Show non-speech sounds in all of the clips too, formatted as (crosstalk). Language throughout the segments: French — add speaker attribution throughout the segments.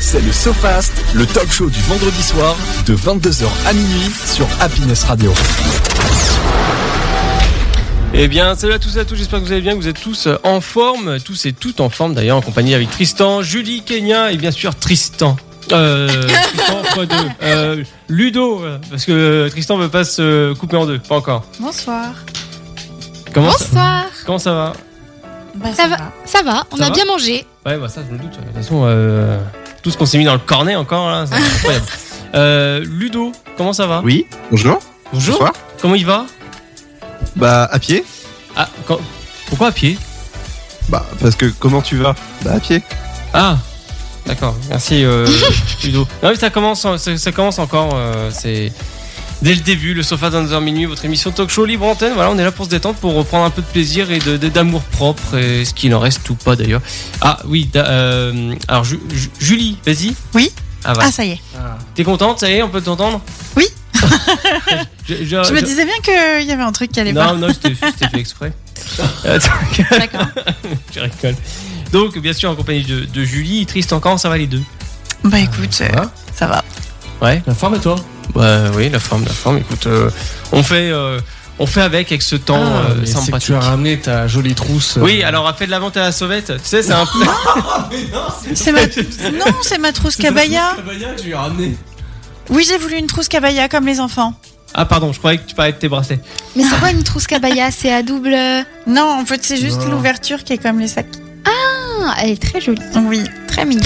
Speaker 1: C'est le SoFast, le talk show du vendredi soir de 22h à minuit sur Happiness Radio.
Speaker 2: Eh bien, salut à tous et à toutes, j'espère que vous allez bien, que vous êtes tous euh, en forme, tous et toutes en forme d'ailleurs, en compagnie avec Tristan, Julie, Kenya et bien sûr Tristan. Euh, Tristan fois deux. Euh, Ludo, euh, parce que Tristan veut pas se couper en deux, pas encore.
Speaker 3: Bonsoir.
Speaker 2: Comment, ça,
Speaker 4: Bonsoir.
Speaker 2: comment ça va
Speaker 3: Bah,
Speaker 4: ça va, ça va, on
Speaker 2: Ça
Speaker 4: a
Speaker 2: va
Speaker 4: bien mangé.
Speaker 2: Ouais, bah ça, je me doute. De toute façon, euh, tout ce qu'on s'est mis dans le cornet encore, là, c'est incroyable. Euh, Ludo, comment ça va
Speaker 5: Oui, bonjour.
Speaker 2: Bonjour.
Speaker 5: Bonsoir.
Speaker 2: Comment il va
Speaker 5: Bah, à pied
Speaker 2: ah, quand- Pourquoi à pied
Speaker 5: Bah, parce que comment tu vas Bah, à pied.
Speaker 2: Ah D'accord, merci euh, Ludo. Non mais ça commence, en- ça, ça commence encore, euh, c'est dès le début, le sofa dans heures minuit, votre émission talk show libre antenne, voilà on est là pour se détendre, pour reprendre un peu de plaisir et de- de- d'amour propre, et ce qu'il en reste ou pas d'ailleurs. Ah oui, da- euh, alors Ju- Ju- Julie, vas-y.
Speaker 3: Oui.
Speaker 2: Ah, va.
Speaker 3: Ah, ça y est.
Speaker 2: T'es contente, ça y est, on peut t'entendre
Speaker 3: Oui.
Speaker 2: (laughs) je, je-
Speaker 3: Je me
Speaker 2: Oh, je-
Speaker 3: disais bien qu'il y avait un truc qui allait pas.
Speaker 2: Non, non, c'était fait exprès. Attends,
Speaker 3: D'accord.
Speaker 2: je rigole. Donc bien sûr en compagnie de, de Julie, triste encore, ça va les deux
Speaker 3: Bah écoute, euh,
Speaker 2: va.
Speaker 3: ça va.
Speaker 2: Ouais. La forme et toi Bah oui, la forme, la forme. Écoute, euh, on fait, euh, on fait avec avec ce temps
Speaker 6: Ah,
Speaker 2: euh,
Speaker 6: mais
Speaker 2: sans
Speaker 6: c'est que
Speaker 2: pratique.
Speaker 6: tu as ramené ta jolie trousse. euh,
Speaker 2: Oui, alors a fait de la vente à la sauvette. Tu sais, c'est un
Speaker 3: (laughs)
Speaker 2: peu.
Speaker 3: C'est ma... Non, c'est ma trousse cabaya.
Speaker 6: Cabaya que je lui ai ramené.
Speaker 3: Oui, j'ai voulu une trousse cabaya comme les enfants.
Speaker 2: Ah pardon, je croyais que tu parlais de tes bracelets.
Speaker 4: (laughs) Mais c'est quoi une trousse cabaya C'est à double. euh,
Speaker 3: Non, en fait, c'est juste
Speaker 6: Non.
Speaker 3: l'ouverture qui est comme les sacs.
Speaker 4: Ah, elle est très jolie.
Speaker 3: Oui.
Speaker 4: Très mignonne.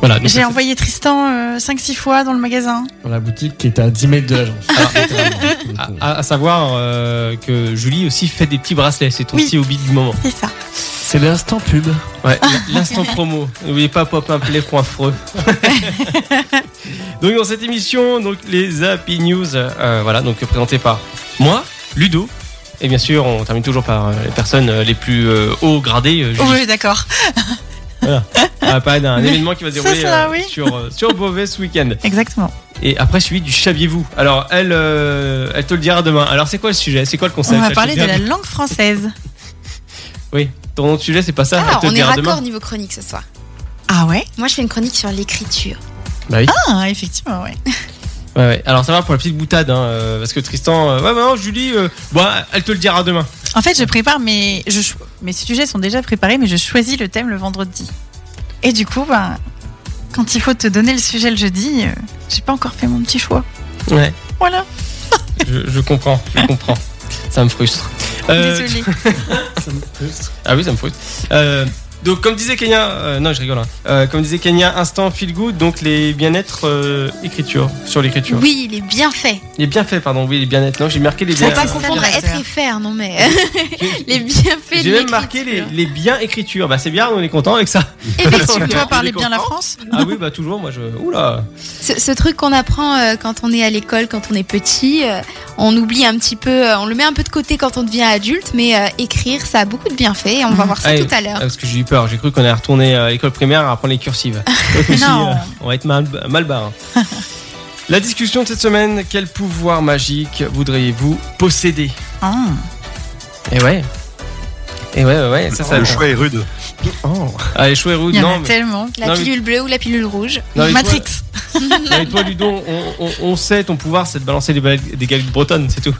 Speaker 2: Voilà. donc
Speaker 3: J'ai
Speaker 2: ça,
Speaker 3: envoyé Tristan 5-6 fois dans le magasin.
Speaker 6: Dans la boutique qui était à 10 mètres de l'agence.
Speaker 2: c'est- à, à- à savoir euh, que Julie aussi fait des petits bracelets. C'est ton
Speaker 3: Oui.
Speaker 2: petit hobby du moment.
Speaker 3: C'est ça.
Speaker 6: C'est l'instant pub.
Speaker 2: Ouais, l'instant promo. N'oubliez pas popimpelay.freux. donc dans cette émission, donc les Happy News, euh, voilà, donc présenté par moi, Ludo. Et bien sûr, on termine toujours par euh, les personnes euh, les plus euh, haut gradées. euh, Julie.
Speaker 3: Oui, d'accord.
Speaker 2: On va parler d'un
Speaker 3: Mais
Speaker 2: événement qui va se
Speaker 3: (laughs) ça
Speaker 2: dérouler
Speaker 3: sera,
Speaker 2: euh,
Speaker 3: oui.
Speaker 2: sur, euh, sur Beauvais ce week-end.
Speaker 3: Exactement.
Speaker 2: Et après, suivi du Chaviez-vous. Alors, elle, euh, elle te le dira demain. Alors, c'est quoi le sujet C'est quoi le concept
Speaker 3: On va
Speaker 2: Elle te
Speaker 3: parler
Speaker 2: le
Speaker 3: de
Speaker 2: dira
Speaker 3: la langue française.
Speaker 2: Oui, ton autre sujet, c'est pas ça. elle
Speaker 4: Ah,
Speaker 2: te le
Speaker 4: on est
Speaker 2: dira
Speaker 4: raccord
Speaker 2: demain.
Speaker 4: niveau chronique ce soir.
Speaker 3: Ah ouais
Speaker 4: Moi, je fais une chronique sur l'écriture.
Speaker 3: Ah, effectivement, ouais.
Speaker 2: Ouais, ouais. Alors ça va pour la petite boutade, hein, euh, parce que Tristan, euh, ouais, bah non, Julie, euh, bon, elle te le dira demain.
Speaker 3: En fait, je prépare mes... Je... cho- mes sujets sont déjà préparés, mais je choisis le thème le vendredi. Et du coup, ben, quand il faut te donner le sujet le jeudi, euh, j'ai pas encore fait mon petit choix.
Speaker 2: Ouais,
Speaker 3: Voilà,
Speaker 2: je, je comprends, je comprends. Ça me frustre. Euh, (laughs)
Speaker 3: désolée.
Speaker 2: ah oui, ça me frustre. Euh, donc comme disait Kenya, euh, non, je rigole. hein. Euh, comme disait Kenya, instant feel good, donc les bien-être euh, écriture sur l'écriture.
Speaker 4: Oui, il est bien fait.
Speaker 2: Les bienfaits, pardon, oui, les bien-être. Non, j'ai marqué les
Speaker 3: Faut
Speaker 2: bien.
Speaker 4: Faut
Speaker 3: Ouais,
Speaker 4: pas
Speaker 3: c'est
Speaker 4: confondre
Speaker 3: ça.
Speaker 4: être et faire, non mais. euh, (laughs) les bienfaits de
Speaker 2: J'ai même marqué les,
Speaker 4: l'écriture.
Speaker 2: les bien écritures. Bah c'est bien, on est content avec
Speaker 4: (laughs)
Speaker 2: ça.
Speaker 4: Effectivement.
Speaker 3: Toi, parler
Speaker 2: Il est
Speaker 3: bien la
Speaker 2: content. (laughs)
Speaker 3: France
Speaker 2: Ah oui, bah toujours, moi je.
Speaker 4: Ah.
Speaker 2: Oula.
Speaker 4: Ce, ce truc qu'on apprend euh, quand on est à l'école, quand on est petit, euh, on oublie un petit peu, euh, on le met un peu de côté quand on devient adulte, mais euh, écrire, ça a beaucoup de bienfaits. et On va voir ça
Speaker 2: Allez.
Speaker 4: tout à l'heure.
Speaker 2: Ah, parce que j'ai eu peur, j'ai cru qu'on allait retourner à l'école primaire à apprendre les cursives. Donc aussi,
Speaker 3: Non.
Speaker 2: euh, on va être mal, mal barré. (laughs) La discussion de cette semaine, quel pouvoir magique voudriez-vous posséder
Speaker 3: Ah.
Speaker 2: Et Eh ouais. Ah, Et Eh ouais, ouais, ouais, ça, ça
Speaker 5: le choix est rude. Oh.
Speaker 2: Allez, Chouérou,
Speaker 3: Il y en a
Speaker 2: non, mais,
Speaker 3: tellement.
Speaker 4: La
Speaker 2: Non, mais-
Speaker 4: pilule bleue ou la pilule rouge.
Speaker 2: non, mais
Speaker 3: Matrix.
Speaker 2: Toi, non, mais toi, Ludo, on, on- on sait ton pouvoir, c'est de balancer des, balades- des galettes bretonnes, c'est tout.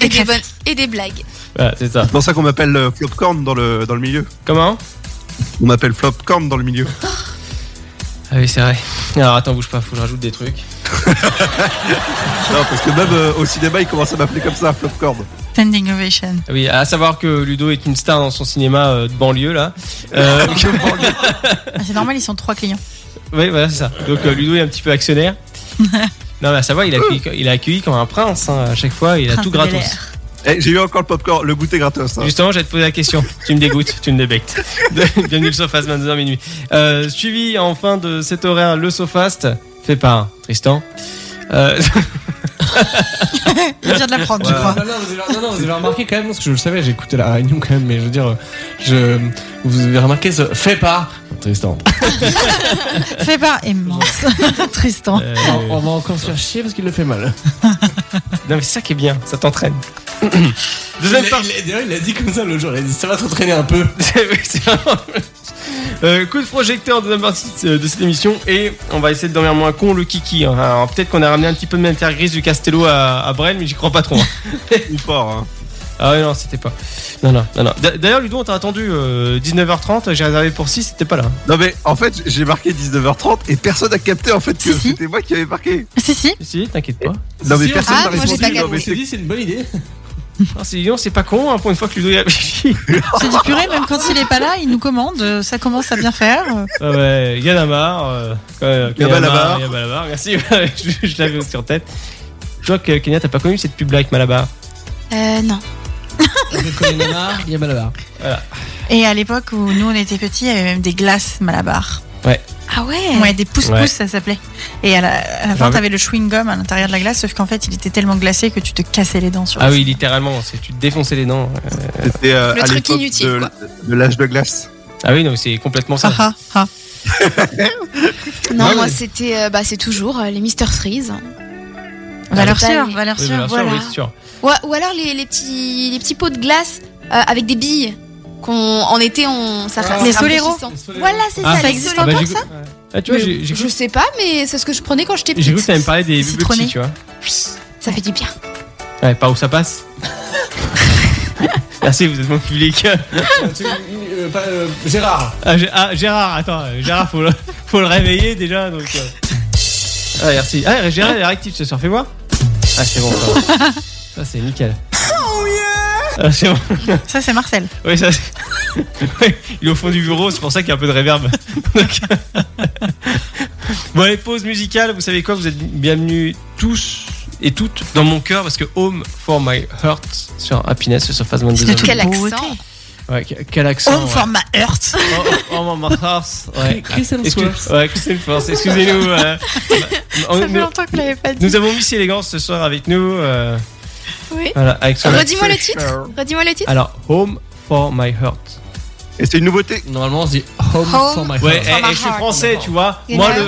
Speaker 4: Et des, bonnes, et des blagues.
Speaker 2: Voilà, c'est ça.
Speaker 5: C'est pour ça qu'on m'appelle euh, Flopcorn dans le, dans le milieu.
Speaker 2: Comment
Speaker 5: On m'appelle Flopcorn dans le milieu.
Speaker 2: Ah oui, c'est vrai. Alors attends, bouge pas, faut que je rajoute des trucs.
Speaker 5: Non, parce que même euh, au cinéma, ils commencent à m'appeler comme ça, Flopcorn.
Speaker 2: (laughs)
Speaker 3: Standing ovation.
Speaker 2: Ah Oui, à savoir que Ludo est une star dans son cinéma euh, de banlieue, là. (laughs) Euh,
Speaker 3: Ah, c'est normal, ils sont trois clients.
Speaker 2: Oui, voilà, c'est ça. Donc euh, Ludo est un petit peu
Speaker 3: (laughs)
Speaker 2: actionnaire. non, mais ça va, il a accueilli, il a accueilli comme un prince hein, à chaque fois, il a
Speaker 3: Prince
Speaker 2: tout
Speaker 3: de
Speaker 2: gratos.
Speaker 3: Bel-Air.
Speaker 5: Eh, j'ai eu encore le popcorn, le goûter gratos. hein.
Speaker 2: Justement, j'allais te poser la question. tu me dégoûtes, tu me débectes.
Speaker 3: (laughs)
Speaker 2: (laughs) Bienvenue le Sofast, 22h minuit. Euh, suivi en fin de cet horaire, le Sofast, fait par Tristan. Euh, (laughs)
Speaker 3: Il vient de l'apprendre, je
Speaker 5: Ouais.
Speaker 3: crois.
Speaker 6: Ah, Non, non, vous avez- non, non, vous avez remarqué quand même, parce que je le savais, j'ai écouté la réunion quand même, mais je veux dire, je, vous avez remarqué ce fait pas. Tristan.
Speaker 3: Fais pas
Speaker 2: (laughs)
Speaker 3: immense. Tristan.
Speaker 2: euh,
Speaker 6: On, on va encore se faire chier parce qu'il le fait mal.
Speaker 2: non, mais c'est ça qui est bien, ça t'entraîne. (clears throat) Deuxième
Speaker 6: Il a-
Speaker 2: partie. (laughs)
Speaker 6: il a- D'ailleurs, il l'a dit comme ça le jour, il a dit ça va t'entraîner un peu.
Speaker 2: Oui, c'est vraiment- Euh, coup de projecteur de la partie euh, de cette émission et on va essayer de dormir moins con le kiki. hein. Alors, peut-être qu'on a ramené un petit peu de matière grise du Castello à, à Brel, mais j'y crois pas trop. hein.
Speaker 5: Ou fort. Hein.
Speaker 2: Ah ouais, non, c'était pas. Non, non, non, non. D'a- D'ailleurs, Ludo, on t'a attendu euh, 19h30, j'ai réservé pour 6, c'était pas là. hein.
Speaker 5: Non mais en fait j'ai marqué 19h30 et personne n'a capté en fait que
Speaker 3: Si, si.
Speaker 5: c'était moi qui avais marqué.
Speaker 3: Si, si.
Speaker 2: Si, t'inquiète pas.
Speaker 5: Non mais
Speaker 6: Si,
Speaker 5: personne
Speaker 4: ah,
Speaker 5: n'a
Speaker 4: moi, j'ai
Speaker 5: répondu.
Speaker 4: pas
Speaker 5: non, mais
Speaker 6: C'est
Speaker 5: c'est-
Speaker 6: dit, c'est une bonne idée.
Speaker 2: Non, c'est non, c'est pas con, hein, pour une fois que Ludo y a réfléchi.
Speaker 3: C'est dit purée, même quand il est pas là, il nous commande. euh, Ça commence à bien faire. euh.
Speaker 2: Ah ouais, Yann Amar, euh, euh,
Speaker 5: Yann
Speaker 2: Yann
Speaker 5: Malabar.
Speaker 2: Amar, Yann Malabar, merci, (laughs) je, je l'avais sur tête. Je vois que Kenya, t'as pas connu cette pub-là avec Malabar.
Speaker 4: Euh, non.
Speaker 6: Je connais Nana, il y a Malabar.
Speaker 3: Et à l'époque où nous on était petits, il y avait même des glaces Malabar.
Speaker 4: Ah ouais
Speaker 3: Ouais, des pouces-pousses,
Speaker 2: Ouais.
Speaker 3: ça s'appelait. Et à la, à la fin,
Speaker 2: J'avais-
Speaker 3: t'avais le chewing-gum à l'intérieur de la glace, sauf qu'en fait, il était tellement glacé que tu te cassais les dents sur
Speaker 2: Ah
Speaker 3: le
Speaker 2: oui, littéralement, c'est tu te défonçais les dents. euh.
Speaker 5: C'était euh,
Speaker 4: Le
Speaker 5: à
Speaker 4: truc
Speaker 5: l'époque
Speaker 4: inutile,
Speaker 5: de,
Speaker 4: quoi.
Speaker 5: de l'âge de glace.
Speaker 2: Ah oui, non, mais c'est complètement ça.
Speaker 3: Ah, ah, ah.
Speaker 4: Non,
Speaker 2: Ouais,
Speaker 4: moi
Speaker 2: ouais.
Speaker 4: c'était euh, bah, c'est toujours euh, les Mister Freeze.
Speaker 3: Valeur
Speaker 4: Total.
Speaker 3: sûre, valeur
Speaker 2: Oui,
Speaker 3: sûre,
Speaker 2: bien sûr,
Speaker 3: voilà.
Speaker 2: oui, c'est sûr.
Speaker 4: Ou, ou alors les, les, petits, les petits pots de glace euh, avec des billes. qu'on en été, on, ça
Speaker 6: Ah.
Speaker 4: ça
Speaker 3: Les
Speaker 4: rafraîchissant.
Speaker 3: Solero.
Speaker 4: Voilà, c'est
Speaker 2: Ah,
Speaker 4: ça,
Speaker 2: ça
Speaker 4: les
Speaker 3: existe
Speaker 2: bah,
Speaker 4: Solero.
Speaker 2: j'ai cru- Ah, tu vois, j'ai j'ai
Speaker 4: je
Speaker 2: cru,
Speaker 4: sais pas, mais c'est ce que je prenais quand j'étais petite.
Speaker 2: j'ai cru que t'allais me parler des
Speaker 3: C'est
Speaker 2: bubbles
Speaker 3: citronné.
Speaker 2: tu vois.
Speaker 4: Ça fait du bien.
Speaker 2: Ouais, par où ça passe (laughs) Merci, vous êtes mon public.
Speaker 6: Tu- euh, pas, euh, Gérard.
Speaker 2: Ah, Gé- ah, Gérard, attends, euh, Gérard, faut le, (laughs) faut le réveiller déjà. Donc, euh. Ah, merci. Ah, Gérard, il est réactif ce soir, fais voir. Ah, c'est bon, ça, va. ça c'est nickel. Ah, c'est bon.
Speaker 3: Ça, c'est Marcel.
Speaker 2: Oui, ça, c'est- (laughs) Ouais, il est au fond du bureau, c'est pour ça qu'il y a un peu de réverb. (laughs) Donc- bon, allez, pause musicale. Vous savez quoi Vous êtes bienvenus tous et toutes dans mon cœur parce que Home for My Heart sur Happiness, ce surface 22
Speaker 3: C'est de
Speaker 4: Quel
Speaker 3: Beauté.
Speaker 4: accent
Speaker 2: Ouais, que- quel accent.
Speaker 3: Home
Speaker 2: ouais.
Speaker 3: for my heart.
Speaker 2: Oh, oh, my heart. Ouais.
Speaker 6: Chris Hemsworth.
Speaker 2: Excuse- ouais, Chris Hemsworth, excusez-nous. euh, on-
Speaker 3: Ça fait
Speaker 2: nous,
Speaker 3: longtemps que l'avait pas dit.
Speaker 2: nous avons Miss Élégance ce soir avec nous. euh,
Speaker 4: Oui.
Speaker 2: voilà, avec son
Speaker 4: Redis-moi le
Speaker 2: accent.
Speaker 4: titre. Redis-moi le titre.
Speaker 2: Alors, Home for My Heart.
Speaker 5: Et c'est une nouveauté.
Speaker 6: Normalement, on se dit Home,
Speaker 4: Home
Speaker 6: for my
Speaker 2: Ouais,
Speaker 6: heart.
Speaker 2: eh,
Speaker 4: my
Speaker 2: eh, je suis
Speaker 4: heart.
Speaker 2: français, tu vois.
Speaker 4: You
Speaker 2: Moi,
Speaker 4: know.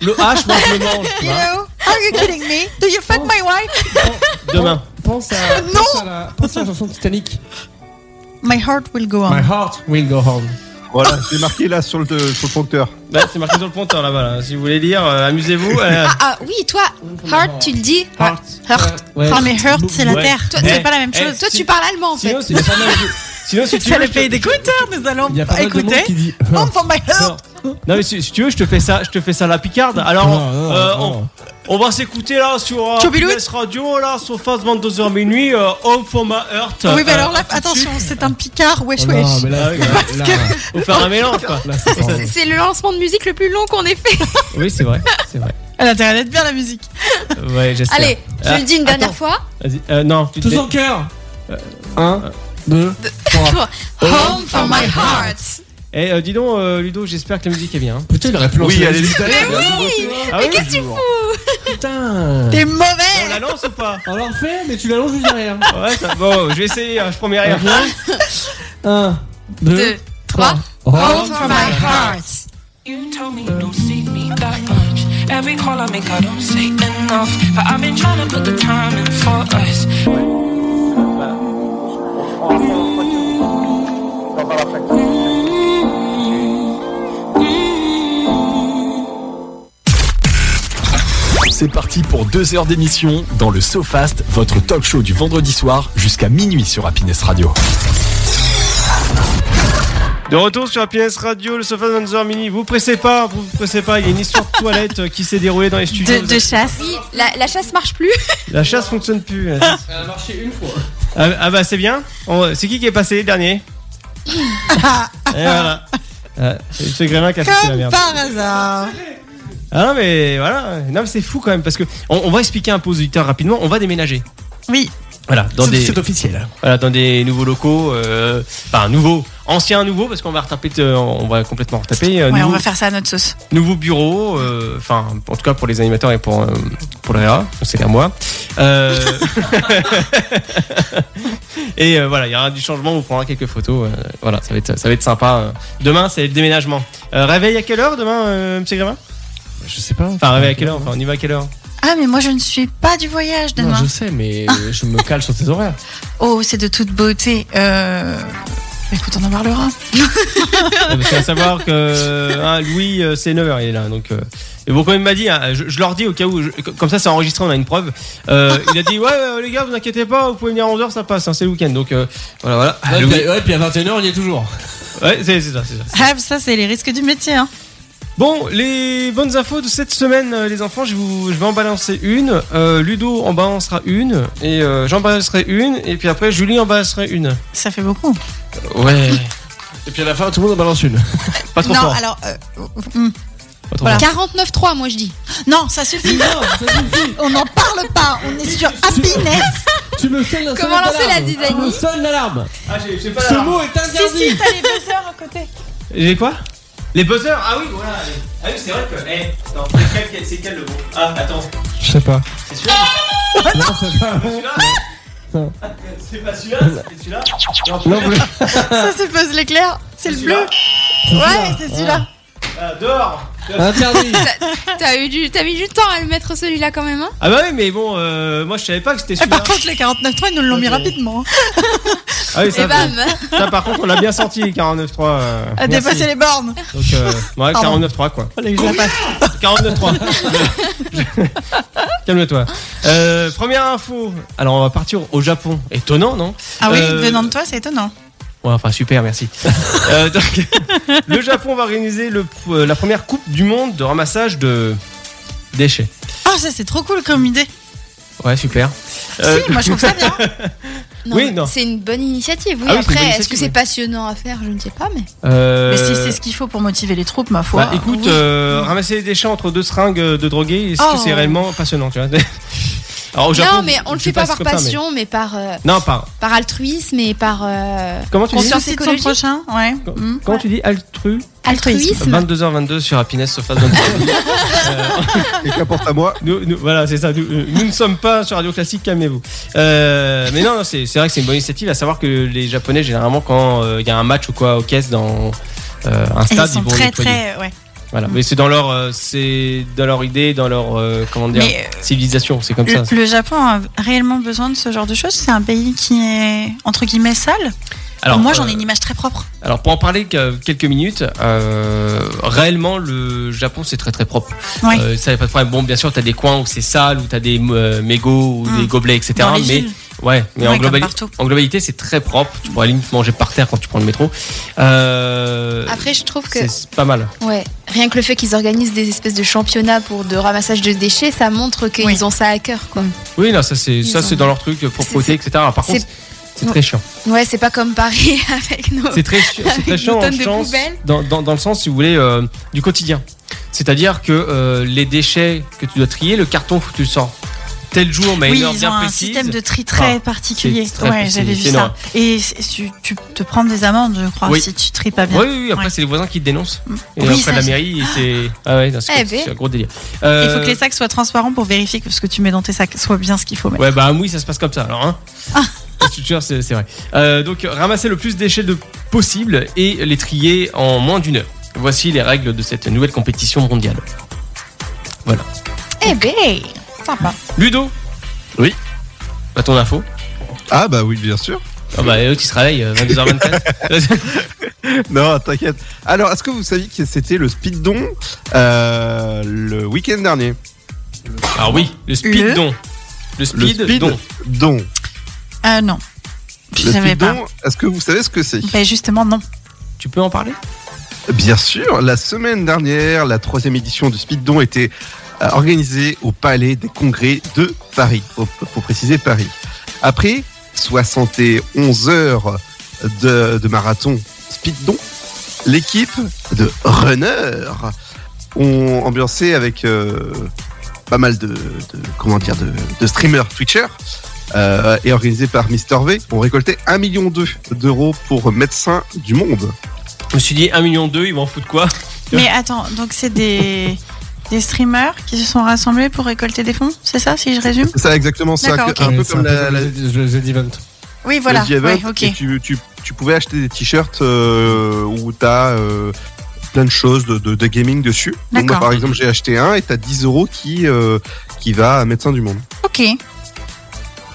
Speaker 2: le, le H, moi, je le mange, tu
Speaker 3: You
Speaker 2: vois.
Speaker 3: know, are you kidding me? Do you fuck my wife?
Speaker 2: Demain.
Speaker 6: Pense à, pense à la, pense à la chanson de Titanic.
Speaker 3: My heart will go
Speaker 6: My
Speaker 3: on.
Speaker 6: heart will go home.
Speaker 5: Voilà, j'ai marqué là sur le, sur le prompteur.
Speaker 2: Bah, c'est marqué sur le compteur là-bas. là. Si vous voulez lire, euh, amusez-vous. euh,
Speaker 4: Ah oui, toi, Heart, tu le dis.
Speaker 6: Heart.
Speaker 4: Heart.
Speaker 6: Ouais.
Speaker 3: Ah, mais heart, c'est la
Speaker 2: Ouais.
Speaker 3: terre.
Speaker 4: Toi,
Speaker 2: Ouais.
Speaker 3: C'est pas la même
Speaker 2: Eh,
Speaker 3: chose.
Speaker 4: Toi,
Speaker 2: si-
Speaker 4: tu parles allemand en fait.
Speaker 2: Sinon, c'est il y a pas mal de- Sinon, si tu
Speaker 3: C'est
Speaker 2: veux,
Speaker 3: le
Speaker 2: je
Speaker 3: pays
Speaker 2: te-
Speaker 3: des couteurs, nous allons
Speaker 6: Il y a pas mal de monde
Speaker 3: écouter.
Speaker 6: qui dit
Speaker 3: Home
Speaker 6: Heart.
Speaker 3: for my heart.
Speaker 2: Non. Non, mais si, si tu veux, je te fais ça, je te fais ça à la picarde. Alors,
Speaker 6: Non, non,
Speaker 2: euh, on-
Speaker 4: oh.
Speaker 6: non.
Speaker 2: On va s'écouter là sur euh,
Speaker 3: Tchoubilou.
Speaker 2: PBS Radio, là sur Face 22h minuit, euh, Home for my heart.
Speaker 3: Ah Oui, mais
Speaker 2: euh,
Speaker 3: alors là,
Speaker 2: tout de
Speaker 3: attention,
Speaker 2: suite.
Speaker 3: c'est un picard, wesh
Speaker 6: Oh,
Speaker 3: wesh.
Speaker 6: non, mais là,
Speaker 2: Ah oui,
Speaker 6: c'est- là,
Speaker 2: Faut faire un mélange quoi.
Speaker 6: là, c'est pas
Speaker 4: C'est le lancement de musique le plus long qu'on ait fait.
Speaker 2: Oui, c'est vrai, c'est vrai.
Speaker 3: Elle a intérêt d'être bien la musique.
Speaker 2: Ouais, j'espère.
Speaker 4: Allez, je
Speaker 2: Ah,
Speaker 4: le dis une dernière
Speaker 2: attends.
Speaker 4: fois.
Speaker 2: Vas-y, euh, non, tu te
Speaker 6: Tous
Speaker 2: fais-
Speaker 6: en Euh, cœur. 1, 2,
Speaker 4: Home for my heart.
Speaker 2: Eh, euh, dis donc, euh, Ludo, j'espère que la musique est bien. hein.
Speaker 6: Putain, il aurait pu lancer
Speaker 5: Oui,
Speaker 6: la
Speaker 5: elle est
Speaker 6: musique
Speaker 5: italienne.
Speaker 2: Ah oui
Speaker 5: qu'est-ce que tu
Speaker 6: Putain
Speaker 3: T'es
Speaker 2: On
Speaker 3: mauvais.
Speaker 2: la lance ou pas
Speaker 6: hein. On l'en refait, mais tu l'allonges juste derrière.
Speaker 2: Ouais, ça... bon, je vais essayer, hein, je promets rien.
Speaker 6: Mhm. 1, 2,
Speaker 4: Deux, trois. Ah,
Speaker 6: 3. Oh.
Speaker 4: Home for my heart.
Speaker 7: You told me you don't see me that much. Every call I make, I don't say enough. But I've been trying to put the time in for us.
Speaker 1: C'est parti pour deux heures d'émission dans le SoFast, votre talk show du vendredi soir jusqu'à minuit sur Happiness Radio.
Speaker 2: De retour sur PS Radio, le sofa 22h mini. Vous pressez pas, vous vous pressez pas. Il y a une histoire de toilette euh, qui s'est déroulée dans les studios.
Speaker 3: De, de chasse.
Speaker 4: Oui, la, la chasse marche plus.
Speaker 2: La chasse fonctionne plus. hein.
Speaker 6: Elle Ah, a marché une fois.
Speaker 2: Ah, ah bah c'est bien. On- C'est qui qui est passé
Speaker 3: (laughs)
Speaker 2: dernier Et voilà. Euh, c'est Grévin qui a fait la
Speaker 3: Comme
Speaker 2: merde.
Speaker 3: par hasard.
Speaker 2: Ah non mais voilà. Non mais c'est fou quand même parce que on, on va expliquer un peu aux auditeurs rapidement. On va déménager.
Speaker 3: Oui.
Speaker 2: Voilà dans des
Speaker 6: C'est
Speaker 3: hein.
Speaker 6: officiel.
Speaker 2: voilà, dans des nouveaux locaux. euh, enfin nouveaux, anciens nouveaux parce qu'on va retaper. de- on va complètement retaper. euh,
Speaker 3: Ouais, on
Speaker 2: nouveaux-
Speaker 3: va faire ça à notre sauce.
Speaker 2: nouveau bureau, euh, enfin en tout cas pour les animateurs et pour, euh, pour le RA, c'est-à-dire moi. Euh, (laughs) et euh, voilà, il y aura du changement, on vous prendra quelques photos. euh, voilà, ça va être, ça va être sympa. euh. Demain, c'est le déménagement. Euh, réveil à quelle heure demain, euh, monsieur Grévin
Speaker 4: oh.
Speaker 6: Je sais pas.
Speaker 2: Enfin, réveil à quelle heure Enfin, on y va à quelle heure
Speaker 3: Ah, mais moi, je ne suis pas du voyage
Speaker 6: Non,
Speaker 3: demain.
Speaker 6: je sais, mais je me cale sur tes horaires.
Speaker 3: Oh, c'est de toute beauté. Euh, Écoute, on en parlera.
Speaker 2: Ouais, Parce qu'à savoir que hein, Louis, euh, c'est 9h, il est là. Donc, euh, et bon, quand il m'a dit, hein, je, je leur dis au cas où, je- comme ça c'est enregistré, on a une preuve. Euh, il a dit, ouais, euh, les gars, vous inquiétez pas, vous pouvez venir à 11h, ça passe, hein, c'est le week-end. Donc euh, voilà, voilà.
Speaker 6: Ouais, puis, ouais, puis à 21h, on y est toujours.
Speaker 2: Ouais, c'est c'est ça, c'est ça.
Speaker 3: Ah, ça, c'est les risques du métier. hein.
Speaker 2: Bon, les bonnes infos de cette semaine, euh, les enfants, je, vous, je vais en balancer une. Euh, Ludo en balancera une. Et euh, j'en balancerai une. Et puis après, Julie en balancerait une.
Speaker 3: Ça fait beaucoup.
Speaker 2: Ouais.
Speaker 6: Et puis à la fin, tout le monde en balance une.
Speaker 2: Pas trop
Speaker 3: non,
Speaker 2: fort.
Speaker 3: alors. euh, mm.
Speaker 2: Pas trop
Speaker 3: voilà.
Speaker 4: 49.3, moi je dis.
Speaker 3: Non, ça suffit. on n'en parle pas. On est sur happiness.
Speaker 6: Tu me sonnes
Speaker 4: Comment sonne lancer l'alarme. la zizanie Tu me
Speaker 6: sonnes l'alarme.
Speaker 2: fort. Ah, j'ai j'ai pas
Speaker 6: Ce
Speaker 2: la-
Speaker 6: mot est interdit.
Speaker 3: t'as les buzzers à côté.
Speaker 2: J'ai quoi Les buzzers Ah oui, voilà. allez. Ah oui, c'est vrai que. Eh, attends, c'est quel, c'est quel le bon Ah, attends,
Speaker 6: Je sais pas.
Speaker 2: c'est celui-là
Speaker 6: Non, c'est pas.
Speaker 2: Celui-là
Speaker 6: Non.
Speaker 2: C'est pas celui-là, c'est celui-là Non,
Speaker 6: Non, bleu.
Speaker 3: Ça, c'est Buzz l'éclair. C'est le bleu. Ouais, c'est celui-là.
Speaker 2: ah, dehors
Speaker 6: Interdit.
Speaker 4: T'as eu du, t'as mis du temps à le mettre celui-là quand même. Hein
Speaker 2: Ah bah oui, mais bon, euh, moi je savais pas que c'était
Speaker 3: Et
Speaker 2: celui-là.
Speaker 3: Eh, par contre, les 49.3, ils nous l'ont mis
Speaker 2: Ok.
Speaker 3: rapidement. hein. ben,
Speaker 2: Ah oui, ça,
Speaker 3: eh
Speaker 4: Et Eh bam.
Speaker 2: ça, par contre, on l'a bien senti, 49.3. Euh,
Speaker 3: À
Speaker 2: merci.
Speaker 3: dépasser les bornes.
Speaker 2: Donc, euh, ouais,
Speaker 3: Ah, Pardon.
Speaker 2: 49.3 quoi.
Speaker 3: Oh, les gars, la passe. (laughs)
Speaker 2: 49.3. Calme-toi. Euh, première info. Alors, on va partir au Japon. Étonnant, non
Speaker 3: Ah oui,
Speaker 2: Euh,
Speaker 3: venant de toi, c'est étonnant.
Speaker 2: Ouais, enfin super, merci. Euh, donc, le Japon va organiser le, euh, la première Coupe du Monde de ramassage de déchets.
Speaker 3: Ah, ça, c'est trop cool comme idée.
Speaker 2: Ouais, super. (laughs) Euh,
Speaker 3: Si, moi, je trouve ça bien.
Speaker 4: Non,
Speaker 2: Oui,
Speaker 4: mais
Speaker 2: non.
Speaker 4: C'est une bonne initiative. Oui,
Speaker 2: Ah oui, c'est une bonne
Speaker 4: après, est-ce que
Speaker 2: initiative,
Speaker 4: c'est
Speaker 2: oui.
Speaker 4: passionnant à faire Je ne sais pas, mais.
Speaker 2: euh,
Speaker 3: Mais si c'est ce Ah qu'il faut pour motiver les troupes, ma foi.
Speaker 2: bah, écoute, euh, ramasser les déchets entre deux seringues euh, de drogués, est-ce que
Speaker 3: Oh.
Speaker 2: c'est réellement passionnant
Speaker 3: (laughs)
Speaker 2: tu vois Alors, au Japon,
Speaker 4: non, mais on le
Speaker 2: je
Speaker 4: fait
Speaker 2: sais
Speaker 4: pas
Speaker 2: si
Speaker 4: par
Speaker 2: c'est comme ça, mais-
Speaker 4: passion, mais... par, euh,
Speaker 2: Non, par.
Speaker 4: par altruisme et par euh,
Speaker 2: Comment tu dis
Speaker 4: Conscience.
Speaker 3: Conscience de son
Speaker 4: écologique.
Speaker 3: prochain, ouais. Mm.
Speaker 2: Comment tu dis altru
Speaker 4: altruisme.
Speaker 2: Bah, 22h22 sur Happiness Sofa Zone. Euh,
Speaker 5: Quelqu'un porte à moi.
Speaker 2: Nous, nous- voilà, c'est ça. Nous, euh, nous ne sommes pas sur Radio Classique, calmez-vous. Euh, mais non, non, c'est c'est vrai que c'est une bonne initiative. À savoir que les Japonais, généralement, quand euh, il y a un match ou quoi aux caisses dans euh, un
Speaker 3: Et
Speaker 2: stade,
Speaker 3: Ils sont
Speaker 2: vont
Speaker 3: très,
Speaker 2: nettoyer.
Speaker 3: très. Ouais.
Speaker 2: Voilà. Mais c'est dans leur, euh, c'est dans leur idée, dans leur euh, comment dire,
Speaker 3: Mais, euh,
Speaker 2: civilisation. C'est comme ça.
Speaker 3: Le, le Japon a réellement besoin de ce genre de choses. C'est un pays qui est, entre guillemets, sale. Alors, moi, j'en ai
Speaker 2: euh,
Speaker 3: une image très propre.
Speaker 2: Alors pour en parler que- quelques minutes, euh, réellement le Japon c'est très très propre.
Speaker 3: Ouais.
Speaker 2: Euh, ça y a pas de problème. Bon bien sûr t'as des coins où c'est sale, où t'as des euh, mégots, ou
Speaker 3: Mm.
Speaker 2: des gobelets, etc.
Speaker 3: Dans les
Speaker 2: mais
Speaker 3: villes.
Speaker 2: ouais, mais
Speaker 3: Ouais,
Speaker 2: en,
Speaker 3: comme
Speaker 2: globali-
Speaker 3: partout.
Speaker 2: en globalité c'est très propre. Tu pourrais limite manger par terre quand tu prends le métro. Euh,
Speaker 4: Après, je trouve que
Speaker 2: c'est c'est pas mal.
Speaker 4: ouais, rien que le fait qu'ils organisent des espèces de championnats pour de ramassage de déchets, ça montre qu'ils
Speaker 3: Oui.
Speaker 4: ont ça à cœur. Quoi.
Speaker 2: Oui non ça c'est
Speaker 4: Ils
Speaker 2: ça
Speaker 4: ont-
Speaker 2: c'est dans leur truc pour
Speaker 4: C'est-
Speaker 2: protéger, etc. Par
Speaker 4: c'est-
Speaker 2: contre c'est
Speaker 4: Non.
Speaker 2: très
Speaker 3: (laughs)
Speaker 2: chiant.
Speaker 4: Ouais, c'est pas comme Paris (laughs) avec nos.
Speaker 2: C'est très, chi- c'est très
Speaker 4: Avec
Speaker 2: chiant
Speaker 4: une
Speaker 2: en
Speaker 4: tonne de
Speaker 2: chance,
Speaker 4: poubelles.
Speaker 2: dans, dans, dans le sens, si vous voulez, euh, du quotidien. C'est-à-dire que euh, les déchets que tu dois trier, le carton, faut que tu le sors tel jour, mais à
Speaker 3: Oui,
Speaker 2: une heure
Speaker 3: ils ont
Speaker 2: bien
Speaker 3: un
Speaker 2: précise.
Speaker 3: système de tri très
Speaker 2: Ah,
Speaker 3: particulier.
Speaker 2: c'est très
Speaker 3: Ouais,
Speaker 2: précis,
Speaker 3: j'avais vu
Speaker 2: c'est
Speaker 3: ça.
Speaker 2: énorme.
Speaker 3: Et c'est- tu, tu te prends des amendes, je crois,
Speaker 2: Oui.
Speaker 3: si tu tries pas
Speaker 2: Oui,
Speaker 3: bien.
Speaker 2: oui, oui, après,
Speaker 3: Ouais.
Speaker 2: c'est les voisins qui te dénoncent. Et
Speaker 3: Oui, ça,
Speaker 2: après, la
Speaker 3: c'est- (gasps)
Speaker 2: mairie, c'est. Ah ouais, non, c'est
Speaker 4: Eh
Speaker 2: c'est
Speaker 4: ben.
Speaker 2: un gros délire.
Speaker 3: Il
Speaker 2: Euh,
Speaker 3: faut que les sacs soient transparents pour vérifier que ce que tu mets dans tes sacs soit bien ce qu'il faut mettre.
Speaker 2: Ouais, bah, oui, ça se passe comme ça, alors, hein. (laughs) Je suis sûr, c'est c'est vrai. Euh, donc, ramasser le plus déchets de possible et les trier en moins d'une heure. Voici les règles de cette nouvelle compétition mondiale.
Speaker 4: Eh ben,
Speaker 3: Sympa.
Speaker 2: Ludo
Speaker 5: Oui.
Speaker 2: Bah, ton info
Speaker 5: Ah bah oui, bien sûr.
Speaker 2: Ah bah l'autre il se réveille 22h24. (laughs)
Speaker 5: Non, t'inquiète. Alors, est-ce que vous saviez que c'était le speeddon euh, le week-end dernier
Speaker 2: Alors oui, le speed
Speaker 3: Le-
Speaker 2: don. Le
Speaker 5: Le
Speaker 2: speed, don.
Speaker 5: speeddon. Don.
Speaker 3: Euh, non. Je
Speaker 5: Le
Speaker 3: savais pas.
Speaker 5: speeddon, est-ce que vous savez ce que c'est
Speaker 3: Ben justement, non.
Speaker 2: Tu peux en parler
Speaker 5: Bien sûr, la semaine dernière, la troisième édition du Speeddon était euh, organisée au Palais des Congrès de Paris. Faut, faut préciser Paris. Après 71 heures de, de marathon Speeddon, l'équipe de runners ont ambiancé avec euh, pas mal de, de- comment dire de, de streamers Twitchers. euh, et organisé par Mister V, ont récolté 1,2 million d'euros pour médecins du monde.
Speaker 2: Je me suis dit 1 million 2, ils m'en foutent quoi
Speaker 3: Mais attends, donc c'est des, des streamers qui se sont rassemblés pour récolter des fonds, c'est ça, si je résume
Speaker 5: C'est ça exactement ça,
Speaker 3: D'accord,
Speaker 5: que- un peu comme la, la-
Speaker 6: le Z-Event.
Speaker 3: Oui, voilà.
Speaker 5: le G-Event,
Speaker 3: Ouais, ok.
Speaker 5: et tu, tu- tu pouvais acheter des t-shirts euh, où t'as euh, plein de choses de, de- de gaming dessus. Donc moi
Speaker 3: D'accord.
Speaker 5: par exemple j'ai acheté un et t'as 10 euros qui, euh, qui va à Médecin du Monde.
Speaker 3: Ok.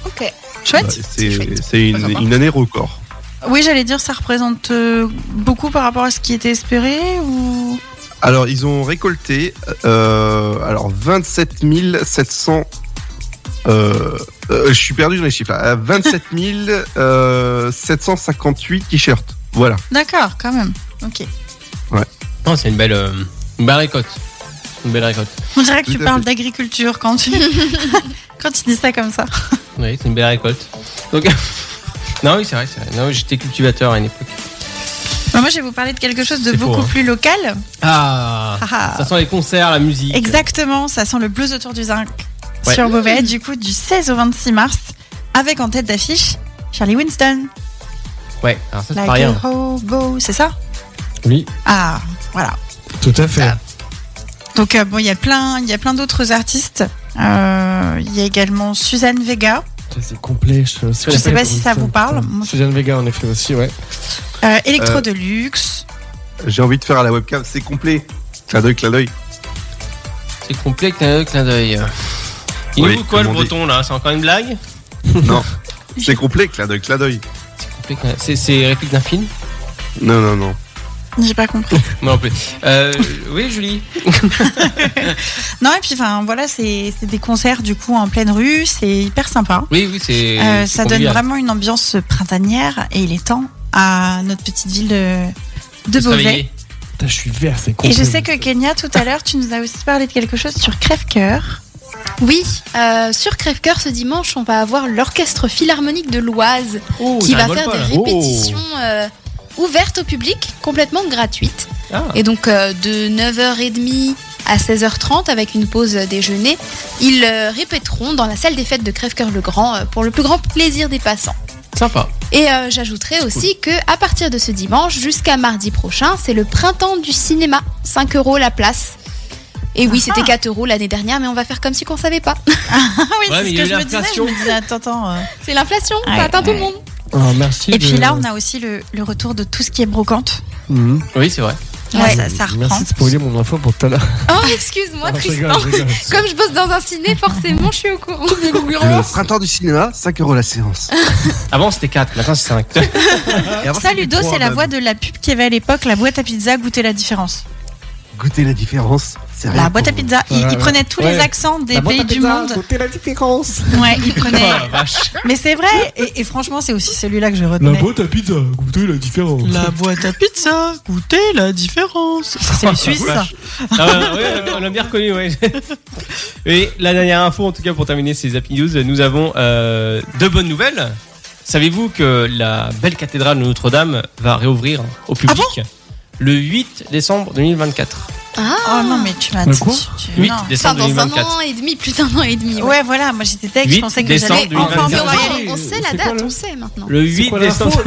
Speaker 4: ok.
Speaker 3: Chouette.
Speaker 5: Voilà, et c'est-
Speaker 4: chouette.
Speaker 5: C'est
Speaker 4: Pas
Speaker 5: une,
Speaker 4: sympa.
Speaker 5: une année record.
Speaker 3: Oui, j'allais dire, ça représente euh, beaucoup par rapport à ce qui était espéré ou.
Speaker 5: Alors, ils ont récolté euh, alors 27 700. Euh, euh, je suis perdu dans les chiffres. là. Euh, 27 euh, 758 t-shirts. Voilà.
Speaker 3: D'accord, quand même. Ok.
Speaker 2: Non, c'est une belle, euh, une belle récolte. Une belle récolte.
Speaker 3: On dirait que
Speaker 5: Tout
Speaker 3: tu
Speaker 5: à
Speaker 3: parles
Speaker 5: fait.
Speaker 3: d'agriculture quand tu (laughs) quand tu dis ça comme ça.
Speaker 2: Oui, c'est une belle récolte. Donc, (laughs) non, oui, c'est vrai, c'est vrai. Non, j'étais cultivateur à une époque.
Speaker 3: Bah, moi, je vais vous parler de quelque chose de
Speaker 2: C'est faux,
Speaker 3: beaucoup
Speaker 2: hein.
Speaker 3: plus local.
Speaker 2: Ah,
Speaker 3: Ah, ah.
Speaker 2: Ça sent les concerts, la musique.
Speaker 3: Exactement, ça sent le blues autour du zinc
Speaker 2: Ouais.
Speaker 3: sur Beauvais, du coup, du 16 au 26 mars, avec en tête d'affiche Charlie Winston.
Speaker 2: Ouais, alors ça, c'est
Speaker 3: Like
Speaker 2: pas rien.
Speaker 3: a hobo, c'est ça
Speaker 6: Oui,
Speaker 3: Ah, voilà.
Speaker 6: tout à fait.
Speaker 3: Donc, euh, bon, il y a plein, il y a plein d'autres artistes. Euh, Il y a également Suzanne Vega.
Speaker 6: Putain, C'est complet. Je,
Speaker 3: Je sais pas si ça vous parle.
Speaker 6: Suzanne Vega, en effet, aussi, ouais.
Speaker 3: Euh, Electro
Speaker 5: Euh.
Speaker 3: de luxe.
Speaker 5: J'ai envie de faire à la webcam. C'est complet. Clin d'œil, clin d'œil.
Speaker 2: C'est complet, clin d'œil, clin d'œil. Il
Speaker 5: Oui,
Speaker 2: nous quoi le
Speaker 5: comme on dit.
Speaker 2: breton là C'est encore une blague
Speaker 5: Non. C'est complet, clin d'œil, clin d'œil.
Speaker 2: Complet, clin d'œil. C'est- C'est réplique d'un film
Speaker 5: Non, non, non.
Speaker 3: J'ai pas compris.
Speaker 2: Moi non plus. Euh, oui, Julie
Speaker 3: Non, et puis, enfin, voilà, c'est c'est des concerts, du coup, en pleine rue. C'est hyper sympa.
Speaker 2: Oui, oui, c'est. c'est
Speaker 3: Euh,
Speaker 2: hein.
Speaker 3: ça donne
Speaker 2: convivial.
Speaker 3: vraiment une ambiance printanière et il est temps à notre petite ville de, de
Speaker 2: Se
Speaker 3: Beauvais.
Speaker 2: réveiller.
Speaker 6: Putain, je suis vert, c'est complet.
Speaker 3: Et je sais que Kenya, tout à l'heure, tu nous as aussi parlé de quelque chose sur Crève-Cœur. (laughs)
Speaker 4: Oui, euh, sur Crève-Cœur ce dimanche, on va avoir l'Orchestre Philharmonique de l'Oise
Speaker 2: Oh,
Speaker 4: qui
Speaker 2: ça
Speaker 4: va
Speaker 2: vole
Speaker 4: faire
Speaker 2: pas, Oh. là.
Speaker 4: des répétitions euh, ouvertes au public, complètement gratuites.
Speaker 2: Ah.
Speaker 4: Et donc euh, de 9h30 à 16h30 avec une pause déjeuner, ils euh, répéteront dans la salle des fêtes de Crève-Cœur-le-Grand euh, pour le plus grand plaisir des passants.
Speaker 2: Sympa.
Speaker 4: Et euh, j'ajouterai aussi que à partir de ce dimanche jusqu'à mardi prochain, c'est le printemps du cinéma, 5 euros la place. Et
Speaker 2: Ah
Speaker 4: oui, c'était 4 euros l'année dernière, mais on va faire comme si qu'on savait pas.
Speaker 3: Ah oui,
Speaker 2: Ouais, mais
Speaker 3: c'est
Speaker 2: il y
Speaker 3: ce
Speaker 2: a eu
Speaker 3: que je me disais. Je
Speaker 2: l'inflation.
Speaker 3: me disais, attends, attends. euh.
Speaker 4: C'est l'inflation,
Speaker 3: Ouais,
Speaker 4: ça atteint tout
Speaker 3: ouais.
Speaker 4: le monde.
Speaker 6: Ah, merci
Speaker 3: Et puis
Speaker 6: de-
Speaker 3: là, on a aussi le, le retour de tout ce qui est brocante.
Speaker 6: Mhm.
Speaker 2: Oui, c'est vrai.
Speaker 3: Ouais, ça, ça reprend.
Speaker 6: Merci de spoiler mon info pour tout à l'heure.
Speaker 3: (laughs)
Speaker 4: Oh, excuse-moi,
Speaker 6: Non, je rigole,
Speaker 4: Tristan.
Speaker 6: je (laughs) rigole.
Speaker 4: Comme je bosse dans un ciné, forcément, je suis au courant.
Speaker 3: Ah,
Speaker 5: Le printemps du cinéma, 5 euros la séance.
Speaker 2: Avant, c'était 4, maintenant, c'est 5.
Speaker 5: Et avant,
Speaker 3: Ah, Ça,
Speaker 5: c'était
Speaker 3: Ludo,
Speaker 5: trois, bah,
Speaker 3: c'est la
Speaker 5: même.
Speaker 3: voix de la pub qu'il y avait à l'époque, la boîte à pizza, goûter la différence.
Speaker 5: Goûtez la différence. C'est rien
Speaker 3: La boîte à
Speaker 5: pour-
Speaker 3: pizza, il,
Speaker 6: Ah Ouais,
Speaker 3: il prenait tous
Speaker 6: ouais.
Speaker 3: les accents des
Speaker 6: La boîte à
Speaker 3: pays du
Speaker 6: pizza,
Speaker 3: monde.
Speaker 6: Goûtez la différence.
Speaker 3: Ouais,
Speaker 2: (laughs)
Speaker 3: il prenait.
Speaker 2: Oh, vache.
Speaker 3: Mais c'est vrai, et, et franchement, c'est aussi celui-là que je
Speaker 6: La
Speaker 3: retenais.
Speaker 6: boîte à pizza, goûtez la différence.
Speaker 3: boîte à pizza, goûtez la différence. C'est les Suisses. ça.
Speaker 2: Ah, ouais, ouais, on l'a bien reconnu, ouais. (laughs) Et la dernière info, en tout cas, pour terminer ces Happy News, nous avons euh, deux bonnes nouvelles. Savez-vous que la belle cathédrale de Notre-Dame va réouvrir au public le 8 décembre 2024.
Speaker 3: Oh
Speaker 4: Ah,
Speaker 3: non, mais tu m'as
Speaker 6: Le
Speaker 3: dit.
Speaker 6: quoi
Speaker 3: tu- tu-
Speaker 2: 8
Speaker 3: non.
Speaker 4: enfin,
Speaker 2: décembre
Speaker 4: dans un
Speaker 2: 2024.
Speaker 4: an et demi, plus d'un an et demi.
Speaker 3: Ouais, voilà, moi j'étais tech, je
Speaker 2: 8
Speaker 3: pensais que j'allais
Speaker 2: décembre
Speaker 3: enfin
Speaker 4: Mais
Speaker 3: me
Speaker 4: au
Speaker 2: 2024.
Speaker 3: royaume.
Speaker 4: moins, on sait la
Speaker 6: C'est quoi,
Speaker 4: date,
Speaker 6: le-
Speaker 4: on sait maintenant.
Speaker 2: Le
Speaker 6: C'est
Speaker 2: 8
Speaker 6: quoi l'info
Speaker 2: décembre.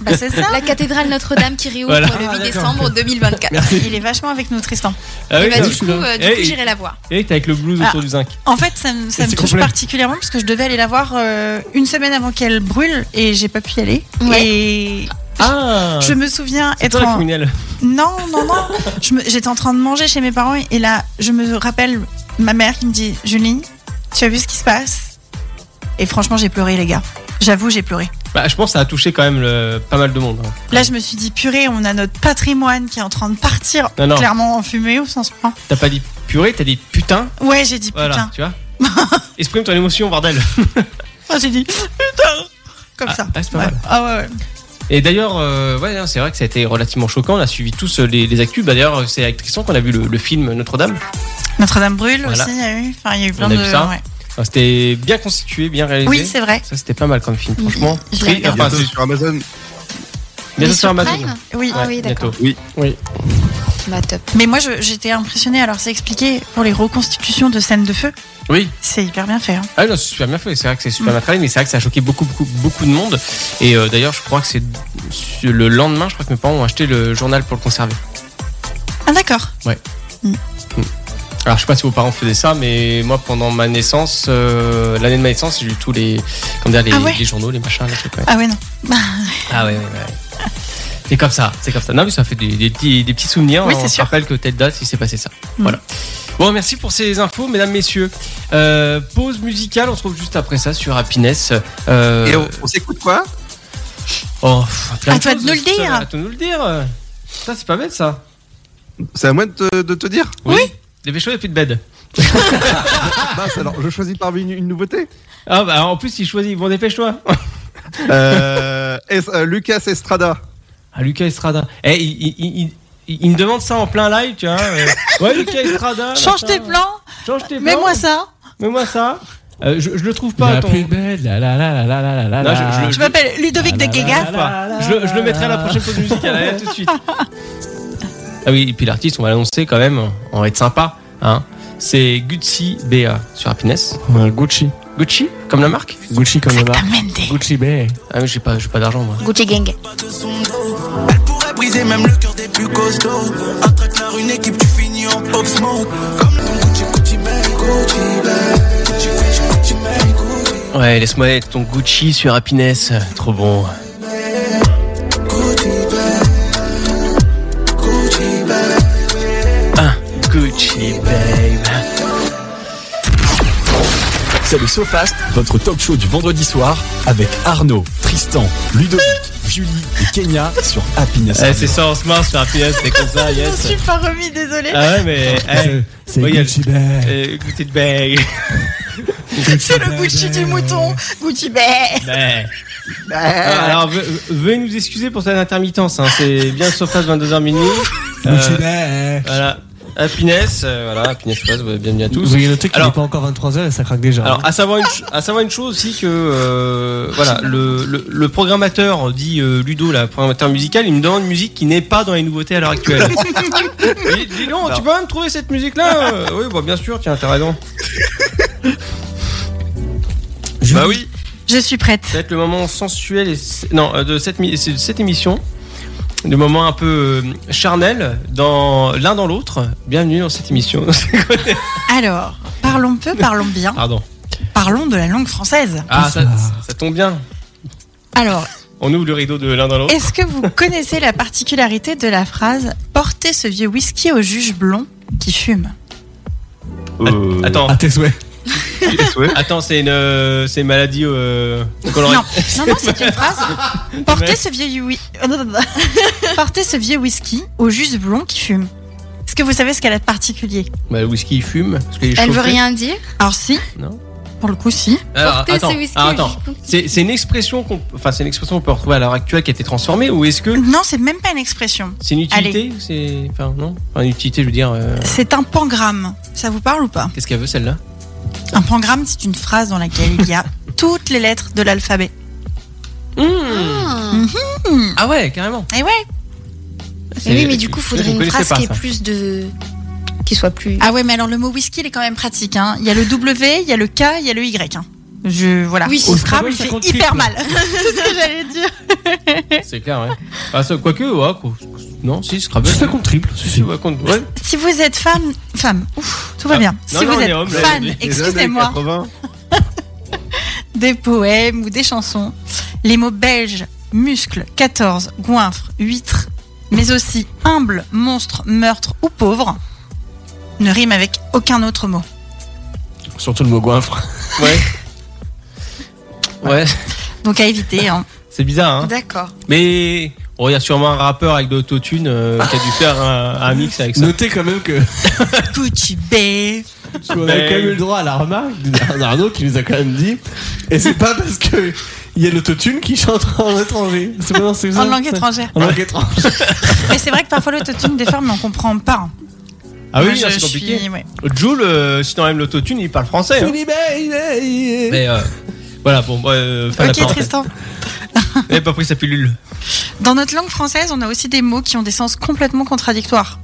Speaker 3: Bah, c'est ça.
Speaker 4: (laughs) La cathédrale Notre-Dame qui réouvre
Speaker 2: Voilà.
Speaker 4: le 8 décembre 2024.
Speaker 6: Merci.
Speaker 3: Il est vachement avec nous, Tristan.
Speaker 2: Ah
Speaker 4: Et
Speaker 2: oui,
Speaker 4: bah,
Speaker 2: non,
Speaker 4: du coup, euh, du
Speaker 2: Eh,
Speaker 4: coup,
Speaker 2: et-
Speaker 4: j'irai la voir.
Speaker 2: et t'es avec le blues
Speaker 3: Ah.
Speaker 2: autour du zinc.
Speaker 3: En fait, ça, me- ça
Speaker 6: Et
Speaker 3: me
Speaker 6: c'est
Speaker 3: touche
Speaker 6: complet.
Speaker 3: particulièrement parce que je devais aller la voir euh, une semaine avant qu'elle brûle et j'ai pas pu y aller.
Speaker 4: Ouais.
Speaker 3: Et
Speaker 2: Ah
Speaker 3: je me souviens
Speaker 2: C'est
Speaker 3: être
Speaker 2: toi la
Speaker 3: en.
Speaker 2: criminelle.
Speaker 3: Non, non, non. Je me- J'étais en train de manger chez mes parents et là, je me rappelle ma mère qui me dit Julie, tu as vu ce qui se passe Et franchement, j'ai pleuré, les gars. J'avoue, j'ai pleuré.
Speaker 2: Bah, je pense que ça a touché quand même le- pas mal de monde. hein.
Speaker 3: Là, je me suis dit Purée, on a notre patrimoine qui est en train de partir
Speaker 2: Ah Non, non.
Speaker 3: clairement en fumée au sens propre.
Speaker 2: T'as pas dit purée, t'as dit putain.
Speaker 3: Ouais, j'ai dit
Speaker 2: Voilà,
Speaker 3: putain.
Speaker 2: tu vois. Exprime ton émotion, bordel.
Speaker 3: Ah, j'ai dit putain Comme ça.
Speaker 2: Ah, c'est pas
Speaker 3: Ouais.
Speaker 2: mal.
Speaker 3: Ah ouais, ouais.
Speaker 2: Et d'ailleurs, euh, ouais, non, c'est vrai que ça a été relativement choquant. On a suivi tous euh, les, les actus. Bah, d'ailleurs, c'est avec Tristan qu'on a vu le, le film Notre-Dame.
Speaker 3: Notre-Dame brûle
Speaker 2: Voilà.
Speaker 3: aussi, il y a eu. Enfin, il y a eu plein
Speaker 2: a
Speaker 3: de.
Speaker 2: vu ça.
Speaker 3: ouais.
Speaker 2: Alors, c'était bien constitué, bien réalisé.
Speaker 3: Oui, c'est vrai.
Speaker 2: ça, c'était pas mal comme film, franchement.
Speaker 3: Je l'ai
Speaker 2: Tri-
Speaker 3: regardé.
Speaker 2: enfin,
Speaker 5: Bientôt
Speaker 2: c'est-
Speaker 5: sur Amazon.
Speaker 2: bientôt
Speaker 4: Mais
Speaker 2: sur Amazon.
Speaker 4: Prime
Speaker 3: Oui.
Speaker 4: Ah oui,
Speaker 2: bientôt.
Speaker 4: d'accord. Bah, top.
Speaker 3: Mais moi, je- j'étais impressionnée. Alors, c'est expliqué pour les reconstitutions de scènes de feu.
Speaker 2: Oui.
Speaker 3: C'est hyper bien fait. hein.
Speaker 2: Ah non, c'est super bien fait. C'est vrai que c'est super
Speaker 3: Mm.
Speaker 2: bien travaillé, mais c'est vrai que ça a choqué beaucoup, beaucoup, beaucoup de monde. Et euh, d'ailleurs, je crois que c'est sur le lendemain, je crois que mes parents ont acheté le journal pour le conserver.
Speaker 3: Ah, d'accord.
Speaker 2: Alors, je sais pas si vos parents faisaient ça, mais moi, pendant ma naissance, euh, l'année de ma naissance, j'ai eu tous les, comment dire, les,
Speaker 3: Ah ouais.
Speaker 2: les journaux, les machins, les trucs. ouais.
Speaker 3: Ah, ouais, non.
Speaker 2: Ah ouais, ouais, ouais. C'est comme ça, c'est comme ça. Non, mais ça fait des, des petits, des petits souvenirs.
Speaker 3: Oui,
Speaker 2: on
Speaker 3: c'est
Speaker 2: se
Speaker 3: sûr.
Speaker 2: rappelle que telle date, il s'est passé ça.
Speaker 3: Mm.
Speaker 2: Voilà. Bon, merci pour ces infos, mesdames, messieurs. Euh, pause musicale, on se retrouve juste après ça sur Happiness. Euh,
Speaker 5: Et on, on s'écoute quoi
Speaker 2: Oh, pff, plein
Speaker 3: À toi de
Speaker 2: choses,
Speaker 3: nous le
Speaker 2: putain,
Speaker 3: dire.
Speaker 2: À toi de nous le dire. Ça, c'est pas bête ça.
Speaker 5: C'est à moi de, te- de te dire
Speaker 2: Oui. Dépêche-toi, il n'y a plus de bed.
Speaker 5: Mince, alors je choisis parmi une, une (laughs) nouveauté.
Speaker 2: Ah bah en plus il choisit. Bon dépêche-toi.
Speaker 5: Euh, es- euh, Lucas Estrada.
Speaker 2: Ah Lucas Estrada. Eh, il, il- il- il- il me demande ça en plein live, tu vois.
Speaker 3: (laughs)
Speaker 2: euh. Ouais, Lucas Estrada.
Speaker 3: Ah, Change
Speaker 2: machin.
Speaker 3: tes plans,
Speaker 2: Change tes plans.
Speaker 3: mets-moi ça.
Speaker 2: Mets-moi ça. Euh, je, je le trouve
Speaker 6: Il y
Speaker 2: pas.
Speaker 6: a
Speaker 2: ton-
Speaker 6: plus de belle, la la la la la la la
Speaker 2: Non,
Speaker 6: la.
Speaker 2: je- je-
Speaker 3: Je m'appelle
Speaker 2: Ah,
Speaker 3: Ludovic de Guéga.
Speaker 2: Enfin, je, je le mettrai à la prochaine pause musicale, allez, à tout de suite. (laughs) Ah oui, et puis l'artiste, on va l'annoncer quand même, on va être sympa. Hein. C'est Gucci BA sur Happiness.
Speaker 6: Ouais, Gucci.
Speaker 2: Gucci, comme la marque
Speaker 6: Gucci comme le marque.
Speaker 3: Exactamente.
Speaker 6: Gucci Bay.
Speaker 2: Ah mais j'ai pas, j'ai pas d'argent moi.
Speaker 4: Gucci Gang.
Speaker 8: Elle pourrait briser même le cœur des plus costauds. Un traquenard, une équipe, tu finis en pop smoke. Comme ton Gucci, Gucci, babe, Gucci, babe. Gucci, Gucci, Gucci, babe, Gucci,
Speaker 2: Ouais, laisse-moi être ton Gucci sur Happiness, trop bon.
Speaker 8: Gucci, babe. Gucci, babe.
Speaker 2: Ah. Gucci babe.
Speaker 1: C'est le SoFast, votre talk show du vendredi soir avec Arnaud, Tristan, Ludovic, Julie et Kenya sur Happiness.
Speaker 2: Eh,
Speaker 1: Radio.
Speaker 2: c'est ça, on se marre sur Happiness, c'est comme ça,
Speaker 3: Je
Speaker 2: Ah, yes.
Speaker 3: suis pas remis, désolé.
Speaker 2: Ah ouais, mais. eh,
Speaker 6: C'est
Speaker 2: Ouais, il y a-
Speaker 6: Gucci Bay.
Speaker 2: euh, Gucci babe.
Speaker 6: Eh,
Speaker 3: C'est le Gucci du mouton. Gucci Bay.
Speaker 2: Ouais. Ah, Alors, ve- ve- veuillez nous excuser pour cette intermittence. hein. C'est bien le Sofast 22h minuit.
Speaker 6: Gucci Bay.
Speaker 2: Voilà. Happiness, euh, voilà, Happiness Pass, ouais, bienvenue à
Speaker 6: Vous
Speaker 2: tous.
Speaker 6: voyez le truc, il
Speaker 2: Alors-
Speaker 6: est pas encore 23h et ça craque déjà. hein.
Speaker 2: Alors, à savoir une, ch- à savoir une chose aussi que euh, voilà, le, le, le programmateur dit euh, Ludo, la programmateur musical, il me demande une musique qui n'est pas dans les nouveautés à l'heure actuelle. dis, dis donc, tu peux pas me trouver cette musique-là euh Oui, bah, bien sûr, tiens, t'as raison. Bah oui,
Speaker 3: Je suis prête.
Speaker 2: peut-être le moment sensuel et s- non euh, de cette mi- c'est de cette émission, le moment un peu euh, charnel dans l'un dans l'autre. Bienvenue dans cette émission.
Speaker 3: Alors, parlons peu, parlons bien.
Speaker 2: (laughs) Pardon.
Speaker 3: Parlons de la langue française.
Speaker 2: Ah, ça, ça tombe bien.
Speaker 3: Alors,
Speaker 2: On ouvre le rideau de l'un dans l'autre.
Speaker 3: est-ce que vous connaissez la particularité de la phrase Portez ce vieux whisky au juge blond qui fume
Speaker 5: Euh,
Speaker 2: Attends,
Speaker 6: À tes souhaits.
Speaker 5: tes souhaits.
Speaker 2: attends, c'est une, euh, c'est une maladie euh, qu'on aurait-
Speaker 3: Non, non, non, c'est une phrase. Portez ce vieux oh, whi- (laughs) Portez ce vieux whisky au juge blond qui fume. Est-ce que vous savez ce qu'elle a de particulier
Speaker 2: Bah, le whisky il fume. Parce qu'il est
Speaker 4: Elle veut
Speaker 2: chauffé.
Speaker 4: rien dire.
Speaker 3: Alors si.
Speaker 2: Non.
Speaker 3: Pour le coup, si.
Speaker 2: Alors,
Speaker 4: Portez
Speaker 2: attends,
Speaker 4: ce whisky
Speaker 2: ah,
Speaker 4: au
Speaker 2: attends.
Speaker 4: juge blond.
Speaker 2: C'est, c'est une expression qu'on, enfin, c'est une expression qu'on peut retrouver à l'heure actuelle qui a été transformée ou est-ce que
Speaker 3: Non, c'est même pas une expression.
Speaker 2: c'est une utilité ou C'est, enfin, non, Enfin, une utilité, je veux dire. euh,
Speaker 3: C'est un pangramme. Ça vous parle ou pas
Speaker 2: Qu'est-ce qu'elle veut celle-là
Speaker 3: Un pangramme, c'est une phrase dans laquelle il y a toutes les lettres de l'alphabet.
Speaker 4: Ah.
Speaker 2: Ah ouais, carrément.
Speaker 3: Et Eh ouais.
Speaker 4: Mais oui, mais du coup,
Speaker 2: Je
Speaker 4: faudrait
Speaker 2: ne
Speaker 4: une
Speaker 2: connaissais
Speaker 4: phrase
Speaker 2: pas
Speaker 4: qui est
Speaker 2: ça.
Speaker 4: plus de. qui soit plus.
Speaker 3: Ah ouais, mais alors le mot whisky, il est quand même pratique. hein. Il y a le W, il y a le K, il y a le Y. hein. Je voilà.
Speaker 4: Oui.
Speaker 3: Au
Speaker 4: Au
Speaker 3: Scrabble,
Speaker 6: Scrabble,
Speaker 3: il
Speaker 6: ça
Speaker 3: fait
Speaker 6: compte
Speaker 3: hyper
Speaker 6: triple.
Speaker 3: mal. (laughs) c'est ce que j'allais dire.
Speaker 2: C'est clair, ouais. Ah, ça, quoique, ouais, quoi- non, si, Scrabble.
Speaker 6: Juste contre triple.
Speaker 2: Si, si, ouais, contre- ouais.
Speaker 3: Si vous êtes femme, femme, ouf, tout va
Speaker 2: Ah,
Speaker 3: bien.
Speaker 2: non,
Speaker 3: si
Speaker 2: non,
Speaker 3: vous
Speaker 2: on est
Speaker 3: êtes
Speaker 2: homme, là,
Speaker 3: fan,
Speaker 2: on est-
Speaker 5: Les années
Speaker 3: (laughs) excusez-moi,
Speaker 5: 80.
Speaker 3: des poèmes ou des chansons, les mots belges, muscle, 14, goinfre, huître, mais aussi humble, monstre, meurtre ou pauvre, ne riment avec aucun autre mot.
Speaker 6: Surtout le mot goinfre.
Speaker 2: Ouais. Ouais,
Speaker 3: Donc à éviter. hein.
Speaker 2: c'est bizarre, hein.
Speaker 4: D'accord.
Speaker 2: Mais oh, il y a sûrement un rappeur avec de l'autotune euh, qui a dû faire un, un mix avec ça.
Speaker 6: Notez quand même que.
Speaker 3: Gucci Bay.
Speaker 6: On a quand même eu le droit à la remarque d'Arnaud qui nous a quand même dit. Et c'est pas parce que il y a l'autotune qui chante en étranger. C'est pas dans ces
Speaker 3: en langue étrangère.
Speaker 6: En langue étrangère.
Speaker 3: Mais c'est vrai que parfois l'autotune des femmes, on comprend pas. hein.
Speaker 2: Ah
Speaker 3: Moi,
Speaker 2: oui,
Speaker 3: je
Speaker 2: là, c'est
Speaker 3: suis-
Speaker 2: compliqué.
Speaker 3: ouais.
Speaker 2: Jules, euh, si t'enlèves l'autotune, il parle français. hein.
Speaker 6: Mais-
Speaker 2: Mais euh, voilà, bon, bah, euh, fin de la
Speaker 3: Ok
Speaker 2: parenthèse.
Speaker 3: Tristan.
Speaker 2: Elle a pas pris sa pilule.
Speaker 3: Dans notre langue française, on a aussi des mots qui ont des sens complètement contradictoires.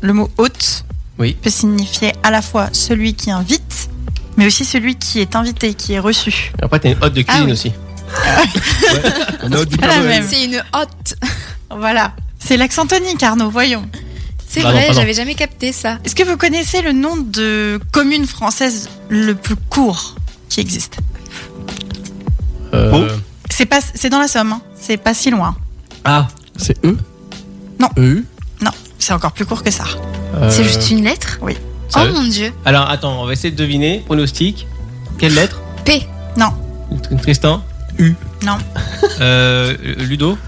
Speaker 3: Le mot hôte
Speaker 2: Oui.
Speaker 3: peut signifier à la fois celui qui invite, mais aussi celui qui est invité, qui est reçu.
Speaker 2: Et après, t'as une hotte de cuisine
Speaker 4: Ah oui.
Speaker 2: aussi.
Speaker 5: On a du
Speaker 3: Pas (laughs) la
Speaker 5: Père Noël.
Speaker 3: même.
Speaker 4: Ah, C'est une hotte.
Speaker 3: Voilà. C'est l'accent tonique, Arnaud, voyons.
Speaker 4: C'est
Speaker 2: Pardon,
Speaker 4: vrai,
Speaker 2: pardon.
Speaker 4: j'avais jamais capté ça.
Speaker 3: Est-ce que vous connaissez le nom de commune française le plus court qui existe
Speaker 2: Euh,
Speaker 5: Bon.
Speaker 3: C'est pas, c'est dans la Somme, hein. c'est pas si loin.
Speaker 2: Ah,
Speaker 6: C'est E
Speaker 3: Non.
Speaker 6: EU
Speaker 3: C'est encore plus court que ça.
Speaker 2: euh,
Speaker 4: C'est juste une lettre
Speaker 3: oui.
Speaker 4: Oh
Speaker 2: Sérieux
Speaker 4: mon dieu.
Speaker 2: Alors, attends, on va essayer de deviner. Pronostic. Quelle lettre
Speaker 4: P.
Speaker 2: Tristan.
Speaker 3: Non.
Speaker 2: Euh, Ludo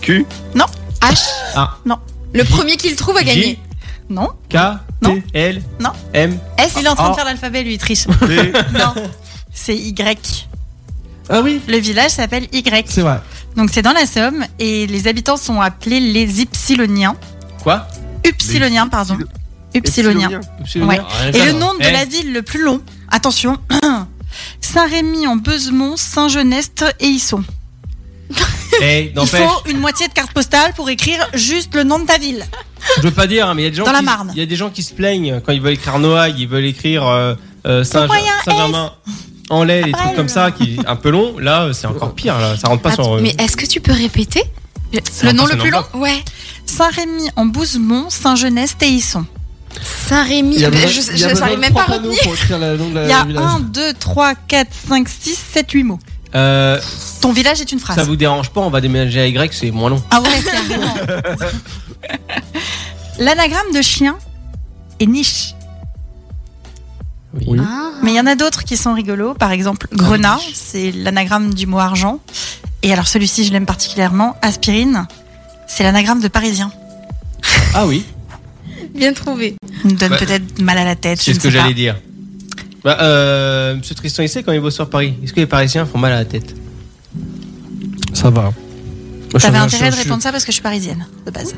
Speaker 5: Q.
Speaker 4: H.
Speaker 2: Ah.
Speaker 3: Non.
Speaker 4: Le premier qu'il trouve a gagné.
Speaker 2: J,
Speaker 3: Non.
Speaker 2: K,
Speaker 3: Non.
Speaker 2: T, L,
Speaker 3: Non.
Speaker 2: M.
Speaker 4: S.
Speaker 3: Il est en train de
Speaker 2: Ah.
Speaker 3: faire l'alphabet, lui, il
Speaker 6: (laughs)
Speaker 3: triche.
Speaker 5: T.
Speaker 3: (laughs) non. C'est Y.
Speaker 6: Ah oui,
Speaker 3: Le village s'appelle Y.
Speaker 6: c'est vrai.
Speaker 3: Donc c'est dans la Somme et les habitants sont appelés les Ypsiloniens.
Speaker 2: Quoi
Speaker 3: Upsiloniens, pardon. Upsiloniens.
Speaker 2: Absolument.
Speaker 3: Ouais. Et le nom de
Speaker 2: Eh,
Speaker 6: Eh.
Speaker 3: la ville le plus long, attention, (clears throat) Saint-Rémy en Besemont, Saint-Genest et Isson.
Speaker 2: Eh,
Speaker 3: Il
Speaker 2: n'empêche,
Speaker 3: faut une moitié de carte postale pour écrire juste le nom de ta ville.
Speaker 2: je veux pas dire, hein, mais il y a des gens.
Speaker 3: Dans
Speaker 2: qui,
Speaker 3: la Marne.
Speaker 2: Il y a des gens qui se plaignent quand ils veulent écrire Noailles, ils veulent écrire euh, euh, Saint-
Speaker 3: Pourquoi il y a un
Speaker 2: Saint-Germain. En lait, des trucs
Speaker 3: Après, euh,
Speaker 2: comme
Speaker 3: le-
Speaker 2: ça, qui est un peu long. Là, euh, c'est encore pire. Là, ça rentre pas
Speaker 4: Attends,
Speaker 2: sur. euh,
Speaker 4: mais est-ce que tu peux répéter
Speaker 2: ça
Speaker 4: le
Speaker 2: rentre
Speaker 4: nom
Speaker 2: pas
Speaker 4: le
Speaker 2: sur
Speaker 4: plus long
Speaker 2: l'enveloppe.
Speaker 4: Ouais.
Speaker 3: Saint-Rémy en Bosemont, Saint-Genest et Isson.
Speaker 4: Saint-Rémy.
Speaker 6: Il y a besoin-
Speaker 4: Je
Speaker 6: il y a
Speaker 4: ne
Speaker 6: besoin
Speaker 4: savais
Speaker 6: de
Speaker 4: même pas
Speaker 6: trois panneaux
Speaker 4: retenir.
Speaker 6: pour écrire Euh, le nom de la-
Speaker 3: Il y a
Speaker 6: du village.
Speaker 3: 1, 2, 3, 4, 5, 6, 7, 8 mots.
Speaker 2: Euh,
Speaker 3: Ton village est une phrase.
Speaker 2: ça vous dérange pas On va déménager à Y, c'est moins long.
Speaker 3: Ah ouais, carrément. L'anagramme de chien est niche.
Speaker 2: Oui. Ah,
Speaker 4: Ah.
Speaker 3: Mais il y en a d'autres qui sont rigolos. Par exemple, grenat, c'est l'anagramme du mot argent. Et alors celui-ci, je l'aime particulièrement. Aspirine, c'est l'anagramme de parisien.
Speaker 6: Ah oui.
Speaker 4: Bien trouvé.
Speaker 3: Il me donne
Speaker 2: Bah,
Speaker 3: peut-être mal à la tête.
Speaker 2: C'est
Speaker 3: je
Speaker 2: ce que
Speaker 3: ne sais pas.
Speaker 2: j'allais dire. Bah, euh, Monsieur Tristan, il sait quand il bosse sur Paris. Est-ce que les Parisiens font mal à la tête
Speaker 6: Ça va. Moi, je suis
Speaker 3: T'avais
Speaker 6: dans-
Speaker 3: intérêt
Speaker 6: je-
Speaker 3: de
Speaker 6: je-
Speaker 3: répondre ça parce que je suis parisienne, de base.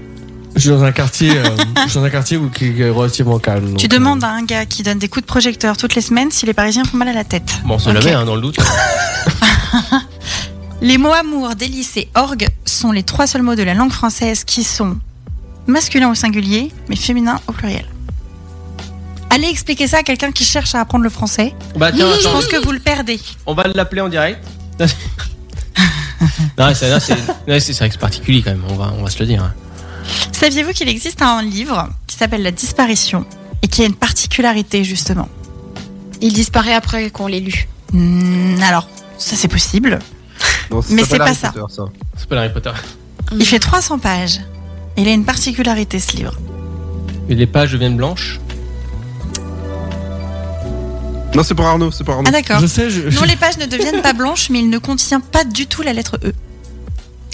Speaker 6: Je suis dans un quartier, euh, je suis dans un quartier où qui est relativement calme. donc,
Speaker 3: tu
Speaker 6: euh,
Speaker 3: demandes à un gars qui donne des coups de projecteur toutes les semaines si les parisiens font mal à la tête.
Speaker 2: Bon, on se
Speaker 3: Ok.
Speaker 2: la met hein, dans le
Speaker 3: (laughs)
Speaker 2: doute.
Speaker 3: Les mots amour, délice et orgue sont les trois seuls mots de la langue française qui sont masculins au singulier, mais féminins au pluriel. Allez expliquer ça à quelqu'un qui cherche à apprendre le français.
Speaker 2: bah tiens,
Speaker 3: Je
Speaker 2: attends,
Speaker 3: pense que vous le perdez.
Speaker 2: on va l'appeler en direct. non, c'est (laughs) non, c'est- non, c'est- c'est vrai que c'est particulier quand même. On va, on va se le dire. hein.
Speaker 3: Saviez-vous qu'il existe un livre qui s'appelle La disparition et qui a une particularité justement
Speaker 4: Il disparaît après qu'on l'ait lu.
Speaker 3: Hmm, Alors, ça c'est possible.
Speaker 5: Non,
Speaker 3: Mais c'est
Speaker 5: s'appelle
Speaker 3: pas
Speaker 5: Harry
Speaker 3: ça.
Speaker 5: Potter,
Speaker 2: C'est pas Harry Potter.
Speaker 3: Il fait 300 pages. Il a une particularité ce livre.
Speaker 2: Mais les pages deviennent blanches.
Speaker 5: Non, c'est pour Arnaud, c'est pour Arnaud.
Speaker 3: Ah d'accord.
Speaker 6: Je sais, je,
Speaker 3: Non, les pages ne deviennent pas blanches, mais il ne contient pas du tout la lettre E.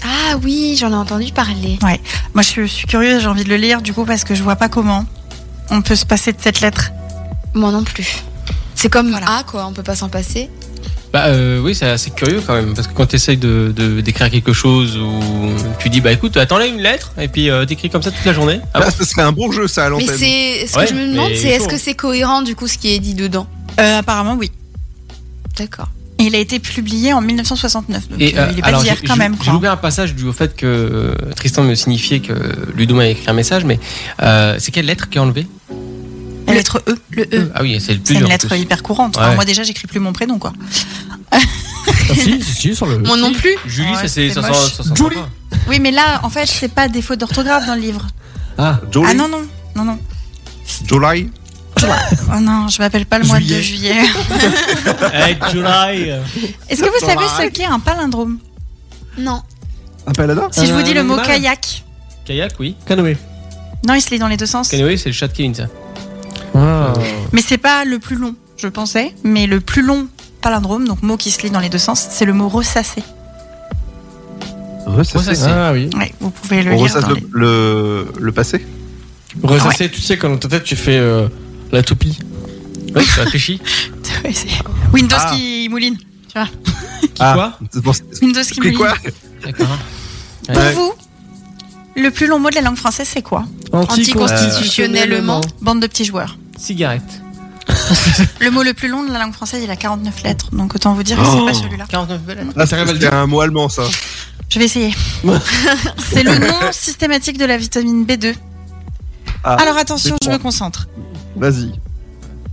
Speaker 4: Ah oui, j'en ai entendu parler.
Speaker 3: Moi, je suis, je suis curieuse, j'ai envie de le lire, du coup, parce que je vois pas comment on peut se passer de cette lettre.
Speaker 4: Moi non plus. C'est comme
Speaker 3: Voilà.
Speaker 4: A, quoi, on peut pas s'en passer.
Speaker 2: Bah euh, oui, c'est assez curieux quand même. Parce que quand tu essayes de de- d'écrire quelque chose ou tu dis, bah écoute, attends là une lettre et puis euh, t'écris comme ça toute la journée. Ah bon
Speaker 5: Ah, ce serait un bon jeu, ça, à
Speaker 4: mais
Speaker 5: l'antenne.
Speaker 4: c'est ce
Speaker 2: Ouais,
Speaker 4: que je me demande,
Speaker 2: mais
Speaker 4: c'est
Speaker 2: il hein.
Speaker 4: est-ce
Speaker 2: faut.
Speaker 4: que c'est cohérent du coup ce qui est dit dedans
Speaker 3: Euh, apparemment, oui.
Speaker 4: D'accord.
Speaker 3: Et il a été publié en 1969, donc
Speaker 2: Et,
Speaker 3: euh,
Speaker 2: euh,
Speaker 3: il est pas
Speaker 2: alors,
Speaker 3: d'hier
Speaker 2: j'ai-
Speaker 3: quand
Speaker 2: j'ai-
Speaker 3: même.
Speaker 2: J'ai
Speaker 3: quoi.
Speaker 2: loupé un passage dû au fait que euh, Tristan me signifiait que Ludo m'avait écrit un message, mais euh, c'est quelle lettre qui est enlevée
Speaker 3: La lettre E,
Speaker 4: Le E.
Speaker 2: Ah oui, c'est le plus
Speaker 3: c'est une
Speaker 2: dur, en
Speaker 3: lettre
Speaker 2: plus.
Speaker 3: hyper courante.
Speaker 2: Ouais.
Speaker 3: Enfin, moi, déjà, j'écris plus mon prénom, quoi.
Speaker 6: Ah, si, si, si, sur le.
Speaker 4: Moi non plus.
Speaker 2: Julie,
Speaker 3: Ouais,
Speaker 2: ça c'est
Speaker 3: c'est
Speaker 2: ça
Speaker 3: moche.
Speaker 2: sent- ça sent
Speaker 6: Julie.
Speaker 2: pas. (laughs)
Speaker 3: Oui, mais là, en fait, c'est pas des fautes d'orthographe dans le livre.
Speaker 6: Ah,
Speaker 5: Jolie,
Speaker 3: Ah non, non, non, non.
Speaker 5: Jolie.
Speaker 3: Oh non, je m'appelle pas le mois de juillet.
Speaker 2: Hey, Eh, Julie.
Speaker 3: Est-ce que vous savez
Speaker 5: Dommage.
Speaker 3: ce qu'est un palindrome
Speaker 4: Non.
Speaker 5: Un paladin
Speaker 3: Si je vous dis le mot
Speaker 2: Euh,
Speaker 6: Palindrome.
Speaker 3: kayak,
Speaker 2: Kayak, oui.
Speaker 6: canoë.
Speaker 3: non, il se lit dans les deux sens.
Speaker 2: Canoë, c'est le chat qui ligne, ça.
Speaker 6: Ah.
Speaker 3: Mais c'est pas le plus long, je pensais. Mais le plus long palindrome, donc mot qui se lit dans les deux sens, c'est le mot ressasser.
Speaker 5: Ressasser.
Speaker 2: Ressasser.
Speaker 6: Ah oui.
Speaker 3: Ouais, vous pouvez le
Speaker 5: On
Speaker 3: lire.
Speaker 5: ressasse
Speaker 3: dans
Speaker 5: le, (laughs)
Speaker 3: les-
Speaker 5: le, le passé
Speaker 3: Ah,
Speaker 6: Ressasser, tu sais, quand dans ta tête tu fais euh, la toupie.
Speaker 2: Ouais, tu réfléchis.
Speaker 3: Ouais, c'est Windows
Speaker 5: Ah.
Speaker 3: qui mouline.
Speaker 2: quoi
Speaker 5: c'est pour- c'est-
Speaker 3: Windows qui
Speaker 5: c'est
Speaker 3: mouline.
Speaker 5: quoi
Speaker 2: (laughs) D'accord.
Speaker 3: Pour vous, le plus long mot de la langue française, c'est quoi
Speaker 4: Anticonstitutionnellement.
Speaker 3: Bande de petits joueurs.
Speaker 2: Cigarette.
Speaker 3: Le mot le plus long de la langue française, il a 49 lettres. Donc autant vous dire que c'est pas celui-là.
Speaker 2: 49 balles.
Speaker 5: Ah,
Speaker 6: Ça
Speaker 5: c'est-
Speaker 6: révèle
Speaker 5: C'est un mot allemand, ça.
Speaker 3: Je vais essayer. c'est le nom systématique de la vitamine B2.
Speaker 5: Ah,
Speaker 3: Alors attention,
Speaker 5: c'est
Speaker 3: je
Speaker 5: bon.
Speaker 3: me concentre.
Speaker 5: Vas-y.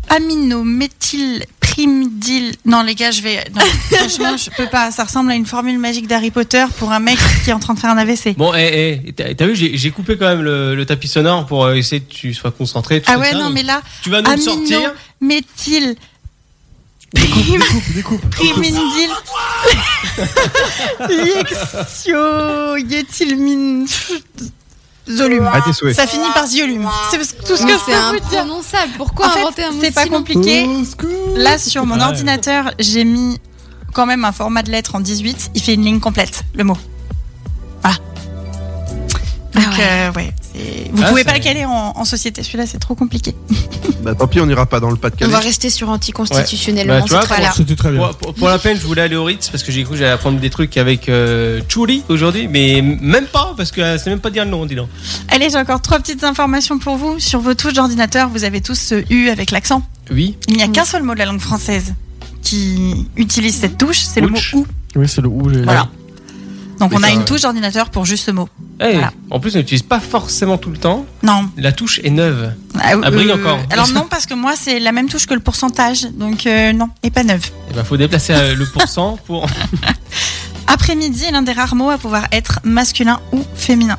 Speaker 3: Amino, méthyl, primdyl. Non, les gars, je vais. Non, franchement, je peux pas. Ça ressemble à une formule magique d'Harry Potter pour un mec qui est en train de faire un AVC.
Speaker 2: Bon, hé, hé, t'as t'as vu, j'ai j'ai coupé quand même le, le tapis sonore pour euh, essayer que tu sois concentré. tout
Speaker 3: Ah
Speaker 2: ça,
Speaker 3: ouais,
Speaker 2: ça,
Speaker 3: non,
Speaker 2: donc
Speaker 3: mais là,
Speaker 2: Tu vas nous
Speaker 3: amino,
Speaker 2: sortir.
Speaker 3: méthyl, prim, primindil,
Speaker 5: (laughs)
Speaker 3: lixio, yéthylmine, zolume.
Speaker 5: À tes souhaits.
Speaker 3: Ça finit par ziolume. C'est tout ce que
Speaker 4: Mais
Speaker 3: je
Speaker 4: c'est
Speaker 3: peux vous dire.
Speaker 4: imprononçable. Pourquoi
Speaker 3: En fait,
Speaker 4: inventer un mot
Speaker 3: c'est pas
Speaker 4: si long
Speaker 3: compliqué. Là, sur mon
Speaker 2: Ouais.
Speaker 3: ordinateur, j'ai mis quand même un format de lettres en 18, il fait une ligne complète, le mot. Voilà. Donc,
Speaker 4: Ah ouais.
Speaker 3: euh, ouais, c'est- vous
Speaker 2: Ah,
Speaker 3: pouvez pas
Speaker 2: c'est-
Speaker 3: le caler en, en société, celui-là c'est trop compliqué.
Speaker 5: Bah tant pis, on n'ira pas dans le
Speaker 4: On va
Speaker 5: Pas-de-Calais.
Speaker 4: rester sur anticonstitutionnellement,
Speaker 2: Ouais. Bah, tu vois,
Speaker 4: c'est très
Speaker 2: pour-
Speaker 4: là.
Speaker 6: C'était très bien.
Speaker 2: Pour, pour- pour la peine, je voulais aller au Ritz parce que j'ai cru que j'allais apprendre des trucs avec euh, Chuli aujourd'hui, mais même pas parce que euh, c'est même pas dire le nom, dis donc.
Speaker 3: Allez, j'ai encore trois petites informations pour vous. Sur vos touches d'ordinateur, vous avez tous ce U avec l'accent.
Speaker 2: Oui.
Speaker 3: Il n'y a
Speaker 4: Oui.
Speaker 3: qu'un seul mot de la langue française qui utilise cette touche, c'est le mot
Speaker 2: Ouch.
Speaker 3: OU.
Speaker 6: Oui, c'est le ou. j'ai-
Speaker 3: Voilà. Donc
Speaker 5: Mais
Speaker 3: on a
Speaker 5: ça,
Speaker 3: une
Speaker 5: ouais.
Speaker 3: touche d'ordinateur pour juste ce mot. Voilà.
Speaker 2: Eh, En plus, on n'utilise pas forcément tout le temps.
Speaker 3: Non.
Speaker 2: La touche est neuve.
Speaker 3: Ah,
Speaker 2: Ah, brille encore.
Speaker 3: Alors non, parce que moi, c'est la même touche que le pourcentage. Donc euh, non, et pas neuf.
Speaker 2: Il ben, faut déplacer euh, le pourcent pour.
Speaker 3: Après-midi est l'un des rares mots à pouvoir être masculin ou féminin.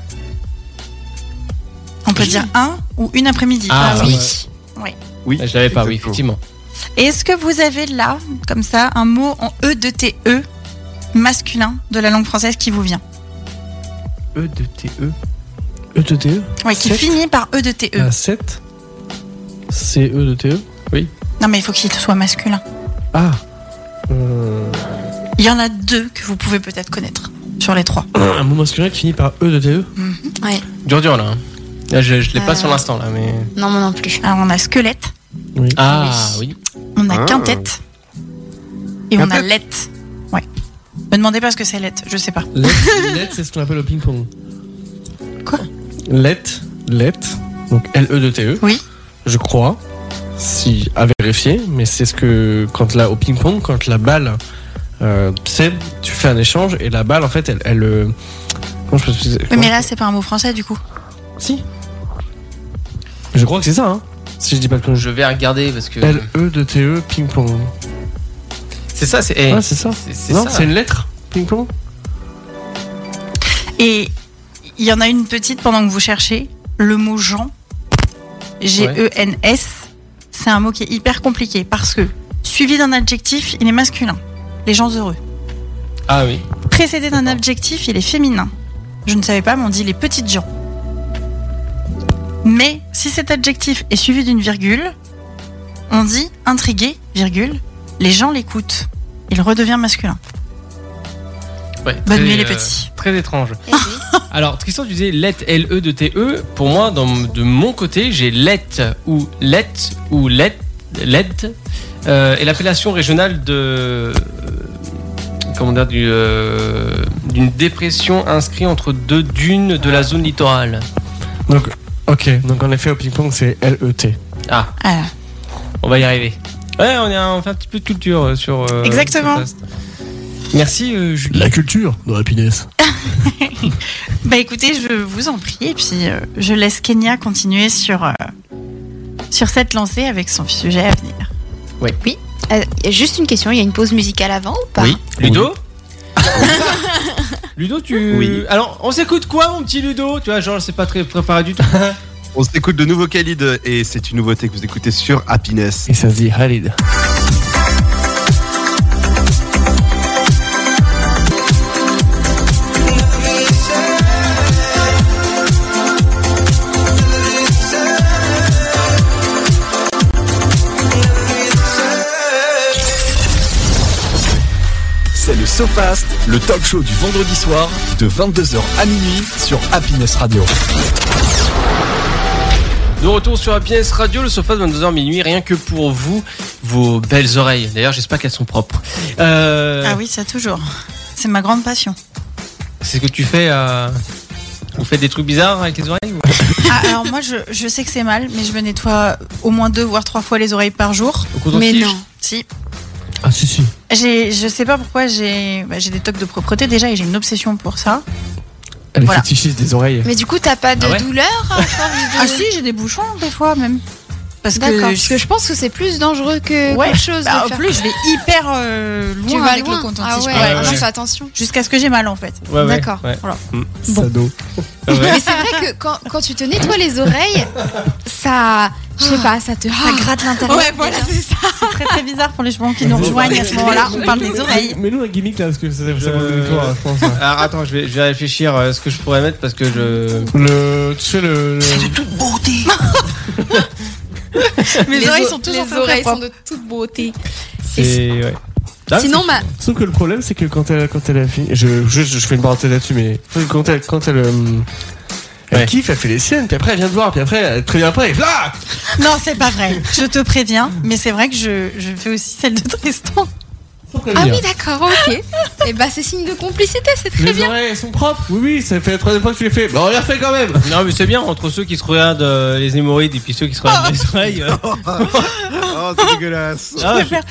Speaker 3: On peut dire un ou une après-midi.
Speaker 2: Ah,
Speaker 4: oui.
Speaker 5: Oui.
Speaker 2: Je l'avais pas,
Speaker 5: Exactement.
Speaker 2: oui, effectivement.
Speaker 3: Et Est-ce que vous avez là, comme ça, un mot en E de T E masculin de la langue française qui vous vient
Speaker 5: E de T E.
Speaker 6: E de TE
Speaker 3: Oui, qui
Speaker 6: Sept.
Speaker 3: finit par E de T E.
Speaker 6: 7 C'est E de TE
Speaker 3: Non, mais il faut qu'il soit masculin.
Speaker 6: Ah Euh,
Speaker 3: Il y en a deux que vous pouvez peut-être connaître sur les trois.
Speaker 6: Un mot masculin qui finit par E de TE
Speaker 2: Dur, dur, là. hein. Là, je, je l'ai pas
Speaker 4: Euh.
Speaker 2: sur l'instant, là, mais.
Speaker 4: Non, moi non plus.
Speaker 3: Alors, on a squelette,
Speaker 6: Oui.
Speaker 2: Ah, oui.
Speaker 3: on a
Speaker 5: Ah.
Speaker 3: quintette et on a
Speaker 5: Quintette.
Speaker 3: lette. Ouais. Me demandez pas ce que c'est lette, je sais pas.
Speaker 6: Let, let, c'est ce qu'on appelle le ping-pong.
Speaker 3: Quoi
Speaker 6: Let, let, donc E L-E de T-E.
Speaker 3: Oui.
Speaker 6: Je crois, si à vérifier, mais c'est ce que quand là au ping-pong, quand la balle, euh, tu sais, tu fais un échange et la balle en fait, elle, elle euh, comment je peux expliquer-
Speaker 3: Oui,
Speaker 6: comment-
Speaker 3: mais là, c'est pas un mot français du coup.
Speaker 6: si. Je crois que c'est ça, hein. Si je dis pas de conneries.
Speaker 2: Je vais regarder parce que.
Speaker 6: L-E de T-E ping-pong.
Speaker 2: C'est ça, c'est. eh,
Speaker 6: Ouais, c'est ça.
Speaker 2: c'est- c'est
Speaker 6: Ah, Non,
Speaker 2: ça.
Speaker 6: c'est une lettre ping-pong.
Speaker 3: Et il y en a une petite pendant que vous cherchez. Le mot Jean, G-E-N-S, c'est un mot qui est hyper compliqué parce que suivi d'un adjectif, il est masculin. Les gens heureux.
Speaker 2: Ah, oui.
Speaker 3: Précédé d'un
Speaker 2: D'accord.
Speaker 3: adjectif, il est féminin. Je ne savais pas, mais on dit les petites gens. Mais si cet adjectif est suivi d'une virgule, on dit intrigué, virgule, les gens l'écoutent. Il redevient masculin.
Speaker 2: Ouais,
Speaker 3: Bonne
Speaker 2: très,
Speaker 3: nuit les
Speaker 2: euh,
Speaker 3: petits.
Speaker 2: Très étrange.
Speaker 4: Eh oui.
Speaker 2: (laughs) Alors, Tristan, tu disais let, L-E de T-E. Pour moi, dans, de mon côté, j'ai let ou let ou let, let. Euh, et l'appellation régionale de. euh, Comment dire du, euh, D'une dépression inscrite entre deux dunes de la zone littorale.
Speaker 6: Donc, ok. Donc en effet, au ping-pong, c'est E, L-E-T.
Speaker 2: Ah,
Speaker 3: Ah,
Speaker 2: on va y arriver. Ouais, on, est, un- on fait un petit peu de culture euh, sur. euh,
Speaker 3: Exactement.
Speaker 2: ce podcast. Merci, euh, Julie.
Speaker 6: culture dans Happiness.
Speaker 3: Bah écoutez, je vous en prie, et puis euh, je laisse Kenya continuer sur, euh, sur cette lancée avec son sujet à venir.
Speaker 4: Euh, juste une question, il y a une pause musicale avant ou pas
Speaker 2: Oui. Ludo (laughs) Ludo, tu.
Speaker 5: Oui.
Speaker 2: Alors, on s'écoute quoi, mon petit Ludo Tu vois, genre, c'est pas très préparé du tout.
Speaker 5: On s'écoute de nouveau Khalid et c'est une nouveauté que vous écoutez sur Happiness.
Speaker 6: Et ça se dit Halid.
Speaker 1: C'est le SoFast, le talk show du vendredi soir de 22h à minuit sur Happiness Radio.
Speaker 2: De retour sur Happiness Radio, le sofa de 22h minuit, rien que pour vous, vos belles oreilles. D'ailleurs, j'espère qu'elles sont propres. Euh,
Speaker 3: Ah oui, ça toujours. C'est ma grande passion.
Speaker 2: C'est ce que tu fais. euh, Vous faites des trucs bizarres avec les oreilles ou-
Speaker 3: (laughs) Ah, alors moi, je, je sais que c'est mal, mais je me nettoie au moins deux, voire trois fois les oreilles par jour.
Speaker 2: au coton
Speaker 4: Mais
Speaker 2: tige
Speaker 4: non.
Speaker 3: Si.
Speaker 6: Ah si si.
Speaker 3: J'ai, je sais pas pourquoi, j'ai, bah, j'ai des tocs de propreté déjà et j'ai une obsession pour ça.
Speaker 6: Elle est
Speaker 3: Voilà.
Speaker 6: fétichiste des oreilles.
Speaker 4: Mais du coup, t'as pas de
Speaker 2: Ah ouais
Speaker 4: douleur à force de-
Speaker 3: Ah si, j'ai des bouchons des fois même. Parce que
Speaker 4: D'accord,
Speaker 3: je
Speaker 4: parce que je pense que c'est plus dangereux que
Speaker 3: Ouais,
Speaker 4: quelque chose.
Speaker 3: bah,
Speaker 4: de
Speaker 3: en
Speaker 4: faire-
Speaker 3: plus, je vais hyper euh, loin
Speaker 4: tu vas
Speaker 3: avec
Speaker 4: loin.
Speaker 3: le coton
Speaker 4: ah ouais,
Speaker 2: Ouais,
Speaker 4: ah
Speaker 2: ouais.
Speaker 4: non, fais attention.
Speaker 3: Jusqu'à ce que j'ai mal en fait.
Speaker 2: Ouais, ouais,
Speaker 4: D'accord.
Speaker 2: ouais.
Speaker 4: Bon.
Speaker 6: Sado.
Speaker 2: Ouais, ouais.
Speaker 4: Mais c'est vrai que quand, quand tu te nettoies les oreilles, ça, je sais pas, ça te
Speaker 3: Ah,
Speaker 4: ça gratte l'intérieur.
Speaker 3: c'est ça. C'est très très bizarre pour les gens qui nous rejoignent à ce (laughs) moment-là. On parle des oreilles.
Speaker 6: Mais nous un gimmick là parce que ça va
Speaker 2: Je-
Speaker 6: toi, hein, je pense. ouais.
Speaker 2: Alors, attends, je vais, je vais réfléchir à ce que je pourrais mettre parce que je.
Speaker 6: Le tu sais le, le-
Speaker 8: Toute beauté.
Speaker 3: Mes
Speaker 4: Les
Speaker 3: oreilles
Speaker 4: o-
Speaker 3: sont toujours
Speaker 4: les oreilles sont de toute beauté.
Speaker 2: C'est. ouais.
Speaker 6: Ah,
Speaker 4: Sinon, ma...
Speaker 6: Sauf que le problème, c'est que quand elle, quand elle a fini. Je, je, je fais une parenthèse là-dessus, mais quand elle. Quand elle hum, elle
Speaker 2: Ouais.
Speaker 6: kiffe, elle fait les siennes, puis après elle vient te voir, puis après elle ah! te prévient pas, et là
Speaker 3: Non, c'est pas vrai. Je te préviens, mais c'est vrai que je, je fais aussi celle de Tristan.
Speaker 4: Ah oui, d'accord, ok. Et bah, c'est signe de complicité, c'est très
Speaker 6: Les
Speaker 4: bien.
Speaker 6: oreilles, elles sont propres Oui, oui, ça fait la troisième fois que tu les fais. Bah, on les refait quand même
Speaker 2: Non, mais c'est bien entre ceux qui se regardent euh, les hémorroïdes et puis ceux qui se regardent les oreilles. euh.
Speaker 5: Oh, c'est dégueulasse.
Speaker 2: Ah,
Speaker 3: je,
Speaker 2: ouais,
Speaker 3: préfère,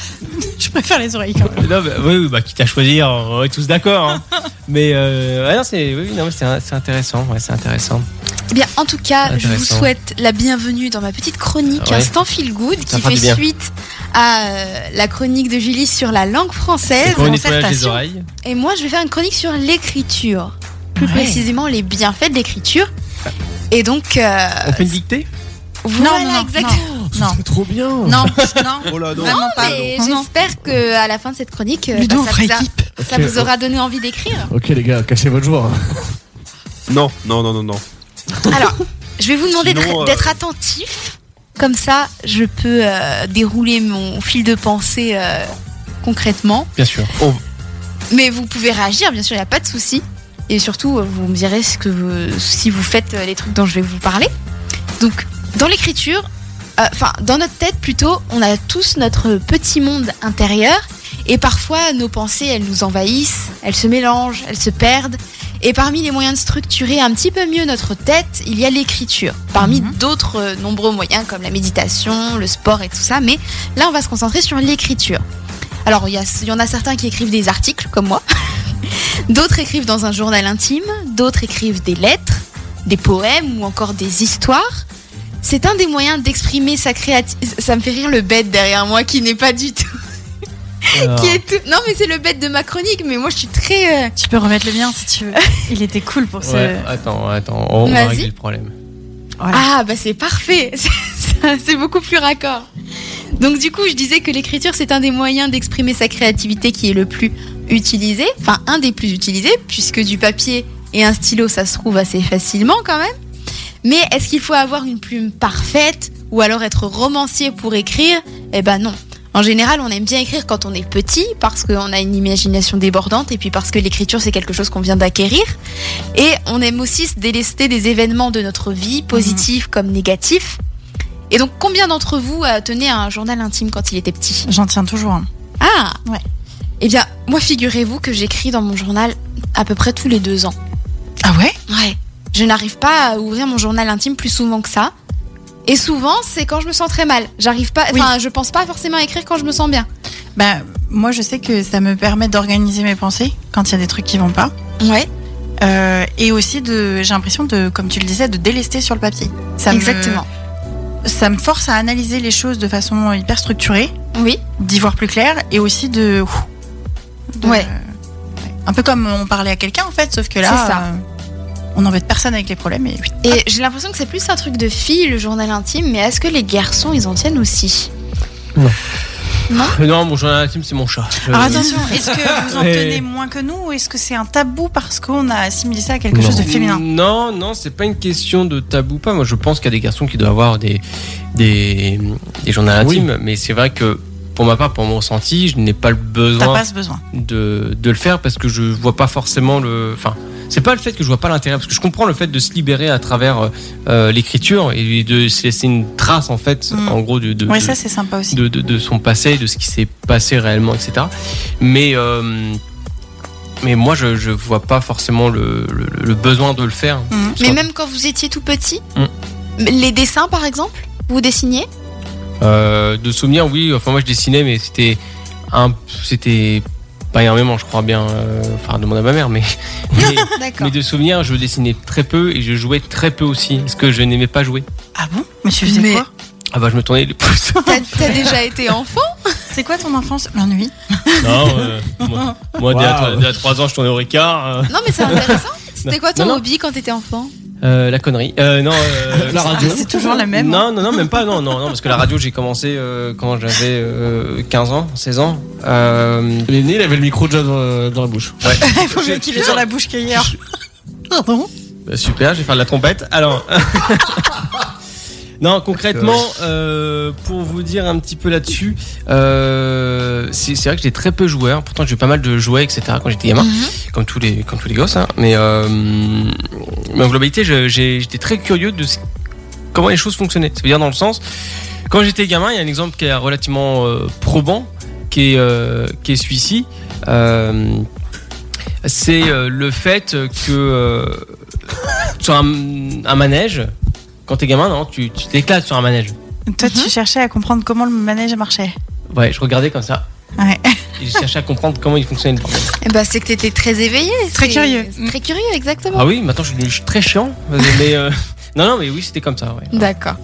Speaker 3: je préfère les oreilles quand même.
Speaker 2: Non, bah, oui, oui, bah, quitte à choisir, on est tous d'accord.
Speaker 4: (laughs)
Speaker 2: hein. Mais euh, ouais, non, c'est oui, oui, non, mais c'est c'est intéressant. Ouais, c'est intéressant.
Speaker 4: Eh bien, en tout cas, je vous
Speaker 2: Intéressant. Ah
Speaker 4: souhaite la bienvenue dans ma petite chronique
Speaker 2: Ouais.
Speaker 4: Instant Feel Good
Speaker 2: Ça
Speaker 4: qui
Speaker 2: fera
Speaker 4: fait
Speaker 2: du bien.
Speaker 4: suite à euh, la chronique de Julie sur la langue française.
Speaker 2: Pour le nettoyage des
Speaker 4: Concertation.
Speaker 2: oreilles.
Speaker 4: Et moi, je vais faire une chronique sur l'écriture. Plus
Speaker 3: Ouais.
Speaker 4: précisément, les bienfaits de l'écriture. Et donc, euh,
Speaker 2: On fait une dictée
Speaker 4: voilà
Speaker 3: non, non,
Speaker 4: exactement.
Speaker 3: non,
Speaker 6: trop bien
Speaker 3: non, non,
Speaker 5: Oh là, non.
Speaker 3: vraiment pas.
Speaker 4: Et
Speaker 3: Non, non.
Speaker 4: j'espère que à la fin de cette chronique, euh,
Speaker 3: Ludo,
Speaker 4: bah,
Speaker 3: on fera
Speaker 4: ça, vous a-
Speaker 3: équipe.
Speaker 4: ça
Speaker 6: Ok.
Speaker 4: vous aura donné envie d'écrire.
Speaker 6: Ok les gars, cachez votre joie. hein.
Speaker 5: Non, non, non, non, non.
Speaker 4: Alors, je vais vous demander
Speaker 5: Sinon,
Speaker 4: d'être-
Speaker 5: euh,
Speaker 4: d'être attentif. Comme ça, je peux euh, dérouler mon fil de pensée euh, concrètement.
Speaker 2: Bien
Speaker 4: (laughs)
Speaker 2: sûr.
Speaker 4: Mais vous pouvez réagir, bien sûr, il n'y a pas de souci. Et surtout, euh, vous me direz ce que vous- si vous faites euh, les trucs dont je vais vous parler. Donc, dans l'écriture, euh, enfin, dans notre tête plutôt, on a tous notre petit monde intérieur. Et parfois, nos pensées, elles nous envahissent, elles se mélangent, elles se perdent. Et parmi les moyens de structurer un petit peu mieux notre tête, il y a l'écriture. Parmi d'autres euh, nombreux moyens comme la méditation, le sport et tout ça. Mais là, on va se concentrer sur l'écriture. Alors, il y, a- il y en a certains qui écrivent des articles, comme moi. (laughs) D'autres écrivent dans un journal intime. D'autres écrivent des lettres, des poèmes ou encore des histoires. C'est un des moyens d'exprimer sa créativité. Ça me fait rire le bête derrière moi qui n'est pas du tout.
Speaker 2: Alors,
Speaker 4: Qui
Speaker 6: Ah.
Speaker 4: est tout... Non, mais c'est le bête de ma chronique, mais moi je suis très. euh,
Speaker 3: Tu peux remettre le mien si tu veux. Il était cool pour ce.
Speaker 2: ouais, attends, attends, on va
Speaker 4: Vas-y.
Speaker 2: régler le problème.
Speaker 4: Ah, bah c'est parfait (laughs) C'est- C'est beaucoup plus raccord Donc du coup, je disais que l'écriture, c'est un des moyens d'exprimer sa créativité qui est le plus utilisé, enfin un des plus utilisés, puisque du papier et un stylo, ça se trouve assez facilement quand même. Mais est-ce qu'il faut avoir une plume parfaite ou alors être romancier pour écrire Eh ben non. En général, on aime bien écrire quand on est petit parce qu'on a une imagination débordante et puis parce que l'écriture c'est quelque chose qu'on vient d'acquérir. Et on aime aussi se délester des événements de notre vie, positifs comme négatifs. Et donc, combien d'entre vous euh, tenaient un journal intime quand il était petit
Speaker 3: J'en tiens toujours un.
Speaker 4: Ah
Speaker 3: Ouais.
Speaker 4: Eh bien, moi, figurez-vous que j'écris dans mon journal à peu près tous les deux ans.
Speaker 3: Ah ouais
Speaker 4: Ouais. Je n'arrive pas à ouvrir mon journal intime plus souvent que ça. Et souvent, c'est quand je me sens très mal. J'arrive pas.
Speaker 3: Oui.
Speaker 4: Enfin, je pense pas forcément à écrire quand je me sens bien.
Speaker 3: Bah, moi, je sais que ça me permet d'organiser mes pensées quand il y a des trucs qui vont pas.
Speaker 4: Ouais.
Speaker 3: Euh, et aussi, de, j'ai l'impression de, comme tu le disais, de délester sur le papier. Ça me-
Speaker 4: Exactement.
Speaker 3: ça me force à analyser les choses de façon hyper structurée,
Speaker 4: Oui.
Speaker 3: d'y voir plus clair et aussi de. de-
Speaker 4: Ouais.
Speaker 3: Un peu comme on parlait à quelqu'un en fait, sauf que là,
Speaker 4: C'est ça.
Speaker 3: euh, on n'embête personne avec les problèmes. Et...
Speaker 4: Et j'ai l'impression que c'est plus un truc de fille, le journal intime. Mais est-ce que les garçons, ils en tiennent aussi
Speaker 2: Euh, Non, mon journal intime, c'est mon chat. Euh, Je-
Speaker 3: Alors attention, est-ce que vous en
Speaker 2: Ouais.
Speaker 3: tenez moins que nous ou est-ce que c'est un tabou parce qu'on a assimilé ça à quelque chose de féminin
Speaker 2: Non, non, c'est pas une question de tabou ou pas. Moi, je pense qu'il y a des garçons qui doivent avoir des, des, des journaux intimes, mais c'est vrai que pour ma part, pour mon ressenti, je n'ai pas le
Speaker 3: T'as
Speaker 2: besoin
Speaker 3: pas ce besoin.
Speaker 2: de, de le faire parce que je vois pas forcément le. Enfin, c'est pas le fait que je vois pas l'intérêt, parce que je comprends le fait de se libérer à travers euh, euh, l'écriture et de se laisser une trace, en fait,
Speaker 3: Mm.
Speaker 2: en gros, de, de,
Speaker 3: Ouais,
Speaker 2: de-
Speaker 3: ça c'est sympa aussi.
Speaker 2: de, de- de son passé, de ce qui s'est passé réellement, etc. Mais, euh, mais moi, je, je vois pas forcément le, le- le besoin de le faire.
Speaker 3: Mhm.
Speaker 2: Parce
Speaker 4: Mais
Speaker 2: qu'en-
Speaker 4: même quand vous étiez tout petit,
Speaker 2: Mm.
Speaker 4: les dessins par exemple, vous dessiniez
Speaker 2: Euh, de souvenirs, oui. Enfin, moi, je dessinais, mais c'était un, c'était pas énormément, je crois bien. euh, Enfin, demande à ma mère, mais. mais
Speaker 4: D'accord.
Speaker 2: mais de souvenirs, je dessinais très peu et je jouais très peu aussi, parce que je n'aimais pas jouer.
Speaker 3: Ah bon Mais tu faisais
Speaker 4: Mais-
Speaker 3: quoi
Speaker 2: Ah bah je me tournais les pouces.
Speaker 4: T'as t'as déjà été enfant
Speaker 3: C'est quoi ton enfance L'ennui
Speaker 2: Non, euh, moi, moi, dès, à,
Speaker 6: Waouh.
Speaker 2: trois- dès à trois ans je tournais au Ricard. euh.
Speaker 4: Non mais c'est intéressant. C'était quoi ton
Speaker 2: Non, non.
Speaker 4: hobby quand t'étais enfant
Speaker 2: Euh, la connerie. Euh, non, (laughs) euh,
Speaker 6: La radio.
Speaker 3: Ah, C'est toujours la même. (laughs) hein.
Speaker 2: Non, non, non, même pas, non, non, non, parce que la radio, j'ai commencé euh, quand j'avais euh, 15 ans, 16 ans. Euh,
Speaker 6: Il est né, il avait le micro déjà dans, dans la bouche.
Speaker 3: Il faut mieux qu'il ait sur la bouche qu'hier. Pardon
Speaker 2: bah, super, je vais faire de la trompette. Alors. (laughs) Non, concrètement, euh, pour vous dire un petit peu là-dessus, euh, c'est c'est vrai que j'ai très peu joué. hein. Pourtant, j'ai eu pas mal de jouets, etc. Quand j'étais gamin,
Speaker 4: Mhm.
Speaker 2: comme tous les comme tous les gosses. hein. Mais, euh, mais en globalité, je- j'ai- j'étais très curieux de ce- comment les choses fonctionnaient. C'est-à-dire dans le sens, quand j'étais gamin, il y a un exemple qui est relativement euh, probant, qui est euh, qui est celui-ci. Euh, c'est euh, le fait que euh, sur un, un manège, quand t'es gamin, non, tu tu t'éclates sur un manège.
Speaker 3: Toi, tu cherchais à comprendre comment le manège marchait.
Speaker 2: Ouais, je regardais comme ça.
Speaker 3: Ouais. (laughs)
Speaker 2: Et je cherchais à comprendre comment il fonctionnait le bordel.
Speaker 4: Eh ben, c'est que t'étais très éveillé.
Speaker 3: Très
Speaker 4: c'est-
Speaker 3: curieux.
Speaker 4: c'est Très curieux, exactement.
Speaker 2: Ah oui, maintenant je suis, devenu- je suis très chiant. Mais euh, non, non, mais oui, c'était comme ça. ouais.
Speaker 4: D'accord.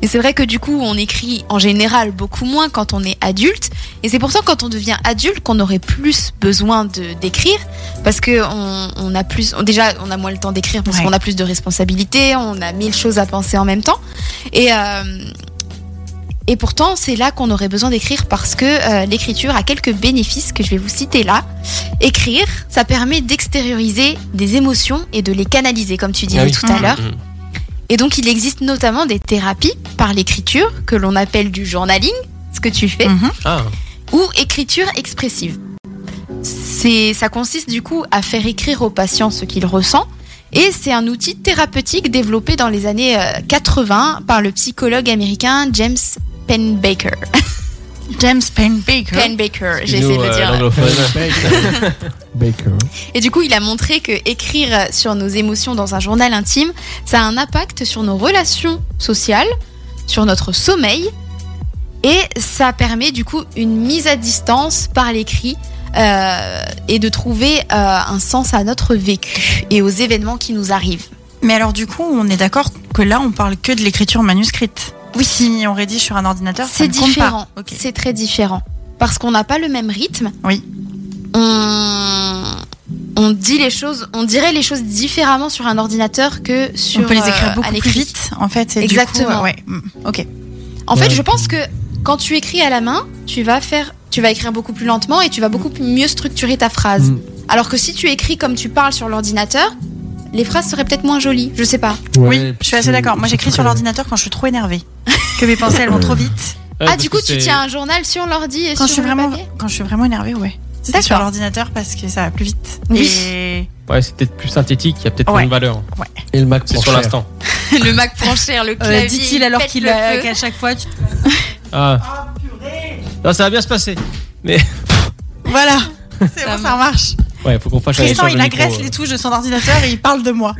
Speaker 4: Mais c'est vrai que du coup, on écrit en général beaucoup moins quand on est adulte. Et c'est pourtant quand on devient adulte qu'on aurait plus besoin de d'écrire. Parce que on, on a plus. on- déjà, on a moins le temps d'écrire parce
Speaker 3: Ouais.
Speaker 4: qu'on a plus de responsabilités, on a mille choses à penser en même temps. Et. euh, et pourtant, c'est là qu'on aurait besoin d'écrire parce que euh, l'écriture a quelques bénéfices que je vais vous citer là. Écrire, ça permet d'extérioriser des émotions et de les canaliser, comme tu disais
Speaker 2: Ah oui.
Speaker 4: tout à
Speaker 3: Mhm.
Speaker 4: l'heure.
Speaker 2: Mhm.
Speaker 4: Et donc, il existe notamment des thérapies par l'écriture que l'on appelle du journaling, ce que tu fais,
Speaker 3: Mhm.
Speaker 2: Ah,
Speaker 4: ou écriture expressive. C'est, ça consiste du coup à faire écrire au patient ce qu'il ressent. Et c'est un outil thérapeutique développé dans les années euh, 80 par le psychologue américain James Penbaker.
Speaker 3: James Payne Baker.
Speaker 4: Penbaker,
Speaker 2: excuse-nous,
Speaker 4: j'ai essayé de le
Speaker 2: euh,
Speaker 4: dire.
Speaker 2: l'anglophone.
Speaker 6: Baker.
Speaker 4: Et du coup, il a montré que écrire sur nos émotions dans un journal intime, ça a un impact sur nos relations sociales, sur notre sommeil, et ça permet du coup une mise à distance par l'écrit euh, et de trouver euh, un sens à notre vécu et aux événements qui nous arrivent.
Speaker 3: Mais alors, du coup, on est d'accord que là, on parle que de l'écriture manuscrite.
Speaker 4: Oui.
Speaker 3: Si on rédige sur un ordinateur, ça
Speaker 4: C'est
Speaker 3: ne compte pas.
Speaker 4: différent.
Speaker 3: Ok.
Speaker 4: C'est très différent. Parce qu'on n'a pas le même rythme.
Speaker 3: Oui.
Speaker 4: On... on dit les choses, on dirait les choses différemment sur un ordinateur que sur
Speaker 3: on peut les
Speaker 4: euh,
Speaker 3: écrire
Speaker 4: à
Speaker 3: beaucoup plus
Speaker 4: l'écrit.
Speaker 3: vite, en fait. Et Du coup,
Speaker 4: Exactement.
Speaker 3: euh, ouais. mm, Ok.
Speaker 4: En
Speaker 6: Ouais.
Speaker 4: fait, je pense que quand tu écris à la main, tu vas faire, tu vas écrire beaucoup plus lentement et tu vas beaucoup mieux structurer ta phrase.
Speaker 6: Mm.
Speaker 4: Alors que si tu écris comme tu parles sur l'ordinateur, les phrases seraient peut-être moins jolies. Je sais pas.
Speaker 3: oui, je suis assez d'accord. Moi, j'écris sur l'ordinateur quand je suis trop énervée. Que mes pensées, elles vont trop vite.
Speaker 2: Ouais,
Speaker 4: ah,
Speaker 2: parce
Speaker 4: du
Speaker 2: que
Speaker 4: coup, tu
Speaker 2: c'est-
Speaker 4: tiens un journal sur l'ordi et
Speaker 3: Quand
Speaker 4: sur
Speaker 3: je suis
Speaker 4: le
Speaker 3: vraiment,
Speaker 4: papier
Speaker 3: quand je suis vraiment énervée, ouais. C'est
Speaker 4: D'accord.
Speaker 3: sur l'ordinateur parce que ça va plus vite.
Speaker 4: Oui.
Speaker 3: Et
Speaker 2: Ouais, c'est peut-être plus synthétique, il y a peut-être
Speaker 3: Ouais.
Speaker 2: moins de valeur.
Speaker 6: Et le Mac
Speaker 2: C'est
Speaker 6: pour
Speaker 2: sur
Speaker 6: cher.
Speaker 2: l'instant.
Speaker 4: (laughs) le Mac cher, le
Speaker 3: euh,
Speaker 4: clavier.
Speaker 3: dit-il alors
Speaker 4: pète
Speaker 3: qu'il
Speaker 4: le
Speaker 3: a-
Speaker 4: feu.
Speaker 3: qu'à chaque fois,
Speaker 4: (laughs)
Speaker 3: tu-
Speaker 2: Ah. Non, ça va bien se passer.
Speaker 3: voilà. C'est bon,
Speaker 4: me-
Speaker 3: ça marche.
Speaker 2: Ouais, faut qu'on fasse un
Speaker 3: Tristan,
Speaker 2: échange
Speaker 3: il
Speaker 2: de micro,
Speaker 3: agresse
Speaker 2: euh.
Speaker 3: les touches de son ordinateur et il parle de moi.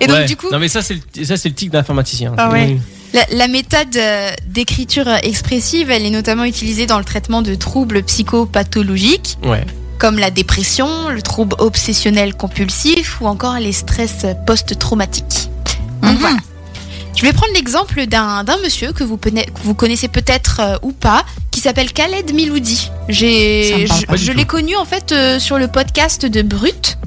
Speaker 4: Et donc,
Speaker 2: Ouais.
Speaker 4: du coup,
Speaker 2: Non, mais ça, c'est le, ça, c'est le tic d'informaticien.
Speaker 3: Ah ouais.
Speaker 4: La, la méthode euh, d'écriture expressive, elle est notamment utilisée dans le traitement de troubles psychopathologiques
Speaker 2: Ouais.
Speaker 4: comme la dépression, le trouble obsessionnel compulsif ou encore les stress post-traumatiques. Donc
Speaker 3: Mhm.
Speaker 4: voilà. Je vais prendre l'exemple d'un d'un monsieur que vous, pena- que vous connaissez peut-être euh, ou pas, qui s'appelle Khaled Miloudi.
Speaker 3: Ça me
Speaker 4: J'ai-
Speaker 3: parle
Speaker 4: Je,
Speaker 2: pas du
Speaker 4: je
Speaker 2: tout.
Speaker 4: l'ai connu en fait euh, sur le podcast de Brut.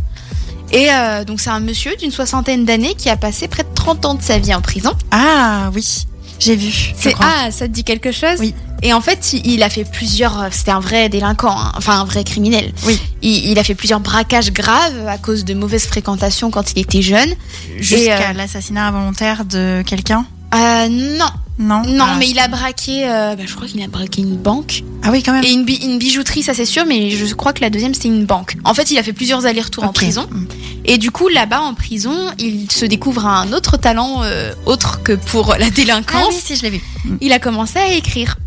Speaker 4: Et euh, donc c'est un monsieur d'une soixantaine d'années qui a passé près de 30 ans de sa vie en prison.
Speaker 3: Ah oui, j'ai vu. je
Speaker 4: C'est
Speaker 3: crois.
Speaker 4: ah, ça te dit quelque chose
Speaker 3: Oui.
Speaker 4: Et en fait, il- il a fait plusieurs. euh, C'était un vrai délinquant, hein, enfin un vrai criminel.
Speaker 3: Oui.
Speaker 4: Il, il a fait plusieurs braquages graves à cause de mauvaises fréquentations quand il était jeune.
Speaker 3: jusqu'à
Speaker 4: euh,
Speaker 3: l'assassinat involontaire de quelqu'un.
Speaker 4: Euh, non,
Speaker 3: Non.
Speaker 4: non,
Speaker 3: Ah,
Speaker 4: mais il a braqué. euh, bah, je crois qu'il a braqué une banque
Speaker 3: Ah oui, quand même.
Speaker 4: et une, bi- une bijouterie, ça c'est sûr. Mais je crois que la deuxième c'était une banque. En fait, il a fait plusieurs allers-retours en
Speaker 3: Ok. Mm.
Speaker 4: prison. Et du coup, là-bas en prison, il se découvre un autre talent euh, autre que pour la
Speaker 3: Ah
Speaker 4: délinquance.
Speaker 3: oui, si je l'ai vu.
Speaker 4: il a commencé à écrire.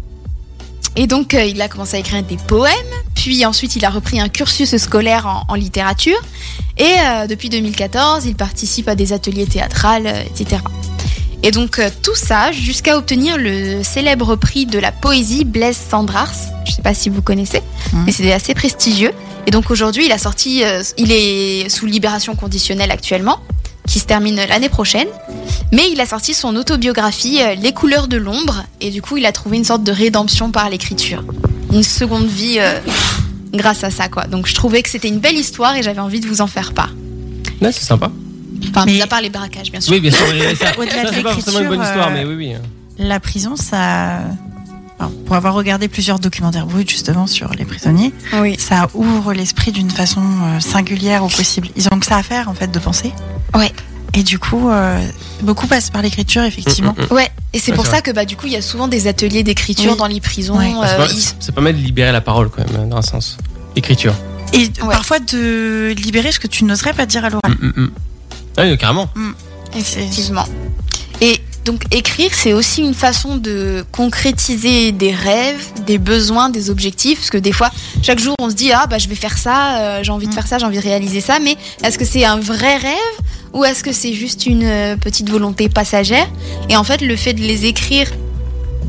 Speaker 4: Et donc, euh, il a commencé à écrire des poèmes, puis ensuite, il a repris un cursus scolaire en, en littérature. Et euh, depuis 2014, il participe à des ateliers théâtrales, euh, etc. Et donc, euh, tout ça jusqu'à obtenir le célèbre prix de la poésie Blaise Cendrars. Je ne sais pas si vous connaissez,
Speaker 3: Mhm.
Speaker 4: mais c'est assez prestigieux. Et donc, aujourd'hui, il a sorti, euh, il est sous libération conditionnelle actuellement, qui se termine l'année prochaine. Mais il a sorti son autobiographie euh, Les couleurs de l'ombre et du coup il a trouvé une sorte de rédemption par l'écriture. Une seconde vie euh, grâce à ça quoi. Donc je trouvais que c'était une belle histoire et j'avais envie de vous en faire part.
Speaker 2: Ouais, c'est sympa.
Speaker 4: Enfin,
Speaker 3: Mais-
Speaker 4: mis à part les braquages bien sûr.
Speaker 2: Oui, bien sûr. mais ça,
Speaker 3: Au-delà
Speaker 2: ça,
Speaker 3: de
Speaker 2: c'est pas forcément
Speaker 3: l'écriture,
Speaker 2: une bonne histoire,
Speaker 3: euh,
Speaker 2: mais oui, oui.
Speaker 3: La prison, ça. enfin, pour avoir regardé plusieurs documentaires bruts justement sur les prisonniers,
Speaker 4: Oui.
Speaker 3: ça ouvre l'esprit d'une façon euh, singulière au possible. Ils ont que ça à faire en fait de penser.
Speaker 4: Ouais.
Speaker 3: Et du coup, euh, beaucoup passe par l'écriture,
Speaker 2: Mm,
Speaker 3: effectivement.
Speaker 4: Ouais, et c'est
Speaker 2: Ouais,
Speaker 4: pour
Speaker 2: c'est
Speaker 4: ça que bah du coup il y a souvent des ateliers d'écriture
Speaker 3: Oui.
Speaker 4: dans les prisons.
Speaker 3: Ouais.
Speaker 2: C'est
Speaker 4: euh,
Speaker 2: pas,
Speaker 4: ils-
Speaker 2: c'est pas mal de libérer la parole quand même, euh, dans un sens. Écriture.
Speaker 3: Et d-
Speaker 4: Ouais.
Speaker 3: parfois de libérer ce que tu n'oserais pas dire à l'oral.
Speaker 2: Mm, mm, mm. Ah oui, carrément.
Speaker 4: Effectivement. Et donc écrire, c'est aussi une façon de concrétiser des rêves, des besoins, des objectifs, parce que des fois, chaque jour, on se dit ah bah je vais faire ça, euh, j'ai envie de
Speaker 3: Mm.
Speaker 4: faire ça, j'ai envie de réaliser ça, mais est-ce que c'est un vrai rêve ou est-ce que c'est juste une euh, petite volonté passagère Et en fait, le fait de les écrire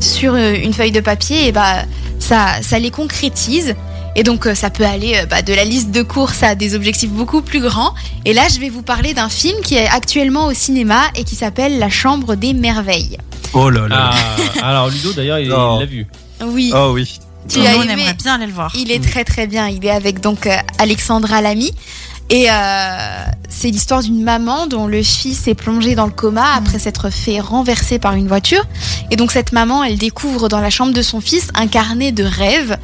Speaker 4: sur euh, une feuille de papier, et bah ça, ça les concrétise. Et donc euh, ça peut aller euh, bah, de la liste de courses à des objectifs beaucoup plus grands. Et là, je vais vous parler d'un film qui est actuellement au cinéma et qui s'appelle La Chambre des Merveilles.
Speaker 5: Oh là là.
Speaker 2: Ah, (laughs) alors Ludo d'ailleurs, il il
Speaker 5: Non.
Speaker 2: l'a vu.
Speaker 4: Oui,
Speaker 5: Oh oui.
Speaker 4: tu
Speaker 3: Nous,
Speaker 4: as
Speaker 3: on
Speaker 4: aimé.
Speaker 3: aimerait bien aller le voir.
Speaker 4: Il est très très bien. Il est avec donc euh, Alexandra Lamy. Et euh, c'est l'histoire d'une maman dont le fils est plongé dans le coma après s'être fait renverser par une voiture. Et donc cette maman, elle découvre dans la chambre de son fils un carnet de rêves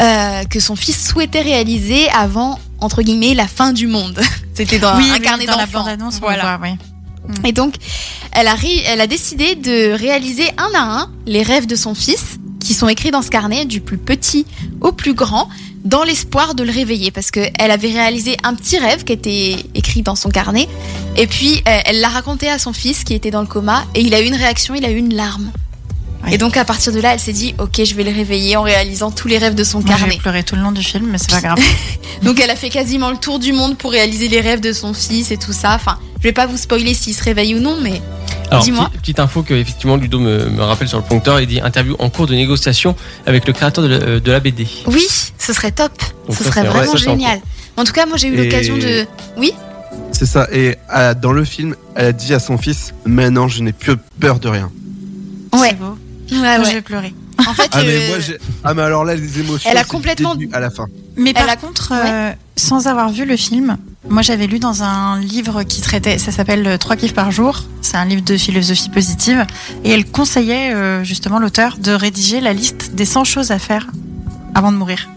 Speaker 4: euh, que son fils souhaitait réaliser avant, entre guillemets, la fin du monde. (laughs) C'était dans
Speaker 3: oui,
Speaker 4: un
Speaker 3: oui,
Speaker 4: carnet Mm.
Speaker 3: dans la
Speaker 4: d'enfant.
Speaker 3: bande-annonce, on
Speaker 4: Voilà.
Speaker 3: le voit, oui.
Speaker 4: Et donc, elle a, ri- elle a décidé de réaliser un à un les rêves de son fils, qui sont écrits dans ce carnet, du plus petit au plus grand, dans l'espoir de le réveiller. Parce qu'elle avait réalisé un petit rêve qui était écrit dans son carnet. Et puis, euh, elle l'a raconté à son fils qui était dans le coma. Et il a eu une réaction, il a eu une larme.
Speaker 3: Ouais.
Speaker 4: Et donc, à partir de là, elle s'est dit Ok, je vais le réveiller en réalisant tous les rêves de son
Speaker 3: Moi,
Speaker 4: carnet.
Speaker 3: j'ai pleuré tout le long du film, mais c'est pas grave.
Speaker 4: Donc elle a fait quasiment le tour du monde pour réaliser les rêves de son fils et tout ça. Enfin, je vais pas vous spoiler s'il se réveille ou non, mais
Speaker 2: Alors,
Speaker 4: Dis-moi.
Speaker 2: petit- petite info que effectivement Ludo me, me rappelle sur le prompteur, il dit interview en cours de négociation avec le créateur de la, euh, de la BD.
Speaker 4: oui, ce serait top.
Speaker 2: Donc
Speaker 4: ce
Speaker 2: ça,
Speaker 4: serait
Speaker 2: c'est-
Speaker 4: vraiment
Speaker 2: ouais, ça, c'est en
Speaker 4: génial. En tout cas, moi j'ai eu
Speaker 5: Et-
Speaker 4: l'occasion de.
Speaker 5: C'est ça. Et euh, dans le film, elle a dit à son fils Maintenant, je n'ai plus peur de rien.
Speaker 4: (laughs) Ouais.
Speaker 3: C'est beau.
Speaker 4: Ah Ouais,
Speaker 3: Moi,
Speaker 4: ouais.
Speaker 3: j'ai pleuré.
Speaker 4: En fait,
Speaker 5: Ah, mais
Speaker 4: euh,
Speaker 5: moi, j'ai- ah, mais alors là, les émotions.
Speaker 4: Elle a
Speaker 5: c'est du
Speaker 4: complètement-
Speaker 5: début à la fin.
Speaker 3: Mais par
Speaker 4: a-
Speaker 3: contre, euh, sans avoir vu le film, moi j'avais lu dans un livre qui traitait, ça s'appelle euh, Trois kiffs par jour, c'est un livre de philosophie positive, et elle conseillait euh, justement l'auteur de rédiger la liste des 100 choses à faire avant de mourir.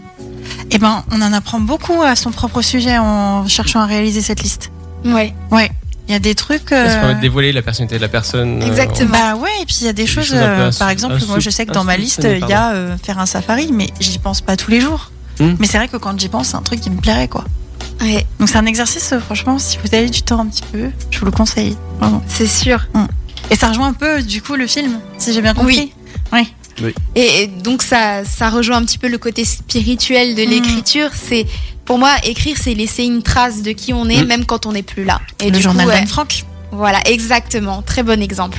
Speaker 3: Eh ben, on en apprend beaucoup à son propre sujet en cherchant à réaliser cette liste.
Speaker 4: ouais.
Speaker 3: Il y a des trucs.
Speaker 2: Ça se
Speaker 3: euh,
Speaker 2: permet de dévoiler la personnalité de la personne. euh,
Speaker 4: Exactement.
Speaker 3: Bah ouais, et puis il y a des
Speaker 2: Des
Speaker 3: choses,
Speaker 2: choses un peu
Speaker 3: euh,
Speaker 2: insou-
Speaker 3: par exemple, moi je sais que dans ma liste,
Speaker 2: insoupçonnées,
Speaker 3: il y a euh, faire un safari, mais j'y pense pas tous les jours.
Speaker 2: Hmm.
Speaker 3: Mais c'est vrai que quand j'y pense, c'est un truc qui me plairait quoi.
Speaker 4: Ouais,
Speaker 3: Donc c'est un exercice, euh, franchement, si vous avez du temps un petit peu, je vous le conseille. Vraiment.
Speaker 4: c'est sûr.
Speaker 3: Et ça rejoint un peu, du coup, le film, si j'ai bien compris.
Speaker 4: Et, et donc ça, ça rejoint un petit peu le côté spirituel de
Speaker 3: Mm.
Speaker 4: l'écriture. C'est pour moi écrire, c'est laisser une trace de qui on est,
Speaker 2: Mm.
Speaker 4: même quand on n'est plus là. Et
Speaker 3: Et le
Speaker 4: du
Speaker 3: journal
Speaker 4: coup, ouais,
Speaker 3: d'Anne Frank.
Speaker 4: voilà, exactement. Très bon exemple.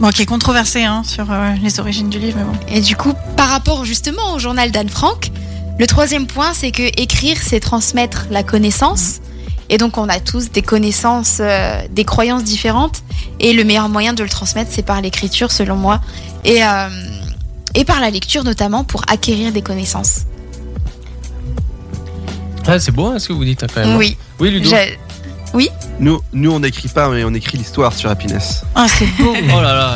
Speaker 3: Bon, qui est controversé hein, sur euh, les origines du livre, mais bon.
Speaker 4: Et du coup, par rapport justement au journal d'Anne Frank, le troisième point, c'est que écrire, c'est transmettre la connaissance. Et donc, on a tous des connaissances, euh, des croyances différentes. Et le meilleur moyen de le transmettre, c'est par l'écriture, selon moi. Et, euh, et par la lecture, notamment, pour acquérir des connaissances.
Speaker 2: Ah, c'est beau hein, ce que vous dites hein, quand même.
Speaker 4: oui.
Speaker 2: Oui, Ludo.
Speaker 4: j'ai-
Speaker 5: Nous, nous on n'écrit pas, mais on écrit l'histoire sur Happiness.
Speaker 3: Ah,
Speaker 9: (laughs)
Speaker 3: c'est beau.
Speaker 2: Oh là là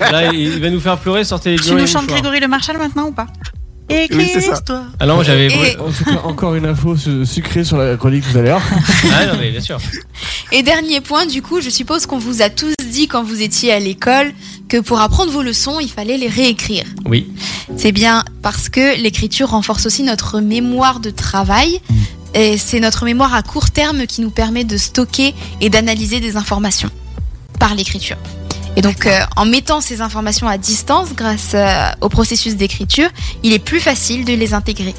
Speaker 2: là. Là, il il va nous faire pleurer, sortez les
Speaker 3: tu
Speaker 2: violons et
Speaker 3: nous
Speaker 2: les
Speaker 3: chantes
Speaker 2: mouchoirs.
Speaker 3: Grégory Le Marchal maintenant ou pas Écris
Speaker 5: c'est ça.
Speaker 3: l'histoire.
Speaker 2: Ah non, j'avais.
Speaker 4: Et-
Speaker 6: En tout cas, encore une info su- sucrée sur la chronique tout à l'heure.
Speaker 2: Ah non, mais bien sûr.
Speaker 4: Et dernier point, du coup, je suppose qu'on vous a tous dit quand vous étiez à l'école que pour apprendre vos leçons, il fallait les réécrire.
Speaker 2: Oui.
Speaker 4: C'est bien parce que l'écriture renforce aussi notre mémoire de travail.
Speaker 2: Mm.
Speaker 4: Et c'est notre mémoire à court terme qui nous permet de stocker et d'analyser des informations par l'écriture. Et donc, euh, en mettant ces informations à distance grâce euh, au processus d'écriture, il est plus facile de les intégrer.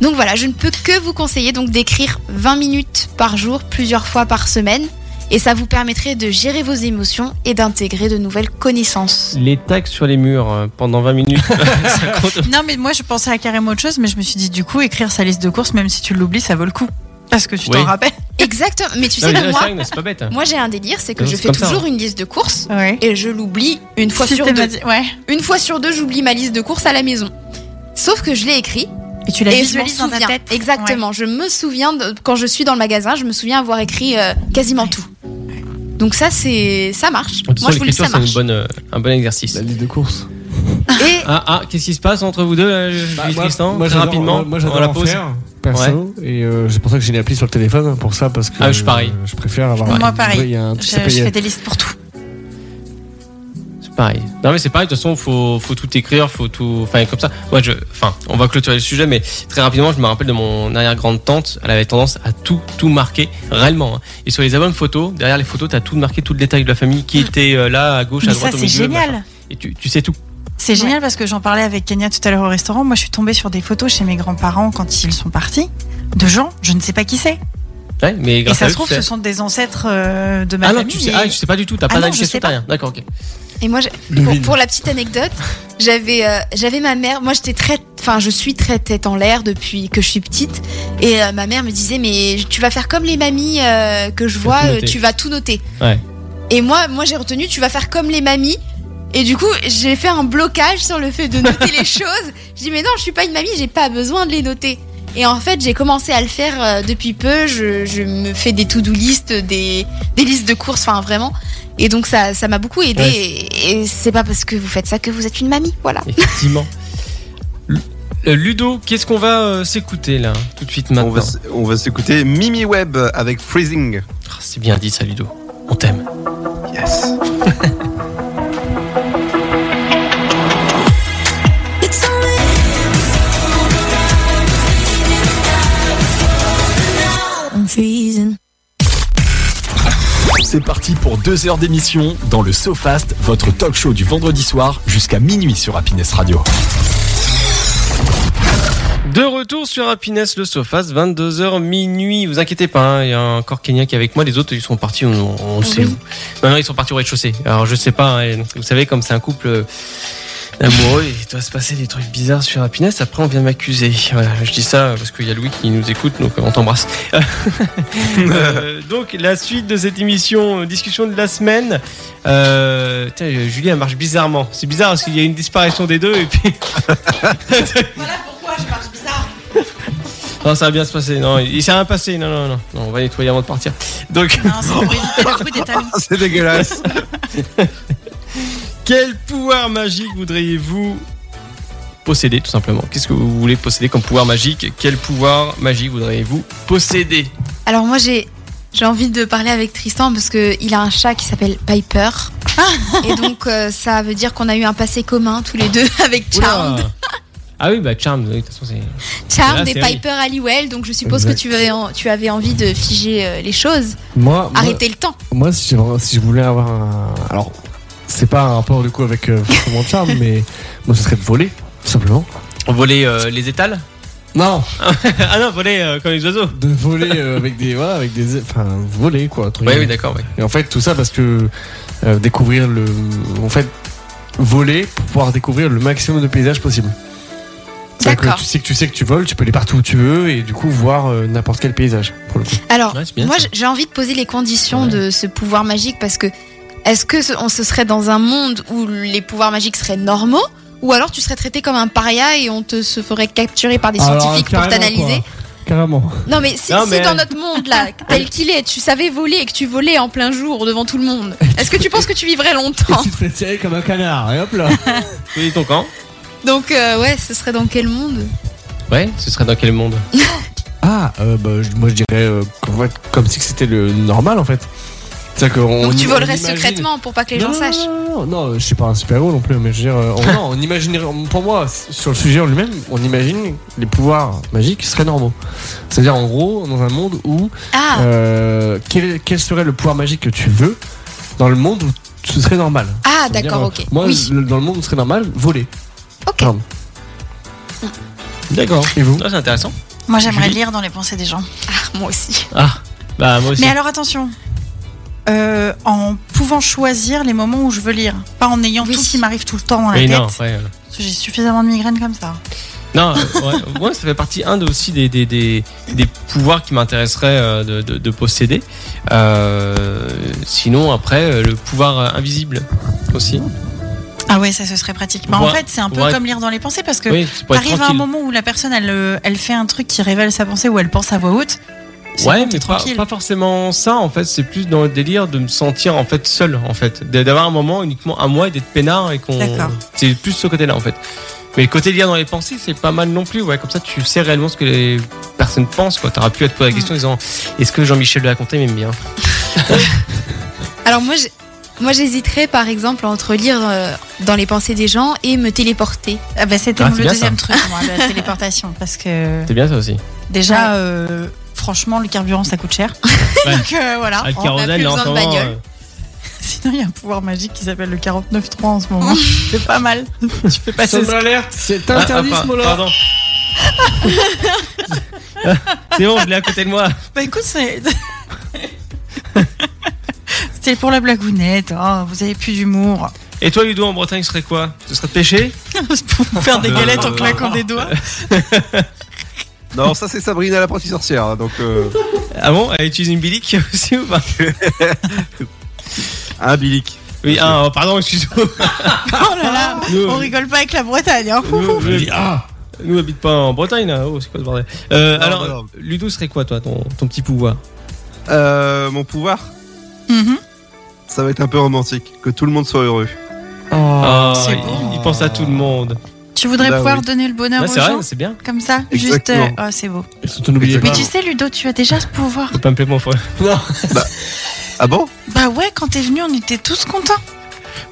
Speaker 4: Donc voilà, je ne peux que vous conseiller donc d'écrire 20 minutes par jour, plusieurs fois par semaine, et ça vous permettrait de gérer vos émotions et d'intégrer de nouvelles connaissances.
Speaker 2: Les tags sur les murs euh, pendant 20 minutes, (laughs) ça compte.
Speaker 3: Non, mais moi, je pensais à carrément autre chose, mais je me suis dit, du coup, écrire sa liste de courses, même si tu l'oublies, ça vaut le coup. Parce que tu
Speaker 2: Oui.
Speaker 3: t'en rappelles.
Speaker 4: Exactement. Mais tu
Speaker 2: Non,
Speaker 4: sais,
Speaker 2: mais
Speaker 4: bah,
Speaker 2: c'est
Speaker 4: moi,
Speaker 2: vrai que c'est pas bête. hein.
Speaker 4: moi j'ai un délire, c'est que
Speaker 2: Non,
Speaker 4: je
Speaker 2: c'est
Speaker 4: fais
Speaker 2: comme ça, hein.
Speaker 4: toujours une liste de courses
Speaker 3: Ouais.
Speaker 4: et je l'oublie une fois sur deux.
Speaker 3: Ouais.
Speaker 4: Une fois sur deux, j'oublie ma liste de courses à la maison. Sauf que je l'ai écrit
Speaker 3: Et tu la
Speaker 4: et je m'en
Speaker 3: visualises dans ta
Speaker 4: souviens.
Speaker 3: tête.
Speaker 4: Exactement. Je me souviens de- quand je suis dans le magasin, je me souviens avoir écrit euh, quasiment
Speaker 3: Ouais.
Speaker 4: tout. Donc ça c'est ça marche.
Speaker 2: De toute façon,
Speaker 4: Moi je vous le dis
Speaker 2: l'écriture,
Speaker 4: ça
Speaker 2: c'est une
Speaker 4: marche.
Speaker 2: bonne, euh, un bon exercice.
Speaker 6: La liste de course.
Speaker 4: Et
Speaker 2: Ah, ah qu'est-ce qui se passe entre vous deux, là, Julie
Speaker 6: Bah,
Speaker 2: Tristan
Speaker 6: moi,
Speaker 2: Très
Speaker 6: j'adore-
Speaker 2: rapidement,
Speaker 6: moi,
Speaker 2: on
Speaker 6: j'adore
Speaker 2: la
Speaker 6: en
Speaker 2: pause.
Speaker 6: faire.
Speaker 9: perso. Et euh, c'est pour ça que j'ai une appli sur le téléphone, hein, pour ça, parce que
Speaker 2: Ah, je suis pareil.
Speaker 9: euh, je préfère avoir.
Speaker 3: Moi,
Speaker 9: un-
Speaker 3: pareil.
Speaker 9: Il y a un
Speaker 3: Je,
Speaker 9: petit
Speaker 3: je
Speaker 9: CPI.
Speaker 3: fais des listes pour tout.
Speaker 2: C'est pareil. Non mais c'est pareil, de toute façon, faut, faut tout écrire, faut tout. Enfin, comme ça. Moi, je. Enfin, on va clôturer le sujet, mais très rapidement, je me rappelle de mon arrière-grande tante, elle avait tendance à tout, tout marquer, réellement. hein. Et sur les albums photos, derrière les photos, t'as tout marqué, tout le détail de la famille, qui était euh, là, à gauche, à
Speaker 3: Mais ça,
Speaker 2: droite, au
Speaker 3: c'est
Speaker 2: milieu.
Speaker 3: génial.
Speaker 2: machin. Et tu, tu sais tout.
Speaker 3: C'est génial parce que j'en parlais avec Kenya tout à l'heure au restaurant. Moi, je suis tombée sur des photos chez mes grands-parents quand ils sont partis de gens, je ne sais pas qui c'est.
Speaker 2: Ouais, mais
Speaker 3: Et
Speaker 2: grâce à
Speaker 3: ça
Speaker 2: eux,
Speaker 3: se trouve,
Speaker 2: tu sais-
Speaker 3: ce sont des ancêtres euh, de ma
Speaker 2: Ah non,
Speaker 3: famille.
Speaker 2: tu sais,
Speaker 3: et-
Speaker 2: ah, tu sais pas du tout, t'as
Speaker 3: Ah
Speaker 2: pas
Speaker 3: non,
Speaker 2: d'indication,
Speaker 3: je sais
Speaker 2: t'as
Speaker 3: pas.
Speaker 2: rien. D'accord, ok.
Speaker 4: Et moi, j'ai- pour,
Speaker 9: Devine.
Speaker 4: pour la petite anecdote, j'avais, euh, j'avais ma mère. Moi, j'étais très, enfin, je suis très tête en l'air depuis que je suis petite. Et euh, ma mère me disait, mais tu vas faire comme les mamies euh, que je vois,
Speaker 2: tout
Speaker 4: euh,
Speaker 2: noter.
Speaker 4: tu vas tout noter.
Speaker 2: Ouais.
Speaker 4: Et moi, moi, j'ai retenu, tu vas faire comme les mamies. Et du coup, j'ai fait un blocage sur le fait de noter les (laughs) choses. Je dis, mais non, je suis pas une mamie, j'ai pas besoin de les noter. Et en fait, j'ai commencé à le faire euh, depuis peu. Je, je me fais des to-do list, des, des listes de courses, enfin vraiment. Et donc, ça ça m'a beaucoup aidé.
Speaker 2: Ouais.
Speaker 4: Et, et c'est pas parce que vous faites ça que vous êtes une mamie, voilà.
Speaker 2: Effectivement. Lu- euh, Ludo, qu'est-ce qu'on va euh, s'écouter là, tout de suite
Speaker 5: On
Speaker 2: maintenant
Speaker 5: va, s- on va s'écouter Mimi Webb avec Freezing.
Speaker 2: Ah, C'est bien dit ça, Ludo. On t'aime.
Speaker 5: Yes.
Speaker 10: I'm freezing.
Speaker 1: C'est parti pour deux heures d'émission dans le SoFast, votre talk show du vendredi soir jusqu'à minuit sur Happiness Radio.
Speaker 2: De retour sur Happiness le Sofas, 22h minuit. Vous inquiétez pas, hein, il y a encore Kenya qui est avec moi. Les autres, ils sont partis, on, on le sait
Speaker 4: Oui.
Speaker 2: où. Non, non, ils sont partis au rez-de-chaussée. Alors, je sais pas, hein, vous savez, comme c'est un couple euh, amoureux, il doit se passer des trucs bizarres sur Happiness. Après, on vient m'accuser. Voilà, je dis ça parce qu'il y a Louis qui nous écoute, donc euh, on t'embrasse. (laughs) Euh, donc, la suite de cette émission, euh, discussion de la semaine. Euh, tiens, euh, Julie, elle marche bizarrement. C'est bizarre parce qu'il y a une disparition des deux et puis. Non, ça va bien se passer. Non, il il s'est rien passé. Non, non, non, non. On va nettoyer avant de partir. Donc,
Speaker 3: Non,
Speaker 2: (laughs)
Speaker 3: c'est pour éviter le bruit des talons.
Speaker 5: (laughs) C'est dégueulasse.
Speaker 2: quel pouvoir magique voudriez-vous posséder, tout simplement Qu'est-ce que vous voulez posséder comme pouvoir magique Quel pouvoir magique voudriez-vous posséder
Speaker 4: Alors, moi, j'ai. J'ai envie de parler avec Tristan parce que il a un chat qui s'appelle Piper. Et donc euh, ça veut dire qu'on a eu un passé commun tous les deux (laughs) avec Charmed.
Speaker 2: Oula Ah oui, bah Charmed, oui, de toute façon, c'est.
Speaker 4: Charmed
Speaker 2: C'est
Speaker 4: et
Speaker 2: la série.
Speaker 4: Piper Halliwell, donc je suppose
Speaker 9: Exact.
Speaker 4: que tu avais, en- tu avais envie de figer euh, les choses,
Speaker 9: Moi, moi,
Speaker 4: arrêter le temps.
Speaker 9: moi, si, je- si je voulais avoir un. Alors, c'est pas un rapport du coup avec euh, forcément charme, mais moi, ce serait de voler, tout simplement.
Speaker 2: Voler euh, les étals
Speaker 9: Non,
Speaker 2: Ah non, voler euh, comme les oiseaux.
Speaker 9: de voler euh, avec des. Voilà, avec des. Enfin, voler quoi. entre
Speaker 2: Oui,
Speaker 9: guillemets.
Speaker 2: oui, d'accord, oui.
Speaker 9: Et en fait, tout ça parce que euh, découvrir le. En fait, voler pour pouvoir découvrir le maximum de paysages possible. C'est-à-dire
Speaker 4: D'accord.
Speaker 9: Que tu sais que tu sais que tu voles, tu peux aller partout où tu veux et du coup voir euh, n'importe quel paysage pour le coup.
Speaker 4: Alors,
Speaker 2: Ouais, c'est bien,
Speaker 4: moi
Speaker 2: ça.
Speaker 4: j'ai envie de poser les conditions
Speaker 2: Ouais.
Speaker 4: de ce pouvoir magique parce que est-ce que ce- on se serait dans un monde où les pouvoirs magiques seraient normaux ou alors tu serais traité comme un paria et on te se ferait capturer par des scientifiques pour t'analyser
Speaker 9: Carrément.
Speaker 4: Non mais si,
Speaker 2: Non,
Speaker 4: si
Speaker 2: mais-
Speaker 4: dans notre monde
Speaker 9: (laughs)
Speaker 4: là, tel qu'il est, tu savais voler et que tu volais en plein jour devant tout le monde, est-ce que tu penses que tu vivrais
Speaker 9: (laughs)
Speaker 4: longtemps
Speaker 9: te fais tirer comme un canard et hop là.
Speaker 2: Choisis ton camp.
Speaker 4: Donc euh, ouais, ce serait dans quel monde
Speaker 2: Ouais, ce serait dans quel monde
Speaker 9: Ah, euh, bah, je- moi je dirais euh, qu'en fait, comme si que c'était le normal en fait. C'est-à-dire qu'on-
Speaker 4: Donc tu
Speaker 9: on
Speaker 4: volerais
Speaker 9: imagine-
Speaker 4: secrètement pour pas que les
Speaker 9: non,
Speaker 4: gens sachent.
Speaker 9: Non, non, non, je suis pas un super héros non plus, mais je veux dire, euh, on, non, on imaginerait, on- pour moi, s- sur le sujet en lui-même, on imagine les pouvoirs magiques seraient normaux. C'est-à-dire, en gros, dans un monde où,
Speaker 4: Ah
Speaker 9: euh, quel, quel serait le pouvoir magique que tu veux dans le monde où ce serait normal
Speaker 4: Ah,
Speaker 9: C'est-à-dire,
Speaker 4: d'accord,
Speaker 9: euh,
Speaker 4: ok.
Speaker 9: Moi,
Speaker 4: oui,
Speaker 9: le- dans le monde où ce serait normal, voler.
Speaker 4: ok.
Speaker 9: Pardon.
Speaker 2: D'accord.
Speaker 9: Et vous
Speaker 2: c'est intéressant.
Speaker 3: Moi, j'aimerais lire dans les pensées des gens.
Speaker 4: Ah, moi aussi.
Speaker 2: Ah, bah moi aussi.
Speaker 3: Mais alors, attention. Euh, en pouvant choisir les moments où je veux lire, pas en ayant
Speaker 4: Oui.
Speaker 3: tout qui m'arrive tout le temps dans la
Speaker 2: Mais
Speaker 3: tête.
Speaker 2: non, ouais. euh,
Speaker 3: Parce que J'ai suffisamment de migraines comme ça.
Speaker 2: Non, euh, ouais, (laughs) moi ça fait partie un de, aussi des, des, des, des pouvoirs qui m'intéresseraient euh, de, de- de posséder. Euh, sinon après euh, le pouvoir euh, invisible aussi.
Speaker 3: Ah ouais, ça ce serait pratique. Bah, en
Speaker 2: Pouvoir-
Speaker 3: fait, c'est un peu
Speaker 2: pouvoir-
Speaker 3: comme lire dans les pensées parce que
Speaker 2: Oui, c'est pour être
Speaker 3: T'arrives à un
Speaker 2: tranquille.
Speaker 3: moment où la personne elle, euh, elle fait un truc qui révèle sa pensée ou elle pense à voix haute. c'est
Speaker 2: Ouais,
Speaker 3: bon, t'es
Speaker 2: mais pas,
Speaker 3: tranquille.
Speaker 2: pas forcément ça en fait. C'est plus dans le délire de me sentir en fait seul en fait, D'a- d'avoir un moment uniquement à moi et d'être peinard et qu'on.
Speaker 3: D'accord.
Speaker 2: C'est plus ce côté-là en fait. Mais le côté lien dans les pensées, c'est pas mal non plus. Ouais, comme ça, tu sais réellement ce que les personnes pensent. Quoi, t'auras pu à te poser la question en disant Est-ce que Jean-Michel Delaconté m'aime bien
Speaker 4: Alors moi, j'ai- moi j'hésiterais par exemple entre lire euh, dans les pensées des gens et me téléporter.
Speaker 3: Ah bah, c'était
Speaker 2: Ah,
Speaker 3: mon-
Speaker 2: c'est
Speaker 3: le
Speaker 2: bien,
Speaker 3: deuxième truc, moi,
Speaker 2: (laughs)
Speaker 3: la téléportation. Parce que
Speaker 2: C'est bien ça aussi.
Speaker 3: déjà, euh, franchement, le carburant, ça coûte cher.
Speaker 2: Ouais.
Speaker 3: (laughs) Donc euh, voilà.
Speaker 2: Ah, le
Speaker 4: on a
Speaker 2: kérosène,
Speaker 4: plus
Speaker 2: là, en
Speaker 4: besoin
Speaker 2: ce
Speaker 4: de
Speaker 2: moment,
Speaker 4: bagnole.
Speaker 2: euh,
Speaker 3: (laughs) Sinon, il y a un pouvoir magique qui s'appelle le 49.3 en ce moment. C'est
Speaker 2: (laughs)
Speaker 3: pas mal. Tu fais passer
Speaker 6: Sombre alerte, c'est
Speaker 2: ah,
Speaker 6: interdit
Speaker 2: ah,
Speaker 6: ce mot-là.
Speaker 2: Pardon. (laughs) c'est bon, je l'ai à côté de moi.
Speaker 3: Bah écoute, c'est. (laughs) C'était pour la blagounette. Oh, vous avez plus d'humour. (laughs)
Speaker 2: Et toi, Ludo, en Bretagne, ce serait quoi Ce serait de pêcher
Speaker 3: pour faire des
Speaker 2: Euh,
Speaker 3: galettes en claquant des doigts.
Speaker 5: Non, ça c'est Sabrina l'apprentie sorcière. hein, Donc euh,
Speaker 2: Ah bon Elle utilise une bilique (laughs) aussi ou pas
Speaker 5: un bilic.
Speaker 2: Oui, ah, oh, pardon, excuse-moi.
Speaker 3: (laughs) Oh là là, on rigole pas avec la Bretagne. hein.
Speaker 2: Nous, ah, nous, on habite pas en Bretagne, là. Oh, c'est quoi ce bordel Euh,
Speaker 5: Non,
Speaker 2: Alors,
Speaker 5: non.
Speaker 2: Ludo, ce serait quoi, toi, ton, ton petit pouvoir
Speaker 5: Euh, mon pouvoir,
Speaker 3: Mhm.
Speaker 5: ça va être un peu romantique. Que tout le monde soit heureux.
Speaker 2: Ah,
Speaker 3: c'est
Speaker 2: il,
Speaker 3: beau.
Speaker 2: il pense à tout le monde.
Speaker 3: Tu voudrais
Speaker 5: Bah
Speaker 3: pouvoir
Speaker 5: oui.
Speaker 3: donner le bonheur
Speaker 2: Ah,
Speaker 3: aux
Speaker 2: c'est vrai,
Speaker 3: gens
Speaker 2: c'est bien.
Speaker 3: comme ça, juste.
Speaker 5: Exactement.
Speaker 3: euh, oh, c'est beau.
Speaker 6: Et surtout, n'oubliez
Speaker 3: Mais
Speaker 6: pas.
Speaker 3: tu sais, Ludo, tu as déjà ce pouvoir.
Speaker 2: Faut pas me plaire mon frère.
Speaker 5: Ah bon
Speaker 3: Bah ouais, quand t'es venu, on était tous contents.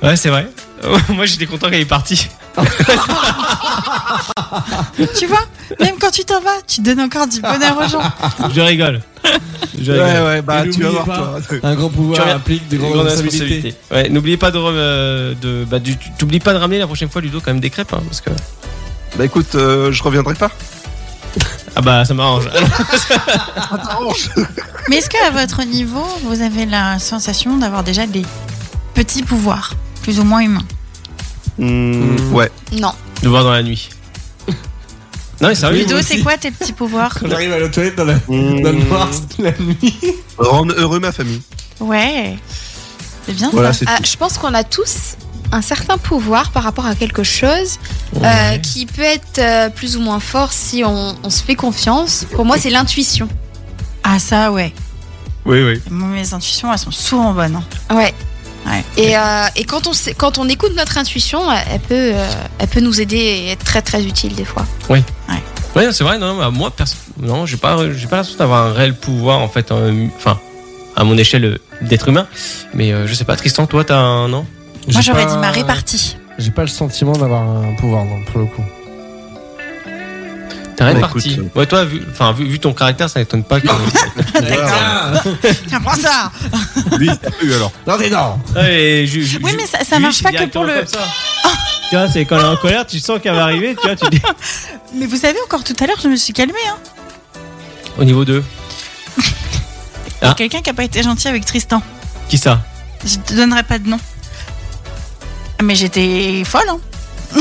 Speaker 2: Ouais, c'est vrai. (laughs) Moi, j'étais content qu'elle est partie.
Speaker 3: tu vois, même quand tu t'en vas, tu donnes encore du bonheur aux gens.
Speaker 5: Ah.
Speaker 2: Je rigole. Je rigole.
Speaker 5: ouais, bah,
Speaker 6: Et n'oubliez pas. Un grand pouvoir
Speaker 2: Tu reviens-
Speaker 6: implique des
Speaker 2: Des
Speaker 6: grandes
Speaker 2: grandes
Speaker 6: responsabilités.
Speaker 2: responsabilités. Ouais, n'oubliez pas de, re- euh, de bah, du- t'oublies pas de ramener la prochaine fois Ludo quand même des crêpes hein, parce que
Speaker 5: Bah écoute, euh, je reviendrai pas.
Speaker 2: ah bah ça m'arrange.
Speaker 3: (laughs) Mais est-ce qu'à votre niveau, vous avez la sensation d'avoir déjà des petits pouvoirs, plus ou moins humains
Speaker 5: Hmm,
Speaker 6: Hmm.
Speaker 5: Ouais.
Speaker 4: Non.
Speaker 2: de voir dans
Speaker 5: (laughs)
Speaker 2: la nuit. Non mais sérieux.
Speaker 3: Ludo,
Speaker 6: moi
Speaker 3: c'est
Speaker 6: aussi.
Speaker 3: quoi tes petits pouvoirs
Speaker 6: Quand j'arrive à la toilette dans, la,
Speaker 5: Hmm.
Speaker 6: dans le noir, c'est la nuit.
Speaker 5: Rendre heureux ma famille.
Speaker 3: Ouais. C'est bien
Speaker 5: Voilà,
Speaker 3: ça.
Speaker 5: c'est
Speaker 4: Ah,
Speaker 5: tout.
Speaker 4: je pense qu'on a tous un certain pouvoir par rapport à quelque chose euh, qui peut être euh, plus ou moins fort si on, on se fait confiance. Pour moi, c'est l'intuition.
Speaker 3: Ah ça, ouais.
Speaker 5: Oui, oui.
Speaker 3: Moi, Mes intuitions, elles sont souvent bonnes. hein.
Speaker 4: Ouais.
Speaker 3: Ouais.
Speaker 4: Et, euh, et quand, on sait- quand on écoute notre intuition, elle- elle peut, euh, elle peut nous aider et être très très utile des fois.
Speaker 2: Ouais, non, c'est vrai. Non, non, moi perso, non, j'ai pas, j'ai pas l'impression d'avoir un réel pouvoir en fait. euh, Enfin, à mon échelle euh, d'être humain. Mais euh, je sais pas, Tristan, toi t'as un non
Speaker 3: Moi,
Speaker 6: J'ai
Speaker 3: j'aurais
Speaker 6: pas-
Speaker 3: dit ma répartie.
Speaker 6: J'ai pas le sentiment d'avoir un pouvoir, non, pour le coup.
Speaker 2: T'as rien
Speaker 5: Bah,
Speaker 2: parti.
Speaker 5: écoute,
Speaker 2: Ouais, toi, vu, enfin, vu, vu ton caractère, ça n'étonne pas que.
Speaker 3: Tiens, prends ça
Speaker 5: Lui, il t'a eu alors.
Speaker 6: Non, t'es non
Speaker 2: (laughs) Ouais, je- je-
Speaker 3: Oui,
Speaker 2: je-
Speaker 3: mais ça, ça
Speaker 2: Lui,
Speaker 3: marche
Speaker 2: c'est
Speaker 3: pas que pour le... Oh.
Speaker 2: directement comme ça. tu vois, c'est quand elle est en colère, tu sens qu'elle va arriver, tu vois, tu dis.
Speaker 3: Mais vous savez, encore tout à l'heure, je me suis calmée. Hein.
Speaker 2: Au niveau 2.
Speaker 3: Il y a
Speaker 2: Ah.
Speaker 3: Quelqu'un qui a pas été gentil avec Tristan.
Speaker 2: Qui ça
Speaker 3: Je te donnerai pas de nom. Ah, Mais j'étais folle, hein.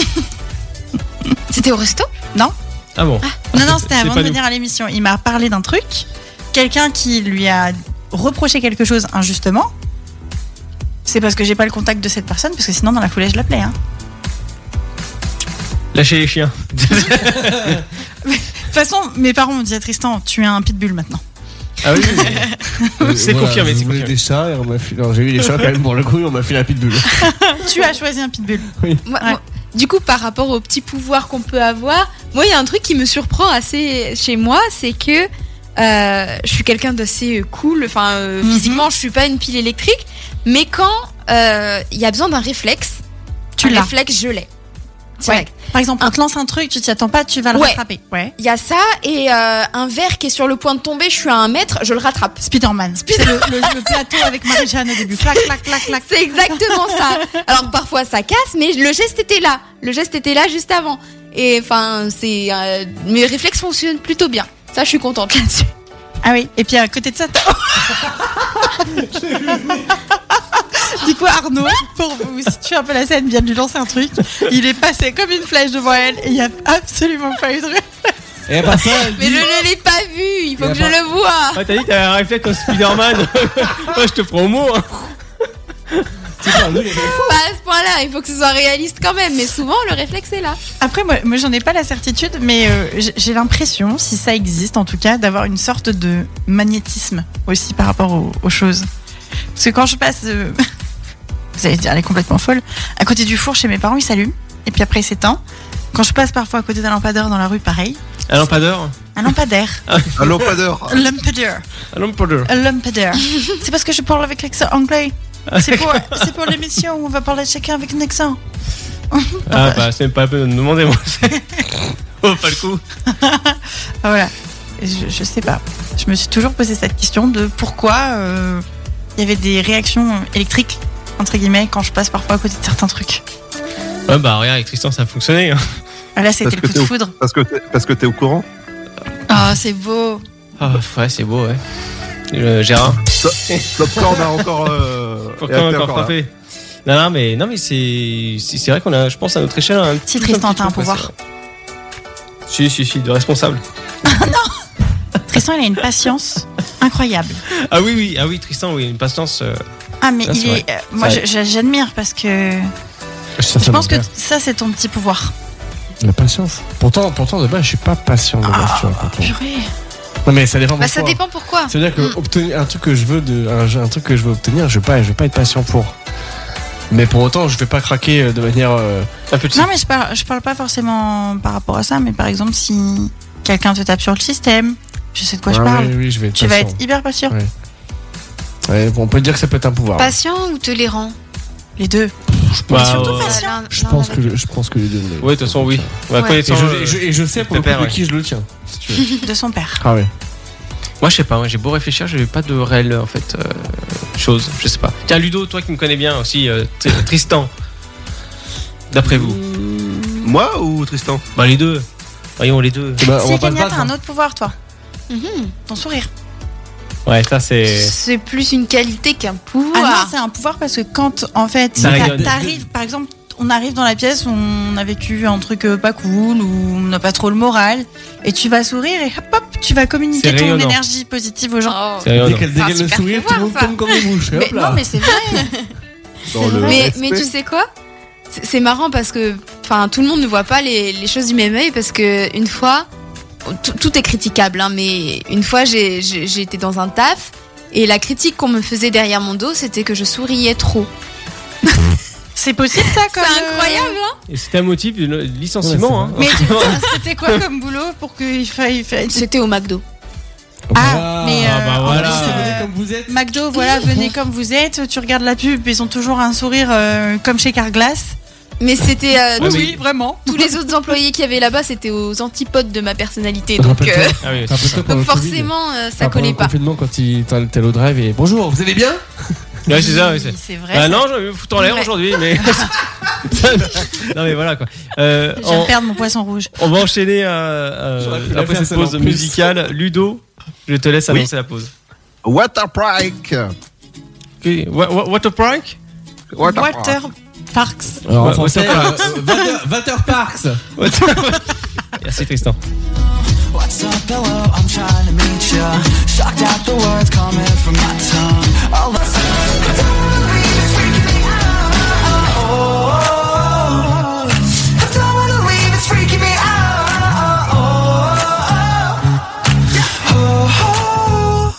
Speaker 4: C'était au resto
Speaker 2: Ah bon
Speaker 3: Non, non, c'était
Speaker 2: C'est
Speaker 3: avant
Speaker 2: pas
Speaker 3: de
Speaker 2: nous.
Speaker 3: venir à l'émission. Il m'a parlé d'un truc. Quelqu'un qui lui a reproché quelque chose injustement. C'est parce que j'ai pas le contact de cette personne, parce que sinon, dans la foulée, je l'appelais. Hein.
Speaker 2: Lâchez les chiens.
Speaker 3: De toute façon, mes parents m'ont dit à Tristan, tu es un pitbull maintenant.
Speaker 6: Ah oui, oui. Euh,
Speaker 2: (laughs) C'est confirmé,
Speaker 6: je
Speaker 2: c'est
Speaker 6: voulais
Speaker 2: confirmé.
Speaker 6: des chats et on m'a filé- non, j'ai eu des chats quand même pour le coup et on m'a filé un pitbull.
Speaker 3: tu as choisi un pitbull.
Speaker 4: Moi-
Speaker 3: Ouais.
Speaker 4: moi- du coup, par rapport au petit pouvoir qu'on peut avoir, moi, il y a un truc qui me surprend assez chez moi, c'est que euh, je suis quelqu'un d'assez euh, cool. Enfin, euh,
Speaker 3: Mhm.
Speaker 4: physiquement, je suis pas une pile électrique, mais quand euh, il y a besoin d'un réflexe,
Speaker 3: Tu
Speaker 4: un
Speaker 3: l'as.
Speaker 4: réflexe, je l'ai. Direct.
Speaker 3: Par exemple, on te lance un truc, tu t'y attends pas, tu vas le
Speaker 4: Ouais.
Speaker 3: rattraper. Ouais.
Speaker 4: Il y a ça et euh, un verre qui est sur le point de tomber, je suis à un mètre, je le rattrape.
Speaker 3: Spider-Man. C'est le, le- le plateau avec Marie-Jeanne au début. Clac, clac, clac, clac.
Speaker 4: C'est exactement ça. Alors parfois ça casse, mais le geste était là. Le geste était là juste avant. Et enfin, c'est euh, mes réflexes fonctionnent plutôt bien. Ça, je suis contente là-dessus.
Speaker 3: Ah oui, et puis à côté de ça, t'as. Du coup, Arnaud, pour vous situer un peu la scène, vient de lui lancer un truc. Il est passé comme une flèche devant elle et il n'y a absolument pas eu de ré-
Speaker 6: Et par ça, elle
Speaker 4: Mais
Speaker 6: dit-
Speaker 4: je ne l'ai pas vu. Ah, Il faut
Speaker 6: Mais
Speaker 4: que je le vois.
Speaker 2: Ah, t'as dit, t'avais un réflexe comme Spider-Man. (laughs) Moi, je te prends au mot. hein.
Speaker 6: tu parles, lui, il est fou.
Speaker 4: Pas à ce point-là. Il faut que ce soit réaliste quand même. Mais souvent, le réflexe est là.
Speaker 3: Après, moi, moi, j'en ai pas la certitude, mais euh, j'ai- j'ai l'impression, si ça existe en tout cas, d'avoir une sorte de magnétisme aussi par rapport aux, aux choses. Parce que quand je passe. euh, (laughs) Vous allez dire, elle est complètement folle. À côté du four chez mes parents, il s'allume et puis après, il s'éteint. Quand je passe parfois à côté d'un lampadaire dans la rue, pareil.
Speaker 2: Un lampadaire
Speaker 3: Un lampadaire.
Speaker 5: Un lampadaire.
Speaker 3: Un lampadaire.
Speaker 2: Un lampadaire.
Speaker 3: Un lampadaire. C'est parce que je parle avec l'accent anglais. C'est pour, c'est pour l'émission où on va parler chacun avec un accent.
Speaker 2: Ah bah, c'est même pas la peine de me demander, moi. (laughs) oh, pas le coup.
Speaker 3: Ah, Voilà. Je, je sais pas. Je me suis toujours posé cette question de pourquoi euh, il y avait des réactions électriques, entre guillemets, quand je passe parfois à côté de certains trucs.
Speaker 2: Ouais, bah, regarde, avec Tristan, ça a fonctionné. hein.
Speaker 3: Ah, là, c'était
Speaker 5: Parce
Speaker 3: le
Speaker 5: que
Speaker 3: coup de
Speaker 5: c'est au-
Speaker 3: foudre.
Speaker 5: Parce que t'es- parce que t'es au courant.
Speaker 3: Ah, c'est beau.
Speaker 2: Ah, ouais, c'est beau, ouais. Le euh, Gérard.
Speaker 5: Flopcorn a encore. euh,
Speaker 2: Faut
Speaker 5: est
Speaker 2: quand même
Speaker 5: encore
Speaker 2: encore
Speaker 5: là.
Speaker 2: frapper. Non, non, mais, non, mais c'est, c'est c'est vrai qu'on a, je pense, à notre échelle, hein. un (laughs) petit.
Speaker 3: Si Tristan,
Speaker 2: un petit
Speaker 3: t'as un
Speaker 2: peu, quoi,
Speaker 3: pouvoir.
Speaker 2: c'est- Si, si, si, de responsable.
Speaker 3: Tristan, il a une patience incroyable.
Speaker 2: Ah oui, oui, ah oui, Tristan, oui, une patience. euh,
Speaker 3: Ah, mais
Speaker 2: Ça,
Speaker 3: il
Speaker 2: c'est
Speaker 3: est. euh, moi,
Speaker 2: Ça-
Speaker 3: je- je- j'admire parce que.
Speaker 6: Ça, ça
Speaker 3: je pense que
Speaker 6: m'énerve.
Speaker 3: ça, c'est ton petit pouvoir.
Speaker 6: La patience. Pourtant, pourtant de base, je suis pas patient de base, tu vois, pourtant.
Speaker 3: Purée.
Speaker 6: Non, mais ça dépend
Speaker 4: Bah, ça
Speaker 6: pourquoi.
Speaker 4: dépend pourquoi.
Speaker 6: C'est-à-dire que
Speaker 3: Hmm.
Speaker 6: obtenir un truc que je veux de un, jeu- un truc que je veux obtenir, je vais pas je vais pas être patient pour. Mais pour autant, je vais pas craquer euh, de manière euh,
Speaker 2: Un peu de
Speaker 3: Non, mais je parle, je parle pas forcément par rapport à ça, mais par exemple, si quelqu'un te tape sur le système, je sais de quoi je
Speaker 6: ah,
Speaker 3: parle.
Speaker 6: Oui, oui, je vais être
Speaker 3: Tu vas
Speaker 6: patient.
Speaker 3: être hyper patient.
Speaker 6: Ouais. Ouais, bon, on peut dire que ça peut être un pouvoir.
Speaker 4: Patient ou tolérant
Speaker 3: Les (laughs) deux.
Speaker 2: Bah,
Speaker 3: mais surtout
Speaker 2: euh,
Speaker 3: pas- Patient.
Speaker 4: L'un- l'un
Speaker 6: Je pense
Speaker 4: avec-
Speaker 6: que le- je pense que les deux. me-
Speaker 2: Ouais, de toute façon, oui. Bah,
Speaker 4: Ouais.
Speaker 6: Et
Speaker 2: connaissant,
Speaker 6: je,
Speaker 2: euh,
Speaker 6: et je- et je sais pour le coup
Speaker 2: Pépère,
Speaker 6: de
Speaker 2: ouais.
Speaker 6: qui je le tiens. si tu veux.
Speaker 3: De son père.
Speaker 6: ah ouais.
Speaker 2: Moi, je sais pas, moi, j'ai beau réfléchir, j'ai pas de réelle, en fait, euh, chose, je sais pas. Tiens, Ludo, toi qui me connais bien aussi, euh, Tr- Tristan, d'après vous
Speaker 5: Moi ou Tristan
Speaker 2: Bah, les deux. Voyons, les deux.
Speaker 6: Bah, on
Speaker 3: si,
Speaker 6: va pas le
Speaker 3: Kenya,
Speaker 6: battre.
Speaker 3: t'as un autre pouvoir, toi.
Speaker 4: Mhm.
Speaker 3: Ton sourire.
Speaker 2: Ouais, ça, c'est.
Speaker 4: C'est plus une qualité qu'un
Speaker 3: Ah
Speaker 4: pouvoir.
Speaker 3: non, c'est un pouvoir parce que quand, en fait,
Speaker 2: Ça
Speaker 3: t'as-
Speaker 2: rayonne.
Speaker 3: t'arrives, par exemple, on arrive dans la pièce où on a vécu un truc euh, pas cool, ou on n'a pas trop le moral, et tu vas sourire et hop, hop, tu vas communiquer
Speaker 2: C'est
Speaker 3: ton
Speaker 2: rayonnant.
Speaker 3: énergie positive aux gens.
Speaker 4: Oh.
Speaker 2: c'est rien,
Speaker 6: Dès
Speaker 2: non.
Speaker 6: qu'elle
Speaker 4: C'est un
Speaker 6: dégaine le
Speaker 4: super
Speaker 6: sourire, tout
Speaker 4: pouvoir,
Speaker 6: le monde
Speaker 4: ça.
Speaker 6: tombe comme des mouches. et
Speaker 4: Mais
Speaker 6: hop là.
Speaker 4: non, mais c'est vrai.
Speaker 5: Dans le
Speaker 4: mais,
Speaker 5: respect.
Speaker 4: mais tu sais quoi C'est c'est marrant parce que enfin tout le monde ne voit pas les, les choses du même œil parce que une fois tout- tout est critiquable hein, mais une fois j'ai j'ai- j'ai été dans un taf et la critique qu'on me faisait derrière mon dos c'était que je souriais trop.
Speaker 3: Ah. C'est possible, ça,
Speaker 4: C'est
Speaker 3: comme. euh,
Speaker 4: incroyable hein
Speaker 2: Et c'était un motif de licenciement,
Speaker 6: Ouais,
Speaker 2: hein.
Speaker 3: (laughs) Mais tu- c'était quoi comme boulot pour qu'il faille. faille-
Speaker 4: C'était au McDo.
Speaker 3: Ah, mais.
Speaker 2: Ah,
Speaker 3: euh,
Speaker 2: bah
Speaker 3: en
Speaker 2: voilà.
Speaker 3: plus, euh,
Speaker 6: Comme vous êtes.
Speaker 3: McDo, voilà, venez comme vous êtes. Tu regardes la pub, ils ont toujours un sourire euh, comme chez Carglass.
Speaker 2: Ah,
Speaker 4: Mais c'était euh,
Speaker 2: Oui,
Speaker 4: tous-
Speaker 2: oui,
Speaker 3: vraiment.
Speaker 4: tous les autres employés qu'il y avait là-bas c'était aux antipodes de ma personnalité donc,
Speaker 6: Rappelle-toi-
Speaker 4: euh,
Speaker 2: Ah oui,
Speaker 6: rappelle-toi pendant
Speaker 4: donc
Speaker 6: le Covid,
Speaker 4: forcément euh, ça
Speaker 6: pendant
Speaker 4: collait
Speaker 6: le
Speaker 4: pas.
Speaker 6: confinement quand il t'as le télo drive et bonjour, vous allez bien
Speaker 2: Ouais, c'est ça, ouais, c'est-
Speaker 3: Oui, c'est vrai.
Speaker 2: Ah
Speaker 3: ça.
Speaker 2: non, je vais me foutre en l'air
Speaker 4: Ouais.
Speaker 2: aujourd'hui, mais. non, mais voilà quoi. Euh,
Speaker 3: Je viens de
Speaker 2: on,
Speaker 3: perdre mon poisson rouge.
Speaker 2: on va enchaîner euh, euh,
Speaker 6: J'aurais pu la
Speaker 2: après
Speaker 6: faire,
Speaker 2: cette
Speaker 6: celle-là, en
Speaker 2: pause
Speaker 6: plus.
Speaker 2: musicale. Ludo, je te laisse
Speaker 5: Oui.
Speaker 2: annoncer la pause.
Speaker 5: Waterpike.
Speaker 2: Ok, wha- wha- What a prank
Speaker 5: Waterpike.
Speaker 3: Water Parks.
Speaker 6: Alors,
Speaker 2: Ouais,
Speaker 6: en français,
Speaker 2: ouais, ça
Speaker 6: euh, Vater- Vater
Speaker 2: (laughs)
Speaker 6: Parks
Speaker 2: What a prank Merci Tristan.
Speaker 8: What's up, hello, I'm trying to meet ya Shocked at the words coming from my tongue All I see I don't wanna leave, it's freaking me out. Oh, oh,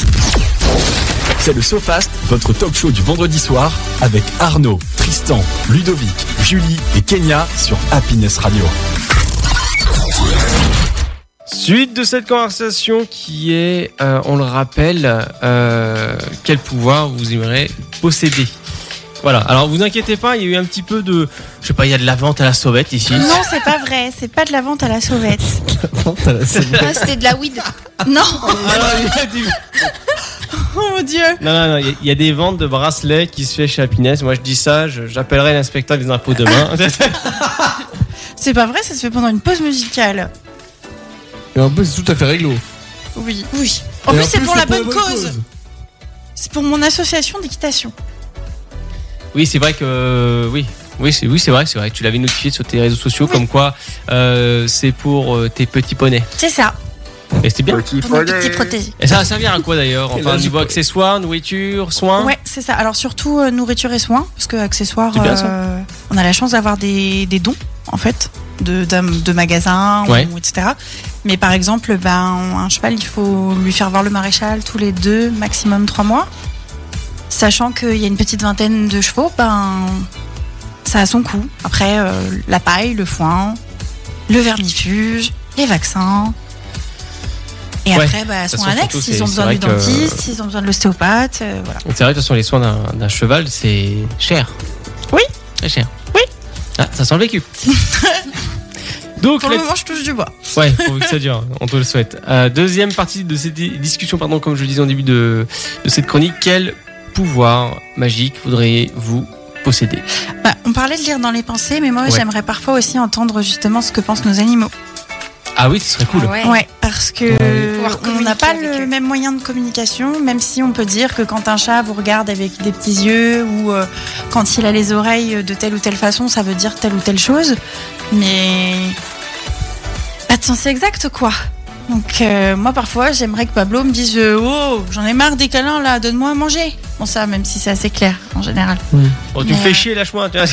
Speaker 8: oh.
Speaker 1: C'est le SoFast, votre talk show du vendredi soir avec Arnaud, Tristan, Ludovic, Julie et Kenya sur Happiness Radio.
Speaker 2: Suite de cette conversation qui est, euh, on le rappelle, euh, quel pouvoir vous aimerez posséder voilà, alors vous inquiétez pas, il y a eu un petit peu de. Je sais pas, il y a de la vente à la sauvette
Speaker 6: (laughs)
Speaker 2: ici.
Speaker 3: Non, c'est pas vrai. C'est pas de la vente à la sauvette.
Speaker 4: Ah, c'était de la weed.
Speaker 3: non, (laughs)
Speaker 2: Alors, il y a du-
Speaker 3: oh mon dieu.
Speaker 2: Non, non, non, il y a- il y, a des ventes de bracelets qui se fait chez Happiness. Moi, je dis ça, je- j'appellerai l'inspecteur des impôts
Speaker 6: (laughs)
Speaker 2: demain.
Speaker 3: C'est pas vrai, ça se fait pendant une pause musicale.
Speaker 6: Et en plus, c'est tout à fait réglo.
Speaker 3: Oui. Oui. En plus, c'est pour la bonne cause. C'est pour mon association d'équitation.
Speaker 2: oui, c'est vrai que. euh, oui. Oui, c'est oui, c'est vrai, c'est vrai. Tu l'avais notifié sur tes réseaux sociaux
Speaker 3: Oui.
Speaker 2: comme quoi euh, c'est pour euh, tes petits poneys.
Speaker 3: C'est ça.
Speaker 2: Et c'était bien.
Speaker 5: Petit
Speaker 3: Pour nos
Speaker 5: poney.
Speaker 3: petits protégés.
Speaker 2: Et ça va servir à quoi d'ailleurs
Speaker 6: Et là,
Speaker 2: Enfin,
Speaker 6: je-
Speaker 2: niveau accessoires, nourriture, soins
Speaker 3: Ouais, c'est ça. Alors surtout euh, nourriture et soins, parce que accessoires,
Speaker 2: C'est bien, ça.
Speaker 3: euh, on a la chance d'avoir des, des dons en fait de, d'hommes- de magasins,
Speaker 2: Ouais.
Speaker 3: ou, etc. Mais par exemple, ben un cheval, il faut lui faire voir le maréchal tous les deux, maximum trois mois, sachant qu'il y a une petite vingtaine de chevaux, ben ça a son coût. Après, euh, la paille, le foin, le vermifuge, les vaccins. Et
Speaker 2: Ouais.
Speaker 3: après, bah, sont
Speaker 2: façon,
Speaker 3: annexes.
Speaker 2: surtout,
Speaker 3: Ils
Speaker 2: c'est-
Speaker 3: ont
Speaker 2: c'est
Speaker 3: besoin
Speaker 2: vrai
Speaker 3: du
Speaker 2: que-
Speaker 3: dentiste, ils ont besoin de l'ostéopathe. euh, voilà.
Speaker 2: C'est vrai, de toute façon, les soins d'un d'un cheval, c'est cher.
Speaker 3: Oui.
Speaker 2: Très cher.
Speaker 3: Oui.
Speaker 2: Ah, ça sent le
Speaker 3: (laughs)
Speaker 2: vécu. Donc,
Speaker 3: Pour
Speaker 2: la-
Speaker 3: le moment, je touche du bois.
Speaker 2: ouais, pourvu que ça dure, on te le souhaite. Euh, deuxième partie de cette di- discussion, pardon, comme je le disais en début de, de cette chronique, quel pouvoir magique voudriez-vous posséder
Speaker 3: Bah, on parlait de lire dans les pensées, mais moi,
Speaker 2: Ouais.
Speaker 3: j'aimerais parfois aussi entendre justement ce que pensent nos animaux.
Speaker 2: Ah oui, ce serait cool.
Speaker 4: Ouais.
Speaker 3: Ouais, parce que on
Speaker 4: Pouvoir
Speaker 3: n'a
Speaker 4: communiquer
Speaker 3: pas
Speaker 4: avec
Speaker 3: le
Speaker 4: eux.
Speaker 3: même moyen de communication, même si on peut dire que quand un chat vous regarde avec des petits yeux ou euh, quand il a les oreilles de telle ou telle façon, ça veut dire telle ou telle chose. Mais pas de sens exact, quoi. Donc euh, moi parfois j'aimerais que Pablo me dise euh, oh j'en ai marre des câlins là donne-moi à manger bon ça même si c'est assez clair en général
Speaker 2: Oh, tu me
Speaker 3: Mais-
Speaker 2: fais chier, lâche-moi.
Speaker 3: (laughs)
Speaker 2: tu vois.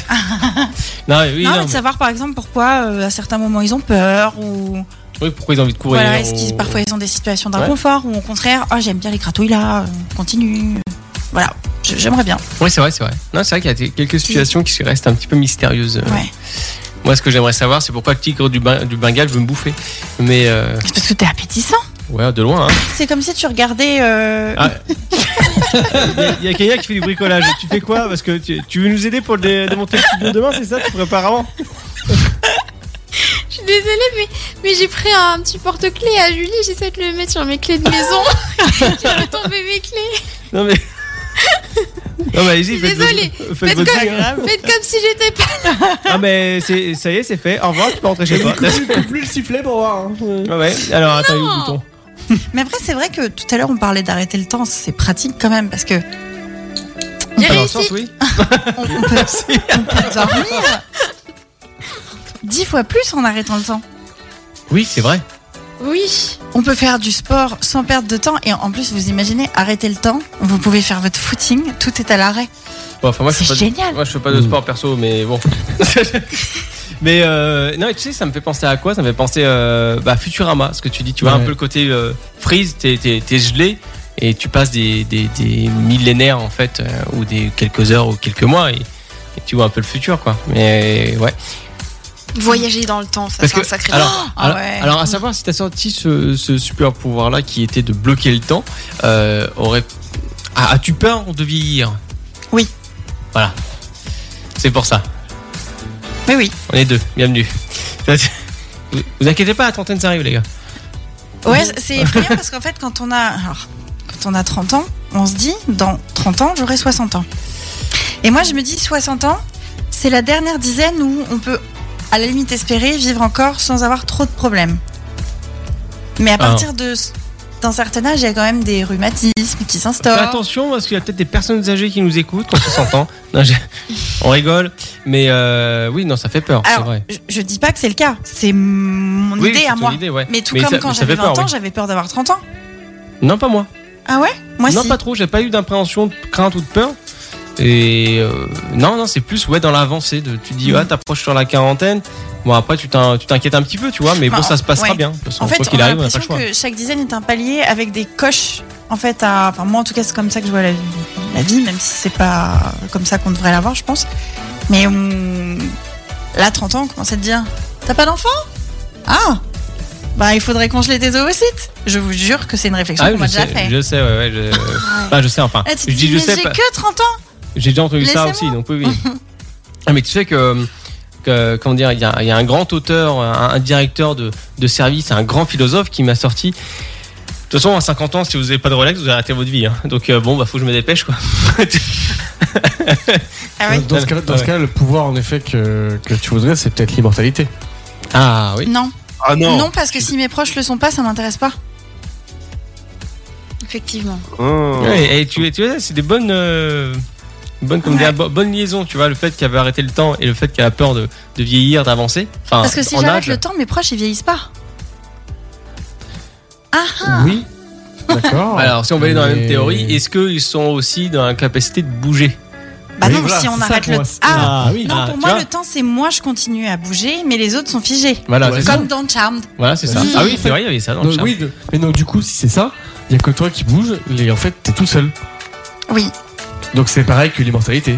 Speaker 2: non, mais oui,
Speaker 3: non,
Speaker 2: non,
Speaker 3: mais de
Speaker 2: mais-
Speaker 3: savoir par exemple pourquoi euh, à certains moments ils ont peur ou
Speaker 2: oui, pourquoi ils ont envie de courir
Speaker 3: Voilà, est-ce
Speaker 2: ou-
Speaker 3: qu'ils parfois ils ont des situations d'inconfort ou au contraire, oh j'aime bien les gratouilles là, euh, continue. Voilà, je- j'aimerais bien.
Speaker 2: Oui, c'est vrai, c'est vrai. Non, c'est vrai qu'il y a des- quelques situations qui restent un petit peu mystérieuses. Euh,
Speaker 3: Ouais.
Speaker 2: Moi, ce que j'aimerais savoir, c'est pourquoi le tigre du, Ba- du Bengale veut me bouffer. Mais, euh,
Speaker 3: C'est parce que t'es appétissant.
Speaker 2: ouais, de loin. hein.
Speaker 3: C'est comme si tu regardais. euh,
Speaker 2: Ah. Il y a- (laughs) il y a Kaya qui fait du bricolage. Tu fais quoi Parce que tu, tu veux nous aider pour dé- démonter le studio demain, c'est ça Tu prépares avant
Speaker 4: Je suis désolée, mais, mais j'ai pris un petit porte-clés à Julie, j'essaie de le mettre sur mes clés de maison. j'ai fait tomber mes clés.
Speaker 2: Non, mais. Non, mais allez-y, faites
Speaker 4: Désolée.
Speaker 2: votre-
Speaker 4: Faites
Speaker 2: Faites votre
Speaker 4: comme-
Speaker 2: truc, hein.
Speaker 4: Faites comme si j'étais pas.
Speaker 2: Ah, mais c'est- ça y est, c'est fait. Au revoir, tu peux rentrer chez toi.
Speaker 6: plus le sifflet pour voir. hein.
Speaker 2: Ah ouais, alors attends, il y a eu le bouton.
Speaker 3: Mais après, c'est vrai que tout à l'heure on parlait d'arrêter le temps, c'est pratique quand
Speaker 2: (laughs)
Speaker 3: même parce que
Speaker 4: J'ai
Speaker 2: Alors,
Speaker 4: réussi.
Speaker 2: sens, oui.
Speaker 3: on, on peut, on peut dormir dix fois plus en arrêtant le temps.
Speaker 2: Oui, c'est vrai.
Speaker 4: Oui.
Speaker 3: On peut faire du sport sans perdre de temps et en plus vous imaginez arrêter le temps, vous pouvez faire votre footing, tout est à l'arrêt.
Speaker 2: Bon, enfin, moi, je
Speaker 3: C'est
Speaker 2: fais pas de-
Speaker 3: génial.
Speaker 2: Moi, je fais pas de sport perso, mais
Speaker 3: (laughs)
Speaker 2: bon. mais euh, non, et tu sais, ça me fait penser à quoi Ça me fait penser euh, bah, Futurama, ce que tu dis. Tu vois un
Speaker 6: Ouais.
Speaker 2: peu le côté euh, freeze, t'es, t'es- t'es gelé et tu passes des, des- des millénaires en fait, euh, ou des quelques heures ou quelques mois et, et tu vois un peu le futur, quoi. Mais ouais.
Speaker 4: Voyager dans le temps, ça
Speaker 2: Parce
Speaker 4: c'est un
Speaker 2: que-
Speaker 4: sacré.
Speaker 2: alors,
Speaker 3: Ah
Speaker 2: alors,
Speaker 3: ouais.
Speaker 2: alors, à savoir si t'as sorti ce, ce super pouvoir là qui était de bloquer le temps, euh, aurait... Ah, as-tu peur de vieillir
Speaker 3: Oui.
Speaker 2: Voilà. C'est pour ça.
Speaker 3: Mais oui.
Speaker 2: On est deux, bienvenue. Vous, vous inquiétez pas, la trentaine ça arrive les gars.
Speaker 3: Ouais, c'est effrayant parce qu'en fait, quand on a, alors, quand on a 30 ans, on se dit, dans 30 ans, j'aurai 60 ans. Et moi, je me dis, 60 ans, c'est la dernière dizaine où on peut, à la limite, espérer vivre encore sans avoir trop de problèmes. Mais à
Speaker 2: Ah.
Speaker 3: partir de s- d'un certain âge, il y a quand même des rhumatismes qui
Speaker 2: Fais
Speaker 3: s'instaurent.
Speaker 2: attention parce qu'il y a peut-être des personnes âgées qui nous écoutent quand on s'entend. hein. Non, je- On rigole, mais euh, oui, non, ça fait peur, c'est
Speaker 3: Alors,
Speaker 2: vrai.
Speaker 3: je, je dis pas que c'est le cas, c'est mon
Speaker 2: Oui,
Speaker 3: idée
Speaker 2: c'est
Speaker 3: à
Speaker 2: ton
Speaker 3: moi.
Speaker 2: idée, ouais.
Speaker 3: Mais tout
Speaker 2: Mais
Speaker 3: comme
Speaker 2: ça-
Speaker 3: quand
Speaker 2: mais ça fait
Speaker 3: j'avais 20
Speaker 2: peur,
Speaker 3: ans,
Speaker 2: oui.
Speaker 3: j'avais peur d'avoir 30 ans.
Speaker 2: Non, pas moi.
Speaker 3: Ah ouais Moi,
Speaker 2: non,
Speaker 3: si.
Speaker 2: pas trop, j'ai pas eu d'impréhension, de crainte ou de peur. Et euh, non, non, c'est plus ouais, dans l'avancée. de- Tu
Speaker 3: Mm.
Speaker 2: dis, ah, t'approches sur la quarantaine. Bon, après, tu t'in- tu t'inquiètes un petit peu, tu vois, mais
Speaker 3: Bah,
Speaker 2: bon, ça se passera
Speaker 3: ouais.
Speaker 2: bien. De toute façon,
Speaker 3: En fait,
Speaker 2: quoi
Speaker 3: on
Speaker 2: qu'il
Speaker 3: a
Speaker 2: arrive, on n'a pas le
Speaker 3: l'impression
Speaker 2: choix.
Speaker 3: que chaque dizaine est un palier avec des coches. En fait, à- enfin moi en tout cas, c'est comme ça que je vois la vie, la vie, même si c'est pas comme ça qu'on devrait la voir, je pense. Mais on... là, 30 ans, on commence à te dire, t'as pas d'enfant Ah, bah il faudrait congeler tes ovocytes. Je vous jure que c'est une réflexion
Speaker 2: Ah,
Speaker 3: qu'on
Speaker 2: oui,
Speaker 3: m'a
Speaker 2: je
Speaker 3: déjà
Speaker 2: sais,
Speaker 3: faite.
Speaker 2: je sais, ouais, ouais,
Speaker 3: (laughs)
Speaker 2: je... Enfin, je sais, enfin.
Speaker 3: Là, tu te
Speaker 2: je dis,
Speaker 3: dis,
Speaker 2: je
Speaker 3: mais
Speaker 2: sais
Speaker 3: j'ai
Speaker 2: pas.
Speaker 3: que 30 ans.
Speaker 2: J'ai déjà entendu ça
Speaker 3: Laissez-moi.
Speaker 2: aussi, donc oui,
Speaker 3: (laughs)
Speaker 2: oui. Ah, mais tu sais que, que- comment dire, il y, a il y a un grand auteur, un, un directeur de, de service, un grand philosophe qui m'a sorti. De toute façon, à 50 ans, si vous n'avez pas de relax, vous arrêtez votre vie. hein. Donc euh, bon, bah faut que je me dépêche, quoi.
Speaker 3: Ah ouais.
Speaker 6: Dans ce cas, dans ce cas, le pouvoir en effet que, que tu voudrais, c'est peut-être l'immortalité.
Speaker 2: Ah oui.
Speaker 3: Non.
Speaker 5: Ah
Speaker 3: non,
Speaker 5: non.
Speaker 3: parce que si mes proches le sont pas, ça m'intéresse pas.
Speaker 4: Effectivement.
Speaker 5: Oh.
Speaker 2: Ouais, et tu, tu vois, c'est des bonnes, euh, bonnes, comme dire, bo- bonnes liaisons, tu vois, le fait qu'elle veut arrêter le temps et le fait qu'elle a peur de, de vieillir, d'avancer. Enfin,
Speaker 3: Parce que si
Speaker 2: Ah. en
Speaker 3: j'arrête
Speaker 2: âge.
Speaker 3: le temps, mes proches ils vieillissent pas. Ah ah.
Speaker 6: Oui. D'accord.
Speaker 2: Alors, si on va aller dans la
Speaker 6: Mais-
Speaker 2: même théorie, est-ce qu'ils sont aussi dans la capacité de bouger
Speaker 3: Bah
Speaker 6: Oui,
Speaker 3: non,
Speaker 6: voilà,
Speaker 3: si on
Speaker 6: c'est ça
Speaker 3: arrête
Speaker 6: pour
Speaker 3: le
Speaker 6: moi,
Speaker 3: temps.
Speaker 6: c'est-
Speaker 3: Ah,
Speaker 6: Ah oui.
Speaker 3: non,
Speaker 2: Ah,
Speaker 3: pour
Speaker 2: tu
Speaker 3: moi,
Speaker 2: vois
Speaker 3: le temps, c'est moi, je continue à bouger, mais les autres sont figés.
Speaker 2: Voilà,
Speaker 6: Ouais.
Speaker 2: c'est ça.
Speaker 3: Comme dans Charmed.
Speaker 2: Voilà, c'est ça.
Speaker 6: Mmh.
Speaker 2: Ah oui, c'est vrai, il y avait ça dans le
Speaker 6: Donc,
Speaker 2: chat.
Speaker 6: oui, de- mais donc du coup, si c'est ça, il y a que toi qui bouge, et en fait, t'es tout seul.
Speaker 3: Oui.
Speaker 6: Donc c'est pareil que l'immortalité.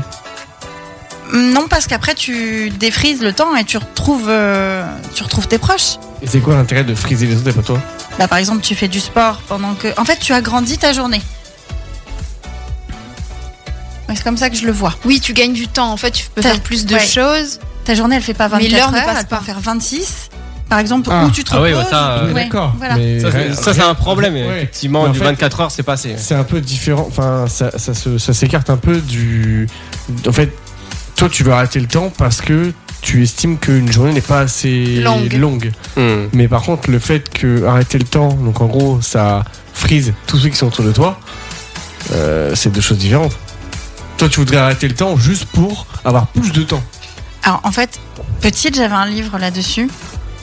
Speaker 3: Non, parce qu'après tu défrises le temps et tu retrouves, euh, tu retrouves tes proches.
Speaker 6: Et c'est quoi l'intérêt de friser les autres et pas toi
Speaker 3: Bah, par exemple, tu fais du sport pendant que. En fait, tu agrandis ta journée. Ouais, C'est comme ça que je le vois.
Speaker 4: Oui, tu gagnes du temps. En fait, tu peux
Speaker 3: T'as-
Speaker 4: faire plus de
Speaker 3: ouais.
Speaker 4: choses.
Speaker 3: Ta journée, elle fait pas
Speaker 4: Mais
Speaker 3: 24
Speaker 4: l'heure
Speaker 3: heures,
Speaker 4: ne passe
Speaker 3: elle peut
Speaker 4: pas.
Speaker 3: faire 26. Par exemple,
Speaker 6: Ah.
Speaker 3: où tu te
Speaker 2: Ah oui,
Speaker 3: reposes.
Speaker 2: bah ça, euh,
Speaker 6: On est
Speaker 3: Ouais,
Speaker 6: D'accord.
Speaker 3: voilà.
Speaker 6: mais
Speaker 2: Ça, c'est-
Speaker 6: rien-
Speaker 2: ça, c'est un problème.
Speaker 6: Ouais.
Speaker 2: Effectivement,
Speaker 6: Mais en
Speaker 2: du
Speaker 6: fait-
Speaker 2: 24 heures, c'est pas assez.
Speaker 6: C'est un peu différent. Enfin, ça, ça se- ça s'écarte un peu du. En fait, toi, tu veux arrêter le temps parce que tu estimes qu'une journée n'est pas assez
Speaker 4: Longue.
Speaker 2: Hmm.
Speaker 6: Mais par contre, le fait que arrêter le temps, donc en gros, ça frise tous ceux qui sont autour de toi, euh, c'est deux choses différentes. Toi, tu voudrais arrêter le temps juste pour avoir plus de temps.
Speaker 3: Alors en fait, petite, j'avais un livre là-dessus,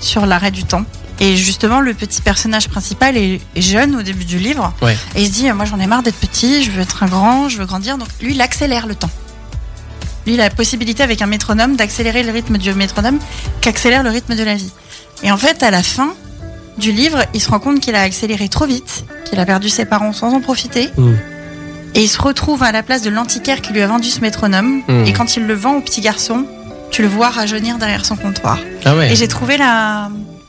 Speaker 3: sur l'arrêt du temps. Et justement, le petit personnage principal est est jeune au début du livre.
Speaker 2: Ouais.
Speaker 3: Et il se dit, moi j'en ai marre d'être petit, je veux être un grand, je veux grandir. Donc lui, il accélère le temps. Lui, il a la possibilité avec un métronome d'accélérer le rythme du métronome, qu'accélère le rythme de la vie. Et en fait, à la fin du livre, il se rend compte qu'il a accéléré trop vite, qu'il a perdu ses parents sans en profiter.
Speaker 6: Mmh.
Speaker 3: Et il se retrouve à la place de l'antiquaire qui lui a vendu ce métronome.
Speaker 2: Mmh.
Speaker 3: Et quand il le vend au petit garçon, tu le vois rajeunir derrière son comptoir.
Speaker 2: Ah ouais. Bah,
Speaker 3: Et j'ai trouvé la.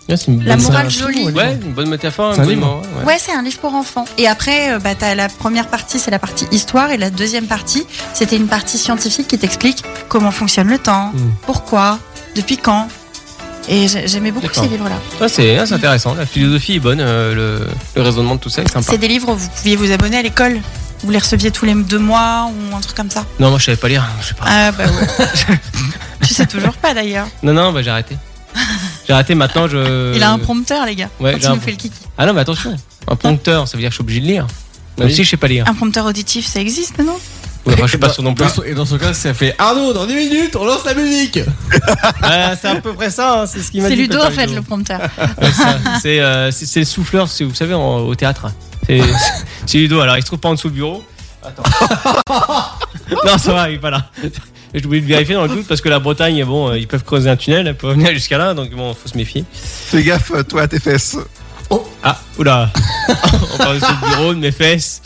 Speaker 2: c'est une
Speaker 3: La
Speaker 2: bonne-
Speaker 3: morale
Speaker 6: c'est un
Speaker 3: jolie.
Speaker 6: film ou un
Speaker 2: Ouais,
Speaker 6: livre
Speaker 2: une bonne métaphore.
Speaker 6: C'est un
Speaker 2: un bon
Speaker 6: livre.
Speaker 2: mot, ouais.
Speaker 3: Ouais, c'est un livre pour enfants. Et après, euh, bah, t'as la première partie, c'est la partie histoire, et la deuxième partie, c'était une partie scientifique qui t'explique comment fonctionne le temps,
Speaker 2: Hmm.
Speaker 6: Mm.
Speaker 3: pourquoi, depuis quand. Et j'ai- j'aimais beaucoup
Speaker 2: D'accord.
Speaker 3: ces livres-là.
Speaker 2: Ah, c'est ah, c'est intéressant. La philosophie est bonne. euh, le, le raisonnement de tout ça est sympa.
Speaker 3: C'est des livres où vous pouviez vous abonner à l'école. Vous les receviez tous les deux mois ou un truc comme ça.
Speaker 2: Non, moi, je savais pas lire. hein, Je sais pas.
Speaker 3: Ah bah ouais.
Speaker 2: (laughs)
Speaker 3: tu sais toujours pas d'ailleurs.
Speaker 2: Non, non, bah, j'ai arrêté. J'ai arrêté maintenant. Je...
Speaker 3: Il a un prompteur, les gars.
Speaker 2: Euh, ouais,
Speaker 3: quand
Speaker 2: j'ai
Speaker 3: il
Speaker 2: un
Speaker 3: nous fait le kiki.
Speaker 2: Ah non, mais attention. Un prompteur, ça veut dire que je suis obligé de lire. Même
Speaker 6: Oui.
Speaker 2: si je sais pas lire.
Speaker 3: Un prompteur auditif, ça existe, non
Speaker 2: Ouais, enfin, je suis pas sûr non plus. (laughs)
Speaker 6: et dans ce cas, ça fait Arnaud, dans 10 minutes, on lance la musique
Speaker 2: Ah, c'est à peu près ça. hein, c'est ce qu'il m'a
Speaker 3: C'est
Speaker 2: dit.
Speaker 3: Ludo,
Speaker 2: Papa
Speaker 3: en fait,
Speaker 2: Ludo.
Speaker 3: le prompteur.
Speaker 2: Ouais, ça, c'est euh, c'est- c'est le souffleur, c'est- vous savez, en- au théâtre. C'est c'est Ludo. Alors, il se trouve pas en dessous du bureau. Attends. non, ça va, il est pas là. J'ai oublié de vérifier dans le doute parce que la Bretagne, bon, euh, ils peuvent creuser un tunnel, ils peuvent venir jusqu'à là, donc bon, faut se méfier.
Speaker 5: Fais gaffe, euh, toi, à tes fesses.
Speaker 2: Ah, oula (laughs) On parle de ce bureau, de mes fesses.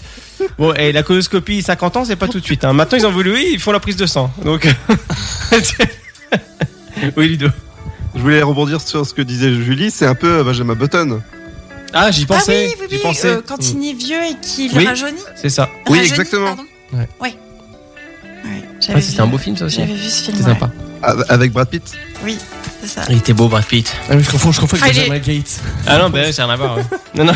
Speaker 2: Bon, et la coloscopie, 50 ans, c'est pas tout de suite. hein. Maintenant, ils ont voulu, ils font la prise de sang. Donc. (laughs) oui, Ludo.
Speaker 5: Je voulais rebondir sur ce que disait Julie, c'est un peu euh, Benjamin Button.
Speaker 2: Ah, j'y pensais.
Speaker 3: ah oui,
Speaker 2: j'y
Speaker 3: oui, oui.
Speaker 2: pensais.
Speaker 3: euh, quand il Ah est vieux et qu'il
Speaker 2: Oui.
Speaker 3: rajeunit.
Speaker 2: Mm, C'est ça. Ah,
Speaker 5: Oui,
Speaker 3: Rajeunit,
Speaker 5: exactement.
Speaker 3: pardon
Speaker 6: Ouais.
Speaker 3: Ouais. Ouais, j'avais
Speaker 2: Ah, c'était
Speaker 3: vu-
Speaker 2: un beau film, ça aussi.
Speaker 3: J'avais vu ce film.
Speaker 2: C'était
Speaker 3: ouais.
Speaker 2: sympa.
Speaker 5: Av- Avec Brad Pitt.
Speaker 3: C'est ça.
Speaker 2: Il était beau, Brad Pitt.
Speaker 6: Ah, mais je confonds, je confonds avec
Speaker 3: Allez.
Speaker 6: Benjamin Gates.
Speaker 2: Ah non, ben, c'est rien à voir. ouais. (laughs) Non, non.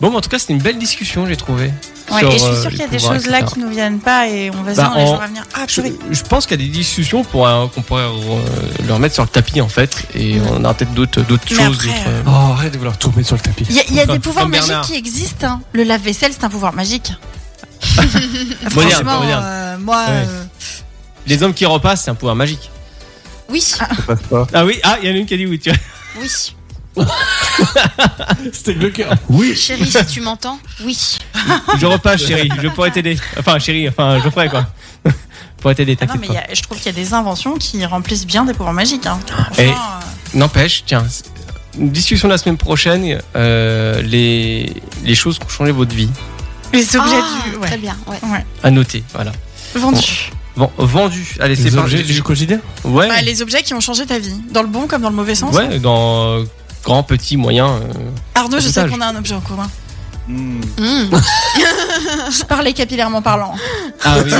Speaker 2: Bon, mais en tout cas, c'était une belle discussion, j'ai trouvé.
Speaker 3: Ouais,
Speaker 2: Sur,
Speaker 3: et je
Speaker 2: euh,
Speaker 3: suis sûre qu'il y a
Speaker 2: les
Speaker 3: des
Speaker 2: pouvoirs,
Speaker 3: choses là
Speaker 2: etc.
Speaker 3: qui nous viennent pas et on va se
Speaker 2: Bah,
Speaker 3: dire dans les
Speaker 2: en-
Speaker 3: jours à venir. Ah,
Speaker 2: Je,
Speaker 3: purée.
Speaker 2: je pense qu'il y a des discussions pour, euh, qu'on pourrait euh, leur mettre sur le tapis, en fait. Et on aura peut-être d'autres d'autres
Speaker 3: Mais
Speaker 2: choses.
Speaker 3: après,
Speaker 2: d'autres,
Speaker 3: euh,
Speaker 2: euh,
Speaker 6: Oh, arrête de vouloir tourner sur le tapis.
Speaker 3: Il y a, il y a
Speaker 2: Comme-
Speaker 3: des pouvoirs
Speaker 2: comme
Speaker 3: magiques
Speaker 2: Bernard.
Speaker 3: qui existent. hein. Le lave-vaisselle, c'est un
Speaker 2: (laughs)
Speaker 3: pouvoir magique. Franchement,
Speaker 2: Moderne, moderne.
Speaker 3: euh, moi,
Speaker 2: Ouais.
Speaker 3: euh,
Speaker 2: Les hommes qui repassent, c'est un pouvoir magique.
Speaker 4: Oui,
Speaker 5: Ça passe pas.
Speaker 2: Ah oui, ah, il y en a une qui a dit oui, tu vois.
Speaker 4: oui.
Speaker 6: C'était bloqué. Oui
Speaker 4: Chérie, si tu m'entends, oui.
Speaker 3: (laughs)
Speaker 2: Je repasse, chérie, je pourrais t'aider. Enfin, chérie, enfin, je ferai quoi. (laughs) Je pourrais t'aider,
Speaker 3: ah non,
Speaker 2: t'inquiète
Speaker 3: mais
Speaker 2: pas.
Speaker 3: il y a- je trouve qu'il y a des inventions qui remplissent bien des pouvoirs magiques. hein. Franchement,
Speaker 2: Et-
Speaker 3: euh,
Speaker 2: N'empêche, tiens, c'est- une discussion la semaine prochaine, euh, les, les choses qui ont changé votre vie,
Speaker 3: les objets
Speaker 4: Ah,
Speaker 3: du. ouais.
Speaker 4: Très bien, ouais.
Speaker 2: à noter, voilà.
Speaker 3: Vendu.
Speaker 2: Bon, vendu, allez, c'est
Speaker 6: Les
Speaker 2: parti.
Speaker 6: objets du quotidien
Speaker 2: Ouais,
Speaker 3: Bah, les objets qui ont changé ta vie, dans le bon comme dans le mauvais sens.
Speaker 2: ouais, dans euh, grand, petit, moyen. euh,
Speaker 3: Arnaud, je sais
Speaker 2: Avantage.
Speaker 3: qu'on a un objet en (laughs) commun.
Speaker 5: Hmm.
Speaker 3: Hum.
Speaker 4: Mmh.
Speaker 3: Je parlais capillairement parlant.
Speaker 2: Ah oui,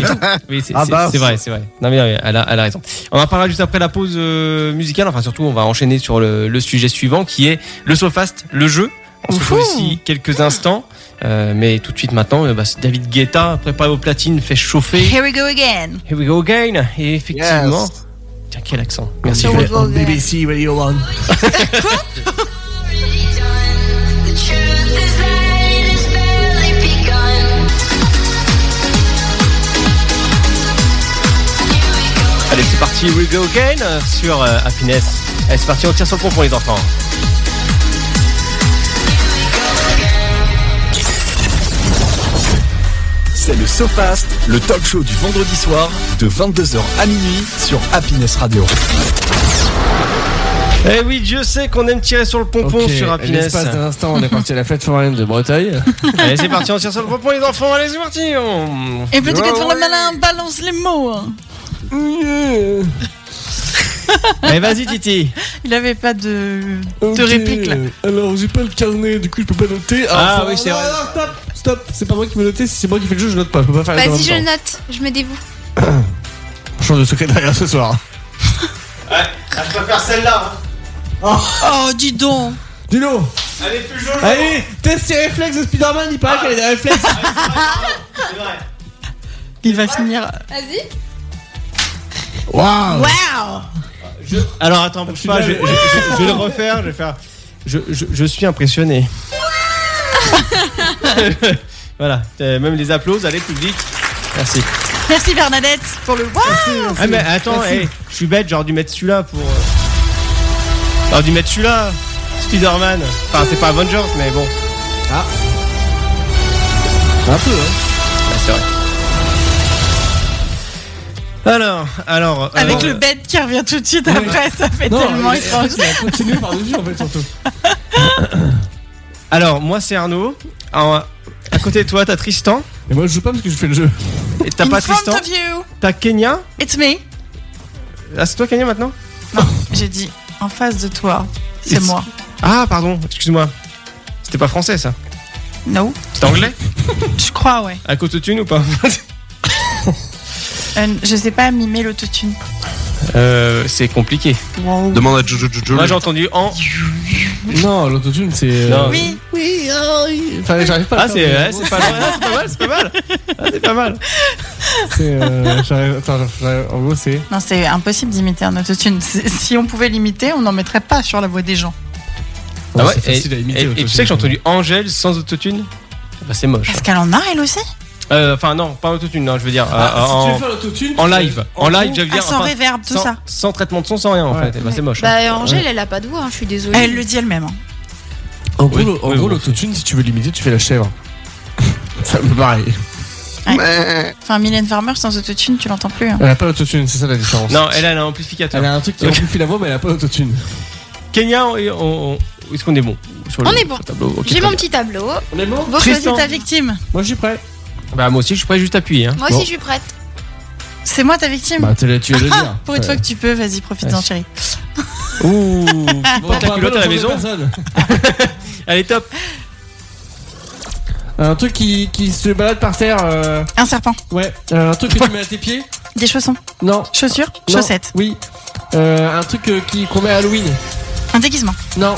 Speaker 2: oui, (laughs) c'est
Speaker 5: Ah
Speaker 2: c'est-
Speaker 5: bah.
Speaker 2: c'est vrai, c'est vrai. Non mais euh, elle a, elle a raison. On en parlera juste après la pause euh, musicale. Enfin surtout, on va enchaîner sur le, le sujet suivant qui est le Sofast, le jeu. On se retrouve
Speaker 3: Ouhou.
Speaker 2: ici quelques instants, Euh, mais tout de suite maintenant, euh, bah, c'est David Guetta. Préparez vos platines, faites chauffer.
Speaker 3: Here we go again.
Speaker 2: Here we go again. Et effectivement,
Speaker 5: Yes.
Speaker 2: tiens quel accent. Merci.
Speaker 4: Here we
Speaker 3: Oh,
Speaker 4: go again.
Speaker 6: BBC Radio 1.
Speaker 2: Allez, c'est parti. Here we go again euh, sur euh, Happiness. Allez, c'est parti. On tire sur le pont pour les enfants.
Speaker 1: C'est le SoFast, le talk show du vendredi soir de 22h à minuit sur Happiness Radio.
Speaker 2: Eh oui, Dieu sait qu'on aime tirer sur le pompon
Speaker 6: Ok,
Speaker 2: sur Happiness.
Speaker 6: L'espace d'un instant, on est parti à la fête foraine de Bretagne.
Speaker 2: Allez, c'est parti. (laughs) On tire sur le pompon les enfants. Allez, c'est parti. On-
Speaker 3: Et plutôt que de faire le malin, balance les mots. hein.
Speaker 2: Mais Eh, vas-y, Titi.
Speaker 3: Il avait pas de,
Speaker 6: Ok,
Speaker 2: Oh,
Speaker 3: de réplique là.
Speaker 6: Alors j'ai pas le carnet, du coup je peux pas noter.
Speaker 2: Ah
Speaker 6: faut-
Speaker 2: oui, c'est
Speaker 6: non,
Speaker 2: vrai.
Speaker 6: non, stop, stop. C'est pas moi qui me noter, si c'est moi qui fais le jeu, je note pas. Je peux pas faire les deux en
Speaker 4: Vas-y,
Speaker 6: même
Speaker 4: je
Speaker 6: temps.
Speaker 4: note, je me dévoue.
Speaker 6: On (laughs) change de secrétariat ce soir.
Speaker 2: Je préfère celle-là. hein.
Speaker 3: Oh, dis donc
Speaker 6: Dis-nous
Speaker 2: Elle est plus jolie.
Speaker 6: Allez, teste tes réflexes de Spider-Man, il paraît qu'elle a des réflexes
Speaker 3: Il va finir.
Speaker 4: Vas-y.
Speaker 2: Ah
Speaker 6: Waouh
Speaker 3: Waouh
Speaker 2: Alors attends, bouge pas, Ah, je, je- je- (laughs) je vais le refaire, je vais faire. Je, je- je suis impressionné. (laughs) voilà, euh, même les applauses, allez public. Merci.
Speaker 3: Merci Bernadette pour le. Waouh
Speaker 2: Ah mais attends,
Speaker 6: Merci.
Speaker 2: hey, je suis bête, j'aurais dû mettre celui-là pour. euh, J'aurais dû mettre celui-là, Spider-Man. Enfin, c'est pas Avengers, mais bon.
Speaker 6: Un peu, hein
Speaker 2: Ouais, c'est vrai. Alors, alors. euh,
Speaker 3: Avec le bed qui revient tout de suite après, ça fait tellement étrange.
Speaker 6: Continue par-dessus en fait, surtout.
Speaker 2: Alors, moi c'est Arnaud. Alors, à côté de toi, t'as Tristan.
Speaker 6: Et moi je joue pas parce que je fais le jeu.
Speaker 2: Et t'as
Speaker 3: In
Speaker 2: pas
Speaker 3: front
Speaker 2: Tristan.
Speaker 3: of you,
Speaker 2: T'as Kenya.
Speaker 3: it's me.
Speaker 2: Ah, c'est toi Kenya maintenant
Speaker 3: J'ai dit, en face de toi, c'est
Speaker 2: It's-
Speaker 3: moi.
Speaker 2: Ah, pardon, excuse-moi. C'était pas français ça.
Speaker 3: No
Speaker 2: C'était anglais
Speaker 3: Je crois, ouais.
Speaker 2: À cause de thune ou pas
Speaker 3: Euh, je sais pas mimer l'autotune.
Speaker 2: euh, C'est compliqué.
Speaker 5: Demande à Jojo Jojo.
Speaker 2: Moi j'ai entendu en.
Speaker 6: (laughs) Non, l'autotune c'est. euh,
Speaker 2: Non.
Speaker 3: Oui,
Speaker 6: Oui, oh, oui. Enfin, j'arrive pas à
Speaker 2: Ah,
Speaker 6: le
Speaker 2: c'est
Speaker 6: faire,
Speaker 2: ouais, c'est pas, mal, ah, c'est pas mal, c'est pas mal. Ah, c'est pas mal.
Speaker 6: C'est. euh, j'arrive- Attends, j'arrive- en gros c'est.
Speaker 3: non, c'est impossible d'imiter un autotune. C'est- Si on pouvait l'imiter, on n'en mettrait pas sur la voix des gens.
Speaker 2: Ah ouais,
Speaker 6: c'est facile
Speaker 2: et,
Speaker 6: à imiter.
Speaker 2: et- et tu
Speaker 6: l'autotune. Ah
Speaker 2: sais que j'ai entendu Angèle sans autotune Bah, c'est moche.
Speaker 3: Parce qu'elle en a, elle aussi
Speaker 2: Euh, Enfin, non, pas autotune, non, je veux dire.
Speaker 6: Ah,
Speaker 2: euh,
Speaker 6: si tu
Speaker 2: en,
Speaker 6: veux faire l'autotune.
Speaker 2: en live. En live, je veux
Speaker 3: Ah,
Speaker 2: dire.
Speaker 3: Sans
Speaker 2: enfin,
Speaker 3: réverb, tout
Speaker 2: sans-
Speaker 3: ça.
Speaker 2: sans traitement de son, sans rien en
Speaker 6: Ouais.
Speaker 2: fait. Bah, c'est moche. hein.
Speaker 4: Bah, Angèle, elle a pas de voix, hein, je suis désolée.
Speaker 3: Elle le dit elle-même. hein.
Speaker 6: En gros,
Speaker 2: Oui,
Speaker 6: le- en
Speaker 2: oui,
Speaker 6: gros,
Speaker 2: bon.
Speaker 6: l'autotune, si tu veux l'imiter, tu fais la chèvre. Ça me pareil.
Speaker 3: Enfin, Mylène Farmer, sans autotune, tu l'entends plus. hein.
Speaker 6: Elle a pas l'autotune, c'est ça la
Speaker 3: Bah,
Speaker 6: différence.
Speaker 2: Non, elle, elle a un amplificateur.
Speaker 6: Elle a un truc qui
Speaker 2: Ok.
Speaker 6: amplifie la voix, mais elle a pas l'autotune.
Speaker 2: Kenya, on- on- on- est-ce qu'on est bon sur le-
Speaker 4: On est bon.
Speaker 2: sur le tableau Ok,
Speaker 4: J'ai
Speaker 2: très
Speaker 4: mon
Speaker 2: bien.
Speaker 4: petit tableau.
Speaker 6: On est bon
Speaker 4: Beau
Speaker 2: Tristan.
Speaker 4: choisis ta
Speaker 3: Ta
Speaker 4: victime.
Speaker 3: victime.
Speaker 6: Moi, je suis prêt.
Speaker 2: Bah, moi aussi, je pourrais juste appuyer. Hein.
Speaker 4: Moi
Speaker 6: Bon.
Speaker 4: aussi, je suis prête.
Speaker 3: C'est moi ta victime
Speaker 6: Bah, t'es là, tu es le
Speaker 3: Ah,
Speaker 6: dire.
Speaker 3: Pour une fois que tu peux, vas-y, profite-en,
Speaker 6: Ouais.
Speaker 3: chérie.
Speaker 2: Ouh, porte la culotte à la maison. Elle est top.
Speaker 6: Un truc qui, qui se balade par terre. euh,
Speaker 3: Un serpent.
Speaker 6: Ouais. Euh, un truc que tu mets à tes pieds.
Speaker 3: Des chaussons.
Speaker 6: Non.
Speaker 3: Chaussures.
Speaker 6: non,
Speaker 3: Chaussettes.
Speaker 6: Oui. Euh, un truc euh, qui qu'on met à Halloween.
Speaker 3: Un déguisement.
Speaker 6: Non.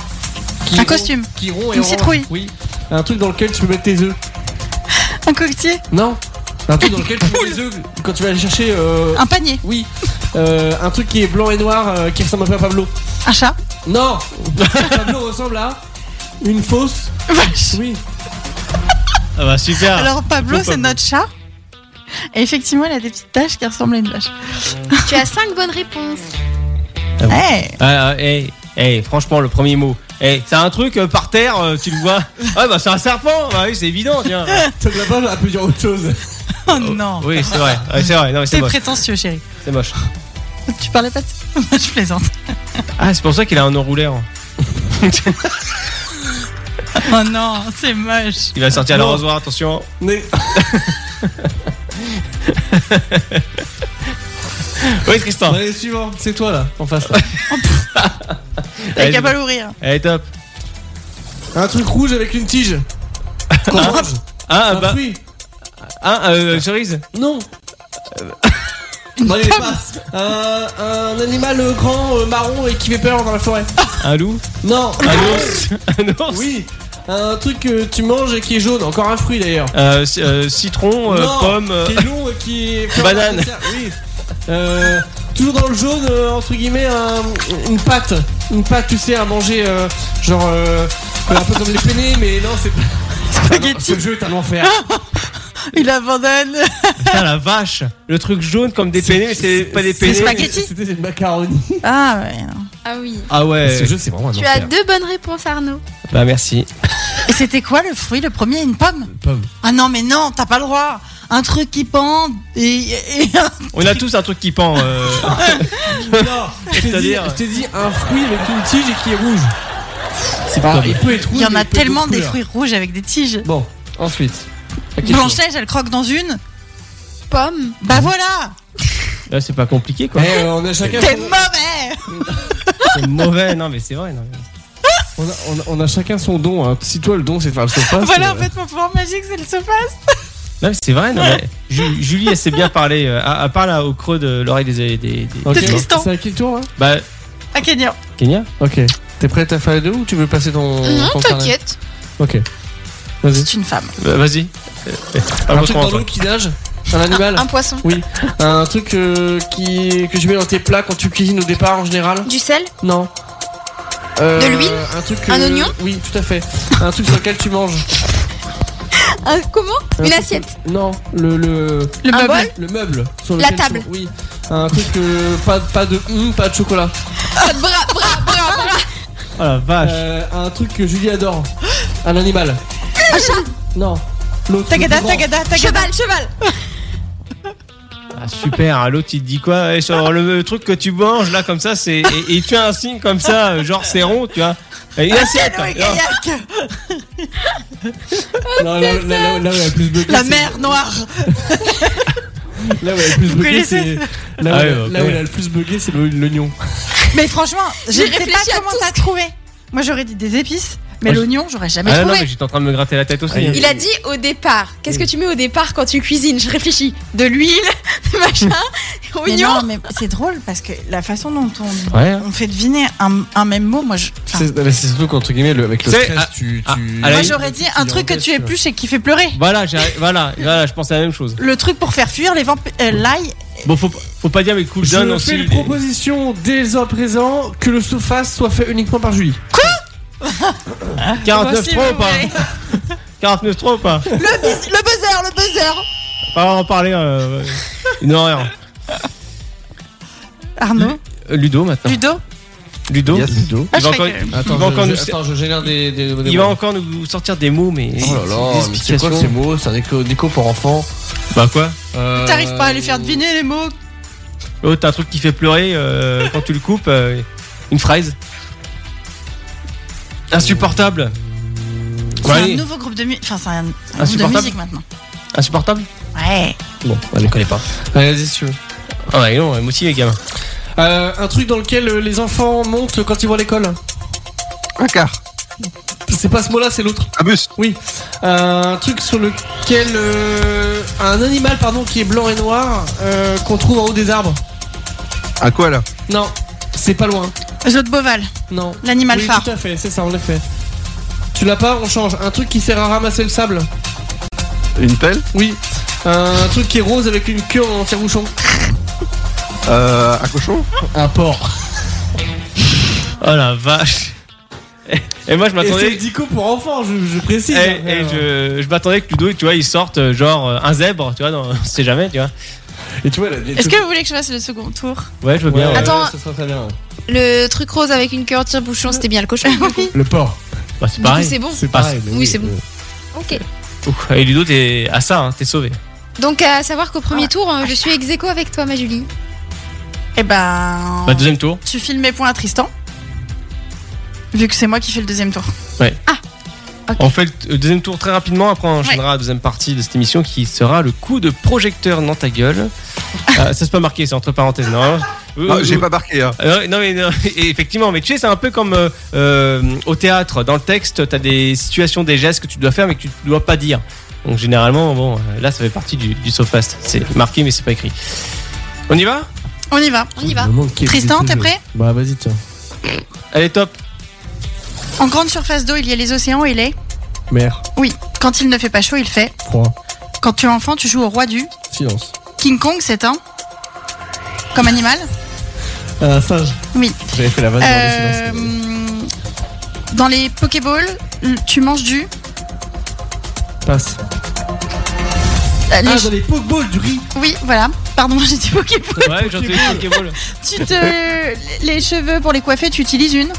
Speaker 6: Qui
Speaker 3: Un
Speaker 6: rond-
Speaker 3: costume.
Speaker 6: Qui rond et
Speaker 3: Une
Speaker 6: orange.
Speaker 3: citrouille.
Speaker 6: Oui. Un truc dans lequel tu peux mettre tes œufs.
Speaker 3: Un coquetier.
Speaker 6: Non. Un (laughs) truc dans lequel tu mets tes œufs quand tu vas aller chercher. euh,
Speaker 3: Un panier.
Speaker 6: Oui. Euh, un truc qui est blanc et noir euh, qui ressemble un peu à Pablo.
Speaker 3: Un chat. (laughs)
Speaker 6: (laughs) Non Pablo ressemble à une fausse. Oui.
Speaker 2: Ah bah super.
Speaker 3: Alors Pablo,
Speaker 2: Faut
Speaker 3: c'est
Speaker 2: Pablo.
Speaker 3: notre chat. Et effectivement, elle a des petites taches qui ressemblent à une vache.
Speaker 4: Tu as 5 bonnes réponses.
Speaker 3: Hey,
Speaker 2: Ah, hey, hey, franchement, le premier mot. Hey, c'est un truc euh, par terre, euh, tu le
Speaker 3: (laughs)
Speaker 2: vois. Ouais, bah c'est un serpent. Bah oui, c'est évident, tiens.
Speaker 6: Tom Lapin a pu dire autre chose.
Speaker 3: oh non.
Speaker 2: Euh, Oui, c'est vrai. Ouais, c'est vrai. Non, mais c'est
Speaker 3: T'es
Speaker 2: moche.
Speaker 3: prétentieux, chérie.
Speaker 2: C'est moche.
Speaker 3: Tu parlais pas de (laughs) Je plaisante.
Speaker 2: Ah, c'est pour ça qu'il a un hein. enrouleur.
Speaker 3: Oh non, c'est moche.
Speaker 2: Il va sortir
Speaker 6: Non.
Speaker 2: l'arrosoir, attention.
Speaker 6: Mais-
Speaker 2: Oui, Tristan.
Speaker 6: bah, Allez, suivant, c'est toi là, en face. là.
Speaker 3: T'as
Speaker 2: Allez,
Speaker 3: qu'à pas l'ouvrir.
Speaker 2: Elle est top.
Speaker 6: Un truc rouge avec une tige. Qu'on mange.
Speaker 2: Ah,
Speaker 6: un
Speaker 2: bah,
Speaker 6: fruit.
Speaker 2: ah, euh, cerise.
Speaker 6: Non.
Speaker 3: (laughs)
Speaker 6: Non, il est pas. Un, un animal euh, grand, euh, marron et qui fait peur dans la forêt.
Speaker 2: Un loup.
Speaker 6: Non.
Speaker 2: Un ours. (laughs) Un ours.
Speaker 6: Ah, Oui. Un truc que tu manges et qui est jaune. Encore un fruit d'ailleurs.
Speaker 2: Euh, c- euh, citron, euh,
Speaker 6: Non,
Speaker 2: pomme. euh,
Speaker 6: Qui est long et qui est. plein
Speaker 2: Banane.
Speaker 6: de dessert, Oui. Euh, toujours dans le jaune, euh, entre guillemets, un- une pâte. Une pâte, tu sais, à manger, euh, genre. euh, un peu comme les penne mais non, c'est pas.
Speaker 3: Spaghetti. Ah,
Speaker 6: Ce jeu est un enfer.
Speaker 3: Il abandonne.
Speaker 2: Putain, (laughs) la vache. Le truc jaune comme des penne, mais c'est pas des
Speaker 3: C'est
Speaker 2: penne.
Speaker 3: spaghetti.
Speaker 6: C'était des macaronis.
Speaker 3: Ah ouais. non.
Speaker 4: Ah oui.
Speaker 2: Ah ouais.
Speaker 6: Euh, Ce jeu, c'est vraiment un
Speaker 4: Tu as
Speaker 6: enfer.
Speaker 4: deux bonnes réponses, Arnaud.
Speaker 2: Bah merci.
Speaker 3: Et c'était quoi le fruit Le premier, une pomme
Speaker 6: Pomme.
Speaker 3: Ah non, mais non, t'as pas le droit. Un truc qui pend et, et un-
Speaker 2: On a tous un truc qui pend. euh.
Speaker 6: Non, je t'ai dit,
Speaker 2: C'est-à-dire
Speaker 6: je t'ai dit un fruit avec une tige et qui est rouge. C'est pas. Il peut être rouge.
Speaker 3: Il y en
Speaker 6: mais
Speaker 3: a
Speaker 6: peut être
Speaker 3: tellement
Speaker 6: d'autres
Speaker 3: des
Speaker 6: couleurs.
Speaker 3: fruits rouges avec des tiges.
Speaker 6: Bon, ensuite.
Speaker 3: Blanche-Neige, elle croque dans une.
Speaker 4: Pomme.
Speaker 3: Bah voilà
Speaker 2: Là, c'est pas compliqué quoi.
Speaker 6: Eh, on a chacun
Speaker 3: T'es
Speaker 6: son,
Speaker 3: mauvais
Speaker 2: C'est mauvais, non, mais c'est vrai. non, mais-
Speaker 6: on a, on a- on a chacun son don. hein. Si toi le don c'est de faire euh,
Speaker 4: (laughs)
Speaker 6: le sofa,
Speaker 3: Voilà, en
Speaker 6: c'est-
Speaker 3: fait, mon pouvoir magique, c'est le sofa.
Speaker 2: Non, mais c'est vrai, non, mais Ju- Julie, elle sait bien parler, euh, à, à part là au creux de l'oreille des. des, des-
Speaker 6: Ok.
Speaker 3: de Tristan.
Speaker 6: C'est à qui le tour là
Speaker 2: Bah,
Speaker 3: Ah, Kenyan.
Speaker 2: Kenya
Speaker 6: Ok. T'es prête à faire les deux ou tu veux passer ton.
Speaker 4: Non,
Speaker 6: ton carnet
Speaker 4: t'inquiète.
Speaker 6: Ok. Vas-y.
Speaker 3: C'est une femme.
Speaker 2: Bah, Vas-y. Euh, euh,
Speaker 6: Un
Speaker 2: parle-moi
Speaker 6: truc
Speaker 2: comment,
Speaker 6: dans
Speaker 2: toi.
Speaker 6: l'eau qui nage Un animal
Speaker 4: Un poisson. ah.
Speaker 6: Un truc euh, qui, que tu mets dans tes plats quand tu cuisines au départ en général
Speaker 4: Du sel.
Speaker 6: Non. Euh,
Speaker 4: De l'huile
Speaker 6: Un truc. euh,
Speaker 4: Un oignon
Speaker 6: Oui, tout à fait. Un truc sur lequel tu manges.
Speaker 4: Un- Ah, comment
Speaker 6: Un
Speaker 4: Une
Speaker 6: truc-
Speaker 4: assiette.
Speaker 6: Non, le. le...
Speaker 3: Le
Speaker 4: Un
Speaker 3: meuble.
Speaker 4: bol.
Speaker 6: Le meuble sur
Speaker 4: La
Speaker 6: lequel tu-
Speaker 4: table.
Speaker 6: Oui. Un truc euh, pas, pas de hum, pas de chocolat.
Speaker 4: Bras, bras, bras, bras.
Speaker 2: Oh la vache.
Speaker 6: Euh, un truc que
Speaker 3: (gasps)
Speaker 6: Julie adore. Un animal.
Speaker 4: Un chat.
Speaker 6: Non. L'autre.
Speaker 3: Tagada,
Speaker 6: le plus grand.
Speaker 3: tagada, tagada.
Speaker 4: Cheval, cheval.
Speaker 2: Ah, super, hein, l'autre il te dit quoi Eh, sur le, le truc que tu manges là comme ça, c'est. Et, et tu as un signe comme ça, euh, genre c'est rond, tu vois. Et une assiette
Speaker 3: Canoë,
Speaker 2: alors.
Speaker 3: kayak.
Speaker 6: Non, là, là, là, là où elle a plus bugué,
Speaker 3: La
Speaker 6: c'est-
Speaker 3: mer noire.
Speaker 6: Là où elle a plus bugué, c'est.
Speaker 3: connaissez
Speaker 6: Là où
Speaker 2: Ah
Speaker 6: elle-
Speaker 2: ouais, bah,
Speaker 6: là où
Speaker 2: ouais.
Speaker 6: elle a le plus bugué, c'est le- l'oignon.
Speaker 3: Mais franchement, je
Speaker 4: J'ai
Speaker 3: ne sais pas
Speaker 4: réfléchi à
Speaker 3: comment
Speaker 4: tout
Speaker 3: t'as
Speaker 4: ce
Speaker 3: trouvé. Moi, j'aurais dit des épices, mais
Speaker 2: Moi, je-
Speaker 3: l'oignon, j'aurais jamais
Speaker 2: Ah non,
Speaker 3: trouvé.
Speaker 2: mais j'étais en train de me gratter la tête aussi.
Speaker 6: Aïe,
Speaker 2: hein.
Speaker 4: Il a dit au départ. Qu'est-ce que tu mets au départ quand tu cuisines Je réfléchis. De l'huile, (laughs) de machin,
Speaker 3: Mais
Speaker 4: oignon.
Speaker 3: non, mais c'est drôle parce que la façon dont on,
Speaker 2: Ouais. hein.
Speaker 3: on fait deviner un, un même mot, moi, je, enfin,
Speaker 6: C'est mais c'est surtout qu'entre guillemets, le- avec le
Speaker 2: C'est-
Speaker 6: stress,
Speaker 2: ah,
Speaker 6: tu.
Speaker 2: ah, à
Speaker 6: tu-
Speaker 2: la
Speaker 3: moi
Speaker 2: limite,
Speaker 3: j'aurais dit un truc que tu
Speaker 6: l'empêches,
Speaker 3: épluches et qui fait pleurer.
Speaker 2: Voilà, j'ai- voilà, voilà, je pensais à la même chose.
Speaker 3: Le truc pour faire fuir les vampires, euh, l'ail.
Speaker 2: Bon, faut, faut pas dire mais cool
Speaker 6: Je
Speaker 2: down
Speaker 6: fais
Speaker 2: aussi.
Speaker 6: une
Speaker 2: les-
Speaker 6: proposition dès à présent que le sofa soit fait uniquement par Julie.
Speaker 2: 49
Speaker 3: Moi, si
Speaker 2: 3 ou
Speaker 3: vous
Speaker 2: pas
Speaker 3: voulez.
Speaker 2: 49 3 ou pas
Speaker 3: Le, bis- le buzzer, le buzzer.
Speaker 2: hein. Pas en parler, euh, une horreur.
Speaker 3: Arnaud,
Speaker 2: Euh, Ludo maintenant.
Speaker 3: Ludo,
Speaker 2: Ludo.
Speaker 5: Yes.
Speaker 6: Ludo.
Speaker 3: Ah,
Speaker 2: Il
Speaker 3: je
Speaker 2: va encore,
Speaker 3: serais
Speaker 2: il va encore nous,
Speaker 6: génère des. des,
Speaker 2: il va encore nous sortir des mots, mais.
Speaker 6: Oh là là, mais c'est quoi ces mots C'est un déco, déco pour enfants.
Speaker 2: Bah quoi
Speaker 6: Euh,
Speaker 3: t'arrives pas à lui faire deviner les mots.
Speaker 2: L'autre, Oh, t'as un truc qui fait pleurer (laughs) euh, quand tu le coupes. euh, une fraise. Insupportable.
Speaker 3: C'est
Speaker 2: Ouais.
Speaker 3: un nouveau groupe de musique. Enfin, c'est un, un groupe de
Speaker 2: Insupportable.
Speaker 3: musique maintenant.
Speaker 2: Insupportable
Speaker 3: Ouais.
Speaker 2: Bon, elle ne connaît pas.
Speaker 6: Allez, vas-y, si tu veux.
Speaker 2: Ah ouais, non, elle motive les gamins.
Speaker 6: Euh, un truc dans lequel euh, les enfants montent quand ils vont à l'école.
Speaker 5: Un quart.
Speaker 6: C'est pas ce mot-là, c'est l'autre.
Speaker 5: Un bus.
Speaker 6: Euh, un truc sur lequel euh, un animal pardon qui est blanc et noir euh, qu'on trouve en haut des arbres.
Speaker 5: Un quoi là
Speaker 6: Non, c'est pas loin.
Speaker 3: Jeu de Boval,
Speaker 6: Non.
Speaker 3: l'animal
Speaker 6: oui,
Speaker 3: phare.
Speaker 6: tout à fait, c'est ça, on l'a fait. Tu l'as pas, on change. Un truc qui sert à ramasser le sable.
Speaker 5: Une pelle
Speaker 6: Oui. Un truc qui est rose avec une queue en tire-bouchon.
Speaker 5: Euh, Un cochon
Speaker 6: Un porc.
Speaker 2: Oh la vache. Et moi, je
Speaker 6: Et c'est
Speaker 2: m'attendais.
Speaker 6: le dico pour enfants, je, je
Speaker 2: Eh,
Speaker 6: précise. hein.
Speaker 2: eh, je, je m'attendais que Ludo, tu vois, il sorte euh, genre euh, un zèbre, tu vois, dans- on sait jamais, tu vois.
Speaker 6: Et tu vois, là, les-
Speaker 3: Est-ce que vous voulez que je fasse le second tour
Speaker 2: Ouais, je veux
Speaker 6: Ouais,
Speaker 2: bien. ouais.
Speaker 4: Attends.
Speaker 6: ouais, ça sera très bien.
Speaker 4: Le truc rose avec une cœur tire-bouchon, c'était bien le (laughs) cochon. du coup.
Speaker 6: Le porc.
Speaker 2: Bah, c'est
Speaker 4: Du coup,
Speaker 2: pareil. euh,
Speaker 4: c'est bon.
Speaker 6: C'est
Speaker 2: Ah,
Speaker 6: pareil. mais
Speaker 4: oui, c'est bon. Ok.
Speaker 2: Ouh, Et Ludo, t'es à ça, hein, t'es sauvé.
Speaker 4: Donc, à savoir qu'au premier tour, hein, je suis ex aequo avec toi, ma Julie.
Speaker 3: Eh ben.
Speaker 2: Bah, deuxième tour.
Speaker 3: Tu files mes points à Tristan. Vu que c'est moi qui fais le deuxième tour.
Speaker 2: On fait le t- le deuxième tour très rapidement, après on enchaînera la deuxième partie de cette émission qui sera le coup de projecteur dans ta gueule. Euh, ça c'est pas marqué, c'est entre parenthèses. Non,
Speaker 5: Ah, J'ai pas marqué. hein.
Speaker 2: Euh, non, mais non, (laughs) effectivement, mais tu sais, c'est un peu comme euh, euh, au théâtre. Dans le texte, t'as des situations, des gestes que tu dois faire, mais que tu ne dois pas dire. Donc généralement, bon, euh, là, ça fait partie du, du sofast. C'est marqué, mais c'est pas écrit. On y va
Speaker 3: On y va.
Speaker 4: On y va.
Speaker 3: Tristan, t'es prêt
Speaker 6: Bah vas-y tiens.
Speaker 2: Allez, top.
Speaker 3: En grande surface d'eau, il y a les océans et les.
Speaker 6: Mer,
Speaker 3: Oui. Quand il ne fait pas chaud, il fait.
Speaker 6: froid,
Speaker 3: Quand tu es enfant, tu joues au roi du.
Speaker 6: silence.
Speaker 3: King Kong, c'est un. Comme animal.
Speaker 6: Un Euh, singe.
Speaker 3: Oui.
Speaker 6: J'avais fait la vanne
Speaker 3: Euh,
Speaker 6: dans le silence.
Speaker 3: dans les Pokéballs, l- tu manges du.
Speaker 6: Passe.
Speaker 3: euh, les
Speaker 6: Ah,
Speaker 3: ch-
Speaker 6: dans les Pokeballs du riz.
Speaker 3: Oui, voilà. Pardon, (laughs) j'ai dit Pokéball.
Speaker 2: Ouais, j'entends les Pokéballs.
Speaker 3: tu te. Les cheveux pour les coiffer, tu utilises une.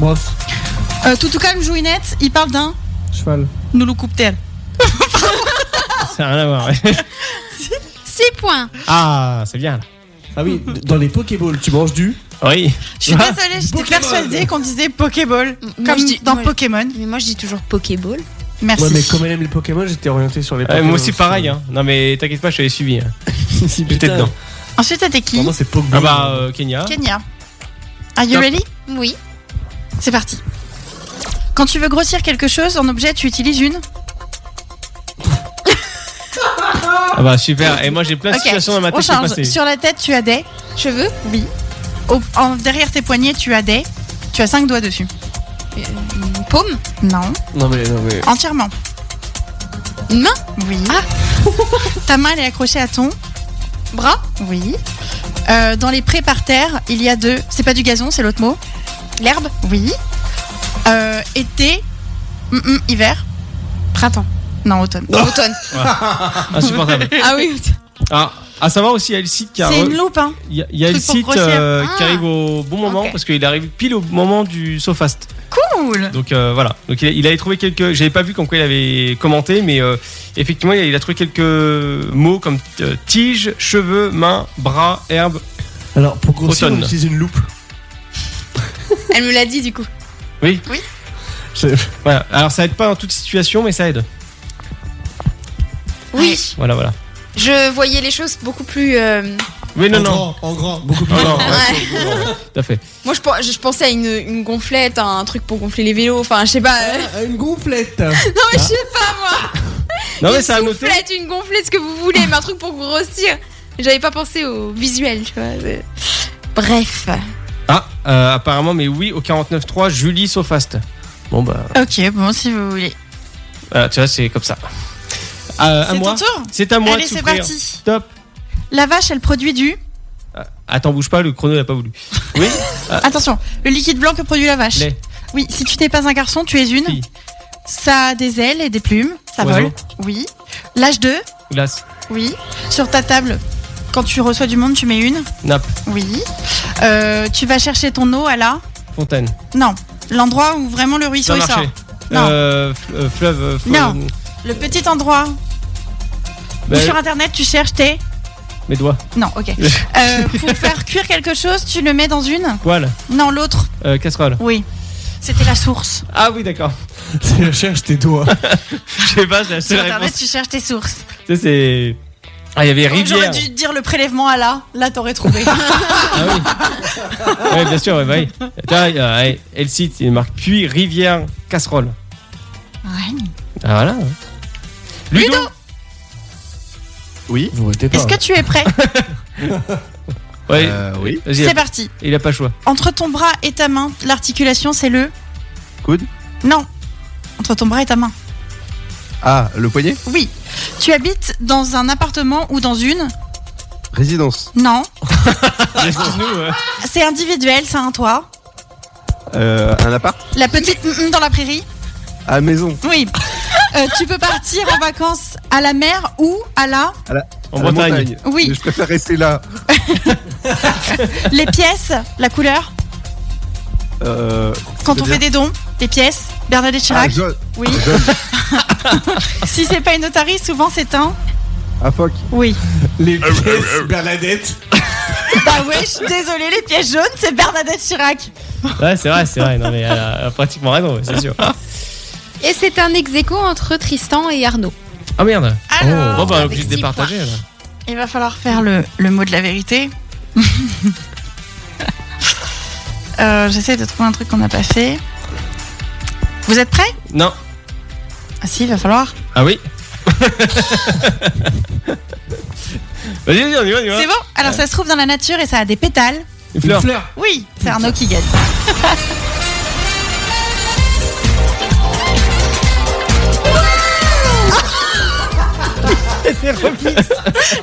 Speaker 6: Brosse.
Speaker 3: Euh, Toutou calme, jouinette, il parle d'un.
Speaker 6: Cheval.
Speaker 3: Nous coupe-t-elle.
Speaker 2: (laughs) Ça n'a rien à voir.
Speaker 4: 6 points.
Speaker 2: Ah, c'est bien. là.
Speaker 6: Ah oui, dans les Pokéballs, tu manges du.
Speaker 2: Oui.
Speaker 3: Je suis
Speaker 2: Ah,
Speaker 3: désolée, j'étais
Speaker 6: Pokémon.
Speaker 3: persuadée qu'on disait Pokéball.
Speaker 4: Moi,
Speaker 3: Comme
Speaker 4: je dis-
Speaker 3: dans
Speaker 4: moi,
Speaker 3: Pokémon.
Speaker 4: Mais moi, je dis toujours Pokéball.
Speaker 3: Merci.
Speaker 6: Ouais, mais comme elle aime les Pokémon, j'étais orienté sur les
Speaker 2: Ouais,
Speaker 6: Pokémon.
Speaker 2: moi aussi, pareil. hein. Non, mais t'inquiète pas, je t'avais suivi. hein.
Speaker 6: euh, (laughs) Si, si,
Speaker 2: J'étais
Speaker 6: putain. Mmh.
Speaker 2: dedans.
Speaker 3: Ensuite, t'as des qui
Speaker 6: Pour moi, c'est Pogba.
Speaker 2: Ah bah, euh, Kenya.
Speaker 3: Kenya. Are you
Speaker 2: Top.
Speaker 3: ready
Speaker 4: Oui.
Speaker 3: C'est parti. Quand tu veux grossir quelque chose en objet, tu utilises une.
Speaker 2: Ah bah, super. Et moi, j'ai plein de
Speaker 4: Ok,
Speaker 2: situations dans ma
Speaker 3: On
Speaker 2: tête qui sont
Speaker 3: change.
Speaker 2: passées.
Speaker 3: Sur la tête, tu as des.
Speaker 4: Cheveux
Speaker 3: Oui. Au- en- derrière tes poignets, tu as des. Tu as cinq doigts dessus.
Speaker 4: Paume
Speaker 3: Non.
Speaker 6: Non mais, non mais.
Speaker 3: Entièrement.
Speaker 4: Une main
Speaker 3: Oui.
Speaker 4: Ah.
Speaker 3: (laughs) Ta main, elle est accrochée à ton.
Speaker 4: Bras
Speaker 3: Oui. Euh, dans les prés par terre, il y a deux. C'est pas du gazon, c'est l'autre mot.
Speaker 4: L'herbe
Speaker 3: Oui. Euh, été. hum, hum, hiver.
Speaker 4: Printemps.
Speaker 3: Non, automne.
Speaker 4: Automne.
Speaker 3: (laughs)
Speaker 2: Insupportable.
Speaker 3: Ah oui.
Speaker 2: Ah, à savoir aussi, il y a le site qui a-
Speaker 3: C'est une loupe, hein.
Speaker 2: Il y a- il y a le
Speaker 3: Truc pour
Speaker 2: site
Speaker 3: grossir.
Speaker 2: euh, qui
Speaker 4: Ah.
Speaker 2: arrive au bon moment
Speaker 4: Ok.
Speaker 2: parce qu'il arrive pile au moment du SoFast.
Speaker 3: Cool.
Speaker 2: Donc euh, voilà. Donc il, a- il avait trouvé quelques. J'avais pas vu comme quoi il avait commenté, mais euh, effectivement il a, il a trouvé quelques mots comme euh, tige, cheveux, mains, bras, herbe.
Speaker 6: Alors pour grossir,
Speaker 2: Automne.
Speaker 6: on utilise une loupe.
Speaker 4: Elle me l'a dit du coup.
Speaker 2: Voilà. Alors ça aide pas dans toute situation, mais ça aide.
Speaker 4: Oui.
Speaker 2: Voilà, voilà.
Speaker 4: Je voyais les choses beaucoup plus. euh,
Speaker 2: Mais non,
Speaker 6: en
Speaker 2: non.
Speaker 6: Grand, en grand, beaucoup plus.
Speaker 2: Non, non,
Speaker 4: ouais.
Speaker 2: (laughs) tout à fait.
Speaker 4: Moi, je, pen- je pensais à une, une gonflette, un truc pour gonfler les vélos. Enfin, je sais pas. euh,
Speaker 6: Une gonflette.
Speaker 4: Non, mais je sais pas moi.
Speaker 2: Non, mais
Speaker 4: une
Speaker 2: ça a noté.
Speaker 4: gonflette, une gonflette, ce que vous voulez, mais un truc pour grossir. J'avais pas pensé au visuel, tu vois. c'est- Bref.
Speaker 2: Ah, euh, apparemment, mais oui, au 49.3, Julie SoFast. Bon bah,
Speaker 3: Ok, bon, si vous voulez.
Speaker 2: voilà, tu vois, c'est comme ça. Euh, à
Speaker 3: C'est ton
Speaker 2: moi.
Speaker 3: tour
Speaker 2: C'est à moi
Speaker 3: Allez,
Speaker 2: de
Speaker 3: c'est
Speaker 2: souffrir.
Speaker 3: parti.
Speaker 2: Top.
Speaker 3: La vache, elle produit du.
Speaker 2: Attends, bouge pas, le chrono n'a pas voulu.
Speaker 3: Attention, le liquide blanc que produit la vache.
Speaker 2: Lait.
Speaker 3: Oui, si tu n'es pas un garçon, tu es une.
Speaker 2: Fille.
Speaker 3: Ça a des ailes et des plumes. Ça
Speaker 2: Oiseau.
Speaker 3: vole. Oui. L'âge 2.
Speaker 2: Glace,
Speaker 3: Oui. Sur ta table, quand tu reçois du monde, tu mets une.
Speaker 2: nappe,
Speaker 3: Oui. Euh, tu vas chercher ton eau à la.
Speaker 2: fontaine,
Speaker 3: Non. L'endroit où vraiment le ruisseau
Speaker 2: plein
Speaker 3: il sort.
Speaker 2: marché,
Speaker 3: Non.
Speaker 2: euh, f- euh, fleuve, euh, fo-
Speaker 3: Non. Le petit endroit où
Speaker 2: Ben,
Speaker 3: sur internet tu cherches tes.
Speaker 2: mes doigts,
Speaker 3: Non,
Speaker 2: (laughs)
Speaker 3: ok. Euh, pour faire cuire quelque chose, tu le mets dans une.
Speaker 2: poil,
Speaker 3: Non, l'autre.
Speaker 2: euh, casserole.
Speaker 3: Oui. C'était la source.
Speaker 2: Ah oui,
Speaker 3: (laughs)
Speaker 2: d'accord.
Speaker 6: C'est cherche (laughs) tes doigts.
Speaker 2: Je sais pas, c'est la seule
Speaker 3: Sur internet,
Speaker 2: réponse.
Speaker 3: tu cherches tes sources.
Speaker 2: Tu sais, c'est. Ah, il y avait
Speaker 3: J'aurais
Speaker 2: rivière.
Speaker 3: dû te dire le prélèvement à la. Là, t'aurais trouvé.
Speaker 2: Ah oui. ouais, bien sûr, ouais, bah oui. Tiens, euh, ouais, et le site, il marque puis rivière, casserole.
Speaker 3: Ouais.
Speaker 2: Ah voilà. Ludo,
Speaker 5: Oui.
Speaker 6: Vous votez pas.
Speaker 3: Est-ce que tu es prêt
Speaker 2: Ouais,
Speaker 5: Euh, oui.
Speaker 2: vas-y,
Speaker 3: C'est parti.
Speaker 2: il a pas le (laughs) choix.
Speaker 3: Entre ton bras et ta main, l'articulation, c'est le.
Speaker 5: Coude.
Speaker 3: Non. Entre ton bras et ta main.
Speaker 5: Ah, le poignet
Speaker 3: Oui. Tu habites dans un appartement ou dans une.
Speaker 5: Résidence.
Speaker 3: Non.
Speaker 2: Excuse-nous, ouais.
Speaker 3: C'est individuel, c'est un toit.
Speaker 5: Euh, un appart
Speaker 3: La petite mm, mm dans la prairie.
Speaker 5: À maison.
Speaker 3: Oui. Euh, tu peux partir en vacances à la mer ou à la.
Speaker 2: En
Speaker 5: à la
Speaker 2: Bretagne.
Speaker 5: montagne.
Speaker 3: Oui.
Speaker 5: Mais je préfère rester là.
Speaker 3: Les pièces, la couleur.
Speaker 5: Euh,
Speaker 3: Quand on
Speaker 5: C'est-à-dire
Speaker 3: fait des dons, les pièces. Bernadette
Speaker 5: ah,
Speaker 3: Chirac.
Speaker 5: jaune.
Speaker 3: Oui.
Speaker 5: jaune.
Speaker 3: Si c'est pas une otarie, souvent c'est un.
Speaker 5: Ah, fuck.
Speaker 3: Ah Oui.
Speaker 6: les pièces Bernadette
Speaker 3: Bah ouais, je suis désolée, les pièces jaunes, c'est Bernadette Chirac.
Speaker 2: Ouais, c'est vrai, c'est vrai. Non, mais elle a, elle a pratiquement raison, ouais, c'est sûr.
Speaker 4: Et c'est un ex aequo entre Tristan et Arnaud.
Speaker 2: Ah merde.
Speaker 3: Alors,
Speaker 2: Bon, bah, on est
Speaker 4: avec
Speaker 2: obligé de
Speaker 4: six
Speaker 2: départager. là.
Speaker 3: il va falloir faire le, le mot de la vérité. (laughs) Euh, J'essaie de trouver un truc qu'on n'a pas fait. Vous êtes prêts
Speaker 2: Non.
Speaker 3: Ah si, il va falloir.
Speaker 2: Ah (laughs) oui Vas-y, vas-y, on y va, on y va.
Speaker 3: C'est bon Alors ça se trouve dans la nature et ça a des pétales.
Speaker 2: Une fleur.
Speaker 3: Oui, c'est Arnaud
Speaker 2: (laughs)
Speaker 3: qui gagne.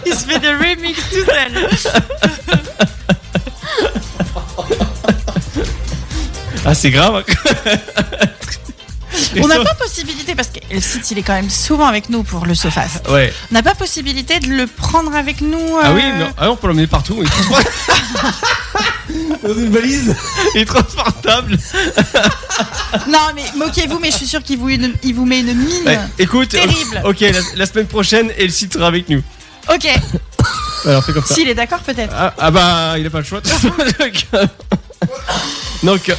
Speaker 3: Il se fait des remix tout seul.
Speaker 2: Ah, c'est (laughs) grave.
Speaker 3: On n'a pas possibilité, parce que le site il est quand même souvent avec nous pour le SoFast.
Speaker 2: Ouais.
Speaker 3: On n'a pas possibilité de le prendre avec nous.
Speaker 2: Ah
Speaker 3: euh,
Speaker 2: oui, non. Ah, on peut l'emmener partout. Il est trans-
Speaker 6: dans une valise.
Speaker 2: il est transportable.
Speaker 3: Non, mais moquez-vous, mais je suis sûre qu'il vous, une- il vous met une mine.
Speaker 2: Ouais, Écoute,
Speaker 3: Terrible.
Speaker 2: ok, la, la semaine prochaine, elle sera avec nous.
Speaker 3: Ok,
Speaker 2: Alors, fais comme ça. (laughs)
Speaker 3: s'il est d'accord peut-être.
Speaker 2: Ah, ah bah, il a pas le choix. Donc, euh,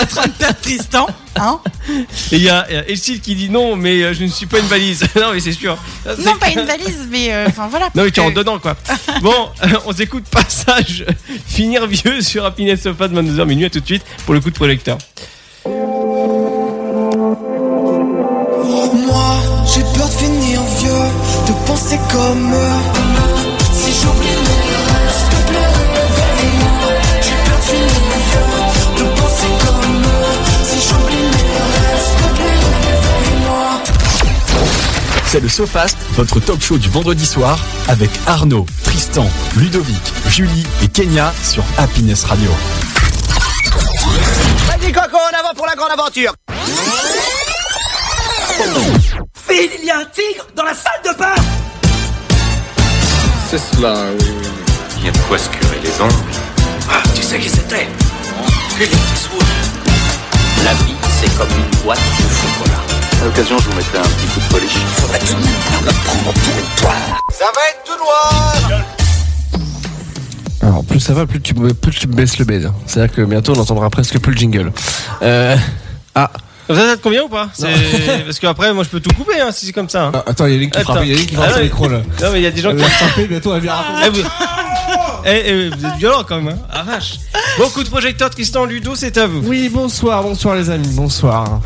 Speaker 3: en train de perdre Tristan. Hein
Speaker 2: il y a euh, Elsie qui dit non, mais euh, je ne suis pas une valise. (laughs) non, mais c'est sûr. Ça, c'est-
Speaker 3: non, pas une valise, mais euh, enfin voilà.
Speaker 2: Non, mais tu
Speaker 3: que-
Speaker 2: rentres dedans, (laughs) quoi. Bon, on s'écoute passage (laughs) finir vieux sur Happiness Sofa de 22h minuit. À tout de suite pour le coup de projecteur.
Speaker 8: Moi, j'ai peur de finir vieux, de penser comme eux. Si j'oublie mes rêves, s'il te plaît, réveille-moi. J'ai peur de finir vieux, de penser comme eux. Si j'oublie mes rêves, s'il te plaît, réveille-moi.
Speaker 1: C'est le SoFast, votre talk show du vendredi soir avec Arnaud, Tristan, Ludovic, Julie et Kenya sur Happiness Radio.
Speaker 11: Vas-y Coco, en avant pour la grande aventure Phil, il y a un tigre dans la salle de bain
Speaker 12: C'est cela, oui. Il y a de quoi se curer les ongles.
Speaker 11: Ah, tu sais qui c'était La vie, c'est comme une boîte de chocolat.
Speaker 12: À l'occasion, je vous mettrai un petit coup de polish.
Speaker 11: Faudrait tout de même pas la prendre pour une poire. Ça va être tout noir
Speaker 6: Alors plus ça va, plus tu, plus tu baisses le bed. C'est-à-dire que bientôt on entendra presque plus le jingle. Euh, ah,
Speaker 2: Ça, ça te convient ou pas C'est- (laughs) Parce qu'après, moi, je peux tout couper hein, si c'est comme ça. hein.
Speaker 6: ah, attends, il y a Link qui
Speaker 2: Attends.
Speaker 6: frappe, il y a Link qui frappe
Speaker 2: Ah
Speaker 6: son
Speaker 2: ouais.
Speaker 6: micro (laughs) là.
Speaker 2: Non, mais il y a des gens
Speaker 6: Elle
Speaker 2: qui.
Speaker 6: va frapper, bientôt elle vient raconter.
Speaker 2: Eh, vous... Eh, eh, vous êtes violent quand même. Hein. Ah vache. Bon coup de projecteur, Tristan Ludo, c'est à vous.
Speaker 6: Oui, bonsoir, bonsoir les amis, bonsoir.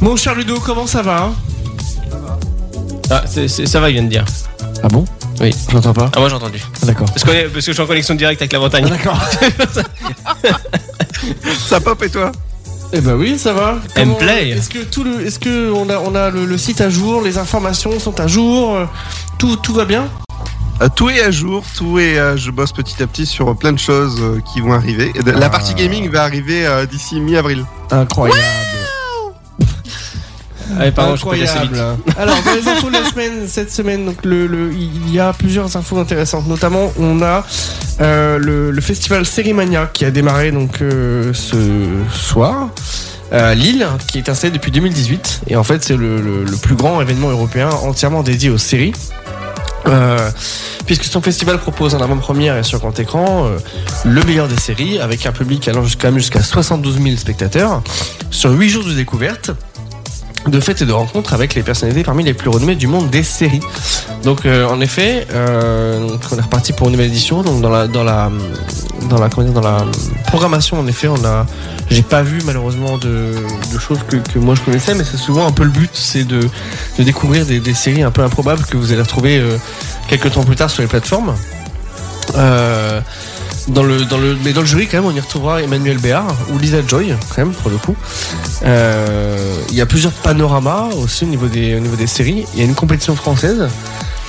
Speaker 6: Mon cher Ludo, comment ça va hein
Speaker 2: Ah, c'est- c'est- ça va, il vient de dire.
Speaker 6: Ah bon
Speaker 2: Oui.
Speaker 6: Je l'entends pas
Speaker 2: Ah, moi, j'ai entendu.
Speaker 6: Ah, D'accord. Ah,
Speaker 2: Parce, qu'on est- parce que je suis en connexion directe avec la Bretagne.
Speaker 6: D'accord.
Speaker 5: Ça pop et toi
Speaker 6: Eh ben oui, ça va.
Speaker 2: Elle me
Speaker 6: Comment- euh,
Speaker 2: plaît.
Speaker 6: Est-ce que tout le, est-ce que on a, on a le, le site à jour, les informations sont à jour, euh, tout, tout va bien
Speaker 5: Euh, Tout est à jour, tout est. euh, je bosse petit à petit sur plein de choses euh, qui vont arriver. Et de- La
Speaker 6: Ah.
Speaker 5: partie gaming va arriver euh, d'ici mi-avril.
Speaker 6: Incroyable.
Speaker 2: Allez, Ah, pardon, je peux passer vite.
Speaker 6: Incroyable. Alors, dans les infos de la semaine, cette semaine, donc, le, le- il y a plusieurs infos intéressantes. Notamment, on a euh, le, le festival Sérimania qui a démarré donc euh, ce soir à Lille, qui est installé depuis 2018. Et en fait, c'est le, le- le plus grand événement européen entièrement dédié aux séries. Euh, puisque son festival propose en avant-première et sur grand écran euh, le meilleur des séries avec un public allant jusqu'à quand même jusqu'à 72 000 spectateurs sur 8 jours de découverte de fêtes et de rencontres avec les personnalités parmi les plus renommées du monde des séries. Donc euh, en effet, euh, donc, on est reparti pour une nouvelle édition. Donc dans la dans la dans la comment dire, dans la programmation en effet, on a j'ai pas vu malheureusement de, de choses que, que moi je connaissais, mais c'est souvent un peu le but, c'est de, de découvrir des, des séries un peu improbables que vous allez retrouver euh, quelques temps plus tard sur les plateformes. Euh, dans le, dans le, mais dans le jury, quand même, on y retrouvera Emmanuel Béard ou Lisa Joy, quand même, pour le coup. Euh, Il y a plusieurs panoramas aussi au niveau des, au niveau des séries. Il y a une compétition française.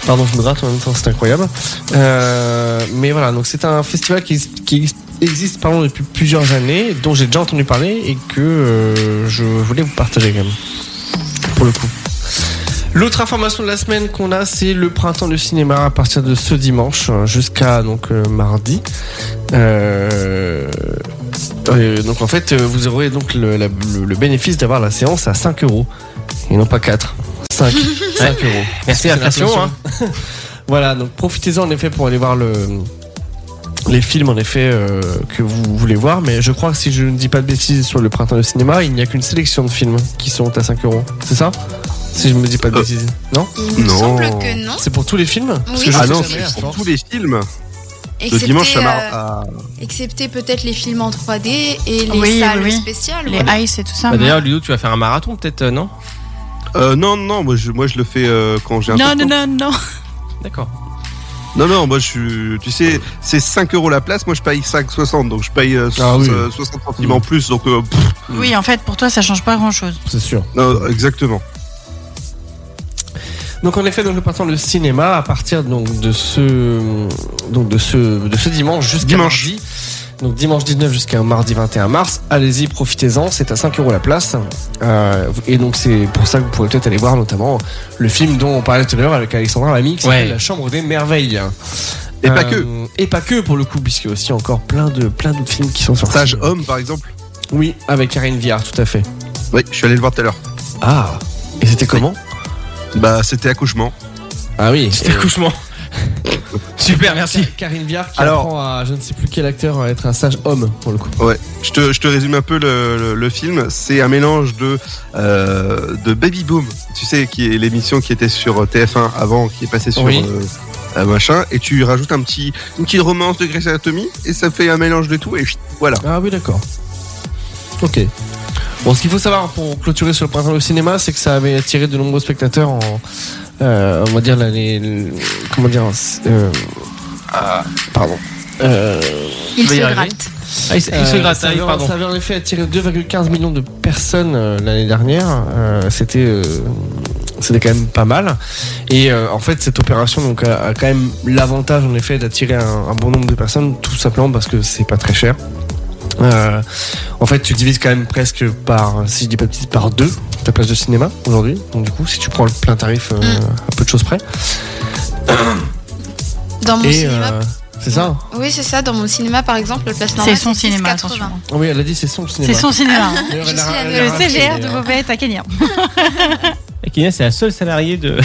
Speaker 6: Pardon, je me gratte en même temps, c'est incroyable. Euh, mais voilà, donc c'est un festival qui, qui existe pardon, depuis plusieurs années, dont j'ai déjà entendu parler et que euh, je voulais vous partager quand même. Pour le coup. L'autre information de la semaine qu'on a, c'est le printemps du cinéma à partir de ce dimanche euh, jusqu'à donc euh, mardi. Euh, euh, donc en fait, euh, vous aurez donc le, la- le- le bénéfice d'avoir la séance à 5 euros et non pas 4. 5, 5 euros.
Speaker 2: Merci,
Speaker 6: C'est
Speaker 2: inflation. Hein.
Speaker 6: (laughs) voilà, donc profitez-en en effet pour aller voir le, les films en effet euh, que vous voulez voir. Mais je crois que si je ne dis pas de bêtises sur le printemps du cinéma, il n'y a qu'une sélection de films qui sont à 5 euros. C'est ça Si je ne me dis pas de
Speaker 5: Euh,
Speaker 6: bêtises. Non
Speaker 4: Il me
Speaker 5: Non.
Speaker 4: semble que non.
Speaker 6: C'est pour tous les films
Speaker 4: Oui.
Speaker 6: que je
Speaker 5: Ah
Speaker 6: sais
Speaker 5: non,
Speaker 6: jamais,
Speaker 5: c'est
Speaker 6: à
Speaker 5: pour
Speaker 6: force.
Speaker 5: tous les films. Le
Speaker 4: Excepté,
Speaker 5: dimanche, ça ah.
Speaker 4: euh,
Speaker 5: marche à
Speaker 4: Excepté peut-être les films en 3D et les
Speaker 3: Oui, oui,
Speaker 4: salles
Speaker 3: oui.
Speaker 4: spéciales.
Speaker 3: Les
Speaker 4: voilà.
Speaker 3: ice et tout ça.
Speaker 2: Bah,
Speaker 3: non
Speaker 2: D'ailleurs, Ludo, tu vas faire un marathon peut-être, euh, non
Speaker 5: Euh, non, non, moi je, moi je le fais euh, quand j'ai un peu
Speaker 3: non,
Speaker 5: de
Speaker 3: non,
Speaker 5: temps.
Speaker 3: non, non.
Speaker 2: D'accord.
Speaker 5: non, non, moi je suis. Tu sais, c'est 5 euros la place, moi je paye 5,60, donc je paye euh,
Speaker 6: Ah oui.
Speaker 5: euh, 60 centimes en plus, donc. euh, pff,
Speaker 3: Oui, en fait, pour toi, ça change pas grand-chose.
Speaker 6: C'est sûr.
Speaker 5: non, exactement.
Speaker 6: Donc en effet, donc le printemps du cinéma à partir donc de ce donc de ce de ce dimanche jusqu'à
Speaker 5: Dimanche.
Speaker 6: mardi. Donc dimanche 19 jusqu'à mardi 21 mars, allez-y, profitez-en, c'est à 5 euros la place. Euh, et donc c'est pour ça que vous pourrez peut-être aller voir notamment le film dont on parlait tout à l'heure avec Alexandra Lamy qui s'appelle
Speaker 2: Ouais.
Speaker 6: La Chambre des Merveilles.
Speaker 5: Et pas
Speaker 6: Euh,
Speaker 5: que.
Speaker 6: Et pas que pour le coup, puisqu'il y a aussi encore plein de plein d'autres films qui sont sortis.
Speaker 5: Sage homme, par exemple.
Speaker 6: Oui, avec Karine Viard, tout à fait.
Speaker 5: Oui, je suis allé le voir tout à l'heure.
Speaker 6: Ah Et c'était comment
Speaker 5: Bah, c'était accouchement.
Speaker 6: Ah
Speaker 2: (laughs)
Speaker 6: oui. (laughs)
Speaker 2: C'était accouchement. Super, merci.
Speaker 6: Karine Viard qui
Speaker 5: Alors-
Speaker 6: apprend à je ne sais plus quel acteur à être un sage homme pour le coup.
Speaker 5: Ouais, je te, je te résume un peu le, le- le film. C'est un mélange de, euh, de Baby Boom, tu sais, qui est l'émission qui était sur TF1 avant, qui est passée sur
Speaker 6: Oui.
Speaker 5: euh, euh, machin, et tu rajoutes un petit, une petite romance de Grey's Anatomy, et ça fait un mélange de tout, et chut, voilà.
Speaker 6: Ah oui, d'accord. Ok. Bon, ce qu'il faut savoir pour clôturer sur le printemps au cinéma, c'est que ça avait attiré de nombreux spectateurs en. euh, on va dire l'année. Comment dire euh, ah, Pardon. Euh,
Speaker 2: Tu
Speaker 4: Il
Speaker 2: vas
Speaker 4: se
Speaker 2: y arriver
Speaker 4: gratte.
Speaker 2: Ah, il se il se
Speaker 6: euh,
Speaker 2: gratte,
Speaker 6: ça,
Speaker 2: ah,
Speaker 6: avait,
Speaker 2: pardon.
Speaker 6: ça avait en effet attiré 2,15 millions de personnes euh, l'année dernière. Euh, c'était, euh, c'était quand même pas mal. Et euh, en fait, cette opération donc, a, a quand même l'avantage en effet d'attirer un, un bon nombre de personnes, tout simplement parce que c'est pas très cher. Euh, en fait, tu divises quand même presque par, si je dis pas de bêtises, par deux ta place de cinéma aujourd'hui. Donc du coup, si tu prends le plein tarif euh,
Speaker 3: Mm.
Speaker 6: à peu de choses près.
Speaker 4: Dans mon
Speaker 6: Et
Speaker 4: cinéma.
Speaker 6: euh, c'est ça
Speaker 4: Oui, c'est ça. Dans mon cinéma, par exemple, le place normale.
Speaker 3: C'est son cinéma,
Speaker 4: 6,80.
Speaker 3: attention.
Speaker 6: Ah Oui, elle a dit c'est son cinéma.
Speaker 3: C'est son cinéma. hein.
Speaker 6: D'ailleurs,
Speaker 4: Je
Speaker 6: elle a-
Speaker 4: suis à
Speaker 6: elle a
Speaker 4: deux.
Speaker 3: Le
Speaker 6: racheté,
Speaker 3: CGR de
Speaker 6: d'ailleurs.
Speaker 3: Beauvais est à Kenya.
Speaker 2: Et Kenya, c'est la seule salariée de.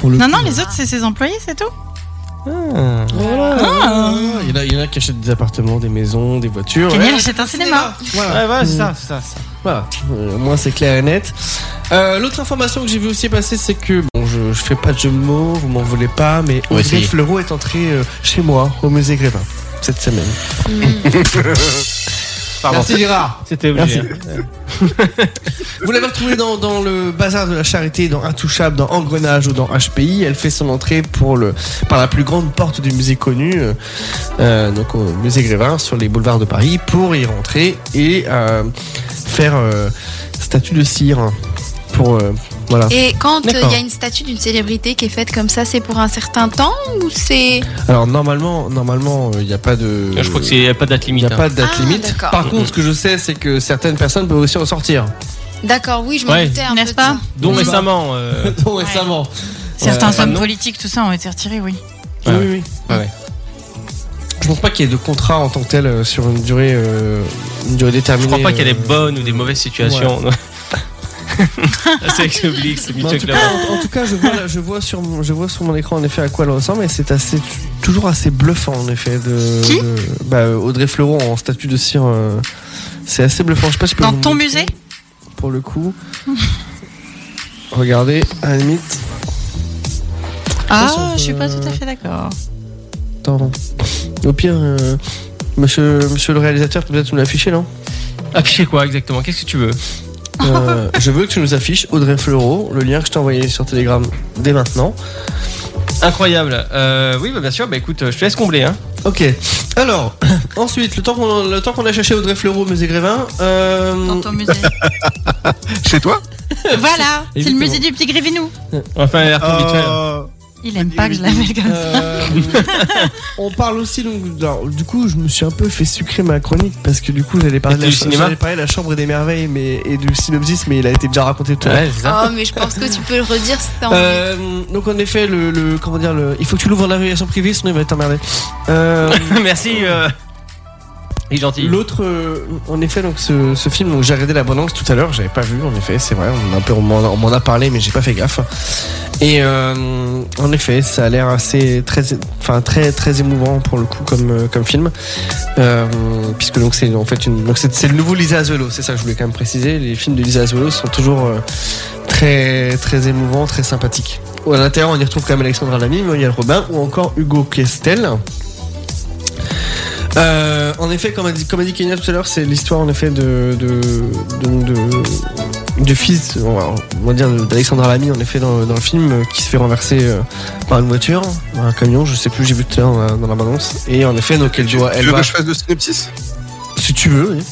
Speaker 6: Pour le
Speaker 3: Non,
Speaker 6: coup,
Speaker 3: non, les autres, c'est ses employés, c'est tout.
Speaker 6: Voilà. Il, y en a, il y en a qui achètent des appartements, des maisons, des voitures.
Speaker 3: Kenya,
Speaker 6: Ouais,
Speaker 3: c'est un cinéma.
Speaker 2: (laughs)
Speaker 6: Voilà,
Speaker 2: Ouais, voilà, c'est ça, c'est ça. c'est ça.
Speaker 6: voilà. Euh, au moins c'est clair et net. Euh, L'autre information que j'ai vu aussi passer, c'est que bon, je, je fais pas de jeu de mots, vous m'en voulez pas, mais
Speaker 2: On va
Speaker 6: Audrey
Speaker 2: essayer.
Speaker 6: Fleurot est entrée euh, chez moi au musée Grévin cette semaine.
Speaker 2: Pardon.
Speaker 6: Merci Gérard.
Speaker 2: C'était obligé.
Speaker 6: Merci.
Speaker 2: hein.
Speaker 6: Vous l'avez retrouvée dans, dans le bazar de la charité, dans Intouchable, dans Engrenage ou dans HPI. Elle fait son entrée pour le, par la plus grande porte du musée connu, euh, euh, donc au musée Grévin, sur les boulevards de Paris, pour y rentrer et euh, faire euh, statue de cire. Pour, euh, voilà.
Speaker 4: Et quand euh, il
Speaker 6: D'accord.
Speaker 4: y a une statue d'une célébrité qui est faite comme ça, c'est pour un certain temps ou c'est.
Speaker 6: Alors normalement, normalement, il n'y a pas de.
Speaker 2: Ah, Je crois qu'il n'y a pas de date
Speaker 6: il
Speaker 2: limite.
Speaker 6: n'y a
Speaker 2: hein.
Speaker 6: pas de date
Speaker 4: Ah,
Speaker 6: limite.
Speaker 4: d'accord.
Speaker 6: Par contre, ce que je sais, c'est que certaines personnes peuvent aussi ressortir.
Speaker 4: D'accord, oui, je m'en
Speaker 2: Ouais.
Speaker 4: doutais un
Speaker 3: N'est-ce
Speaker 4: peu de
Speaker 3: pas
Speaker 4: ça.
Speaker 2: Dont
Speaker 6: Oui.
Speaker 2: récemment. euh,
Speaker 6: Bon, récemment.
Speaker 3: Certains
Speaker 6: Ouais.
Speaker 3: hommes
Speaker 6: Ah, non.
Speaker 3: politiques, tout ça, ont été retirés, oui.
Speaker 2: Ouais,
Speaker 6: oui, oui.
Speaker 2: ouais, ouais.
Speaker 6: Je pense pas qu'il y ait de contrat en tant que tel euh, sur une durée, euh, une durée
Speaker 2: Je
Speaker 6: déterminée.
Speaker 2: crois pas qu'il y a des
Speaker 6: euh,
Speaker 2: bonnes ou des mauvaises situations. (laughs) c'est avec ce oblique, c'est
Speaker 6: mais en,
Speaker 2: Mitchell
Speaker 6: tout cas,
Speaker 2: Clement.
Speaker 6: en- en tout cas, je vois, je vois sur, mon- je vois sur mon écran en effet à quoi elle ressemble et c'est assez, toujours assez bluffant en effet de,
Speaker 3: Qui
Speaker 6: de- bah, euh, Audrey Fleuron en statut de cire. euh, c'est assez bluffant. Je sais pas si je peux
Speaker 3: Dans
Speaker 6: vous
Speaker 3: ton
Speaker 6: montrer,
Speaker 3: musée
Speaker 6: pour le coup. Regardez, à la limite.
Speaker 3: Ah,
Speaker 6: on
Speaker 3: je suis
Speaker 6: peut-
Speaker 3: pas tout à fait d'accord.
Speaker 6: Attends. Au pire, euh, monsieur, monsieur le réalisateur, peut-être nous l'afficher,
Speaker 3: (laughs)
Speaker 6: non
Speaker 2: Afficher Ah, quoi exactement Qu'est-ce que tu veux
Speaker 6: Euh, je veux que tu nous affiches Audrey Fleurot, le lien que je t'ai envoyé sur Telegram dès maintenant.
Speaker 2: Incroyable. Euh, oui, bah, bien sûr. Bah écoute, euh, je te laisse combler. Hein.
Speaker 6: Ok. Alors, (clears throat) ensuite, le temps qu'on le temps qu'on a cherché Audrey Fleurot au musée Grévin, euh,
Speaker 3: Dans ton musée.
Speaker 5: Chez toi
Speaker 3: voilà, c'est le
Speaker 6: Exactement.
Speaker 3: musée du petit Grévinou.
Speaker 2: Enfin, l'air habituel.
Speaker 3: Il aime pas que je l'appelle comme ça.
Speaker 6: euh, on parle aussi donc alors, du coup, je me suis un peu fait sucrer ma chronique parce que du coup, j'allais parler, de la
Speaker 2: du
Speaker 6: ch-
Speaker 2: cinéma
Speaker 6: j'allais parler de la chambre des merveilles mais et du synopsis, mais il a été déjà raconté tout à l'heure.
Speaker 2: Ouais, c'est ça.
Speaker 4: Oh, mais je pense que tu peux le redire si t'as envie.
Speaker 6: Euh, donc en effet le, le- comment dire le, il faut que tu l'ouvres en navigation privée sinon il va t'emmerder.
Speaker 2: (laughs)
Speaker 6: Euh,
Speaker 2: (laughs) Merci. Euh... Il est gentil.
Speaker 6: L'autre, euh, en effet, donc ce, ce film, donc j'ai regardé l'abondance tout à l'heure, j'avais pas vu, en effet, c'est vrai, on, a un peu- on m'en on m'en a parlé, mais j'ai pas fait gaffe. Et euh, en effet, ça a l'air assez très, enfin très très émouvant pour le coup comme euh, comme film, Euh, puisque donc c'est en fait une, donc c'est c'est le nouveau Lisa Azuelo, c'est ça que je voulais quand même préciser. Les films de Lisa Azuelo sont toujours euh, très très émouvants, très sympathiques. À l'intérieur, on y retrouve quand même Alexandra Lamy, Muriel Robin ou encore Hugo Kestel. Euh, en effet, comme a dit, comme a dit Kenya tout à l'heure, c'est l'histoire en effet de de, donc de- du fils, on va, on va dire d'Alexandra Lamy en effet dans, dans le film euh, qui se fait renverser euh, par une voiture, par un camion, je sais plus, j'ai vu tout à l'heure dans la- dans la balance. Et en effet, donc elle
Speaker 5: Tu
Speaker 6: doit, elle
Speaker 5: veux
Speaker 6: va,
Speaker 5: que je fasse de synopsis
Speaker 6: si tu veux. oui.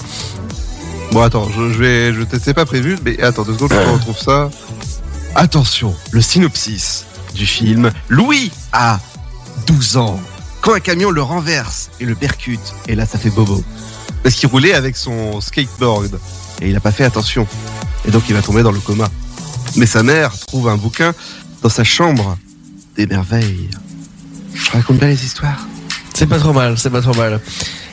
Speaker 5: Bon, attends, je, je vais. Je t'étais pas prévu, mais attends deux secondes, je retrouve ça. Attention, le synopsis du film. Louis a 12 ans. Quand un camion le renverse et le percute, et là, ça fait bobo. Parce qu'il roulait avec son skateboard et il n'a pas fait attention. Et donc, il va tomber dans le coma. Mais sa mère trouve un bouquin dans sa chambre des merveilles. Je raconte bien les histoires.
Speaker 6: C'est pas trop mal, c'est pas trop mal.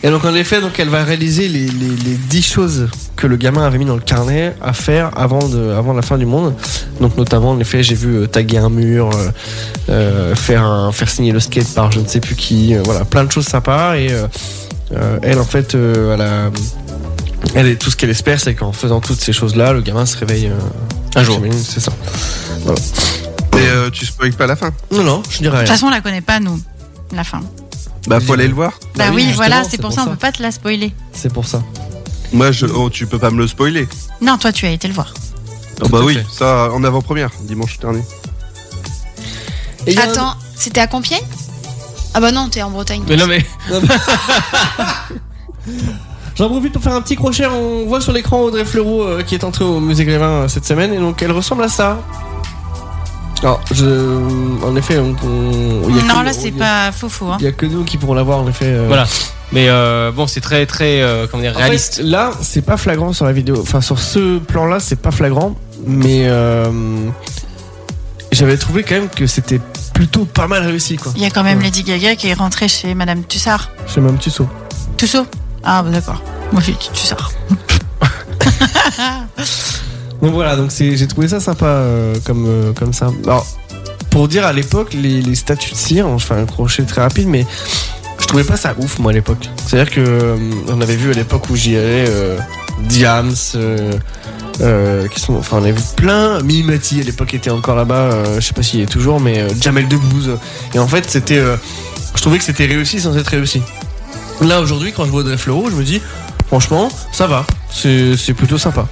Speaker 6: Et donc en effet, donc elle va réaliser les, les, les 10 choses que le gamin avait mis dans le carnet à faire avant, de, avant la fin du monde. Donc notamment, en effet, j'ai vu euh, taguer un mur, euh, euh, faire, un, faire signer le skate par je ne sais plus qui, euh, voilà, plein de choses sympas. Et euh, euh, elle, en fait, euh, elle a- elle est, tout ce qu'elle espère, c'est qu'en faisant toutes ces choses-là, le gamin se réveille euh, un jour. C'est ça. Voilà.
Speaker 5: Et euh, tu spoil pas la fin.
Speaker 6: Non, non, je dirais
Speaker 3: toute
Speaker 6: rien.
Speaker 3: façon, on la connaît pas, nous, la fin.
Speaker 5: Bah, faut aller le voir.
Speaker 3: Bah, oui,
Speaker 6: justement,
Speaker 3: voilà, c'est pour ça, on peut pas te la spoiler.
Speaker 6: C'est pour ça.
Speaker 5: Moi, je, oh, tu peux pas me le spoiler.
Speaker 3: Non, toi, tu as été le voir.
Speaker 5: Ah bah
Speaker 6: à
Speaker 5: oui,
Speaker 6: fait.
Speaker 5: ça en avant-première, dimanche dernier.
Speaker 6: Et il y a un-
Speaker 4: Attends, c'était à Compiègne Ah bah non, t'es en Bretagne.
Speaker 2: Mais non, mais
Speaker 6: J'en profite pour faire un petit crochet. On voit sur l'écran Audrey Fleurot euh, qui est entrée au musée Grévin euh, cette semaine et donc elle ressemble à ça. Alors, je... en effet, on, on- il y a que
Speaker 3: Non,
Speaker 6: nous-
Speaker 3: là, c'est
Speaker 6: il y a-
Speaker 3: pas faux faux. Hein.
Speaker 6: Il y a que nous qui pourrons la voir en effet. euh.
Speaker 2: voilà. Mais euh, bon, c'est très, très, euh, comment dire,
Speaker 6: En fait,
Speaker 2: réaliste.
Speaker 6: là, c'est pas flagrant sur la vidéo. Enfin, sur ce plan-là, c'est pas flagrant. Mais euh, j'avais trouvé quand même que c'était plutôt pas mal réussi, quoi.
Speaker 3: Il y a quand même
Speaker 6: Ouais.
Speaker 3: Lady Gaga qui est rentrée chez Madame Tussard.
Speaker 6: Chez Mme Tussaud.
Speaker 3: Tussaud Ah, bah, d'accord. Moi, j'ai dit Tussard.
Speaker 6: Donc voilà, donc c'est, j'ai trouvé ça sympa euh, comme, euh, comme ça. Alors, pour dire à l'époque, les, les statues de cire, hein, je fais un crochet très rapide, mais je trouvais pas ça ouf moi à l'époque. C'est-à-dire que euh, on avait vu à l'époque où j'y allais euh, Diams, euh, euh, qui sont, enfin on avait vu plein. Mimati à l'époque était encore là-bas, euh, je sais pas s'il est toujours, mais euh, Jamel Debbouze. Et en fait, c'était, euh, je trouvais que c'était réussi sans être réussi. Là aujourd'hui, quand je vois Audrey Fleurot, je me dis, franchement, ça va, c'est, c'est plutôt sympa.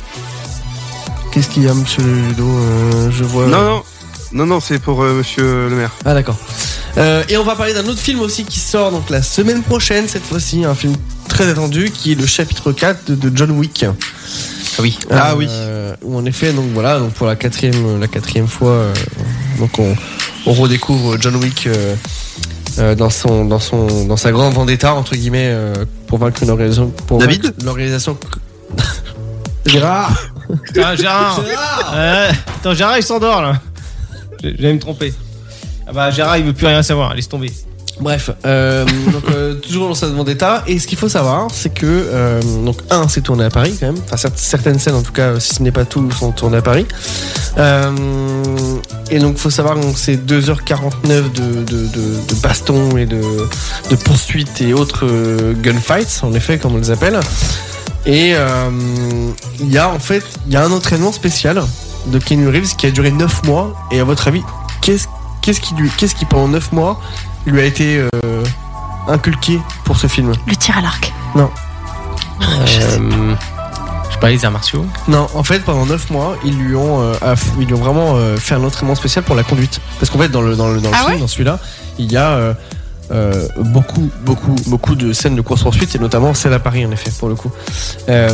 Speaker 6: Qu'est-ce qu'il y a, monsieur Ludo Euh, Je vois.
Speaker 5: Non, non, non, non, c'est pour euh, monsieur le maire.
Speaker 6: Ah d'accord. Euh, et on va parler d'un autre film aussi qui sort donc la semaine prochaine cette fois-ci, un film très attendu qui est le chapitre 4 de, de John Wick.
Speaker 5: Ah oui. Ah oui.
Speaker 6: Euh, Où en effet donc voilà donc pour la quatrième la quatrième fois euh, donc on, on redécouvre John Wick euh, euh, dans son dans son dans sa grande vendetta entre guillemets euh, pour vaincre une organisation pour
Speaker 5: David
Speaker 6: vaincre
Speaker 5: (laughs)
Speaker 6: l'organisation Gérard
Speaker 2: Ah,
Speaker 6: (laughs)
Speaker 2: Gérard Euh, Attends, Gérard, il s'endort là. J'ai- J'allais me tromper. Ah bah, Gérard, il veut plus rien savoir, laisse tomber.
Speaker 6: Bref, euh, (laughs) donc, euh, toujours dans sa vendetta. Et ce qu'il faut savoir, c'est que, euh, donc, un, c'est tourné à Paris quand même. Enfin, certes- certaines scènes, en tout cas, euh, si ce n'est pas tout, sont tournées à Paris. Euh, et donc, faut savoir que c'est 2h49 de, de, de, de baston et de, de poursuites et autres euh, gunfights, en effet, comme on les appelle. Et euh, il y a en fait il y a un entraînement spécial de Keanu Reeves qui a duré 9 mois. Et à votre avis, qu'est-ce qu'est-ce qui, lui- qu'est-ce qui pendant 9 mois lui a été euh, inculqué pour ce film.
Speaker 3: Le tir à l'arc.
Speaker 2: Je sais
Speaker 6: Euh,
Speaker 2: pas. Je parlais des arts martiaux.
Speaker 6: Non, en fait, pendant 9 mois, ils lui ont, euh, aff- ils lui ont vraiment euh, fait un entraînement spécial pour la conduite. Parce qu'en fait, dans le, dans le, dans le
Speaker 3: Ah
Speaker 6: film, dans celui-là, il y a euh, euh, beaucoup, beaucoup, beaucoup de scènes de course-poursuite, et notamment celle à Paris, en effet, pour le coup. Euh,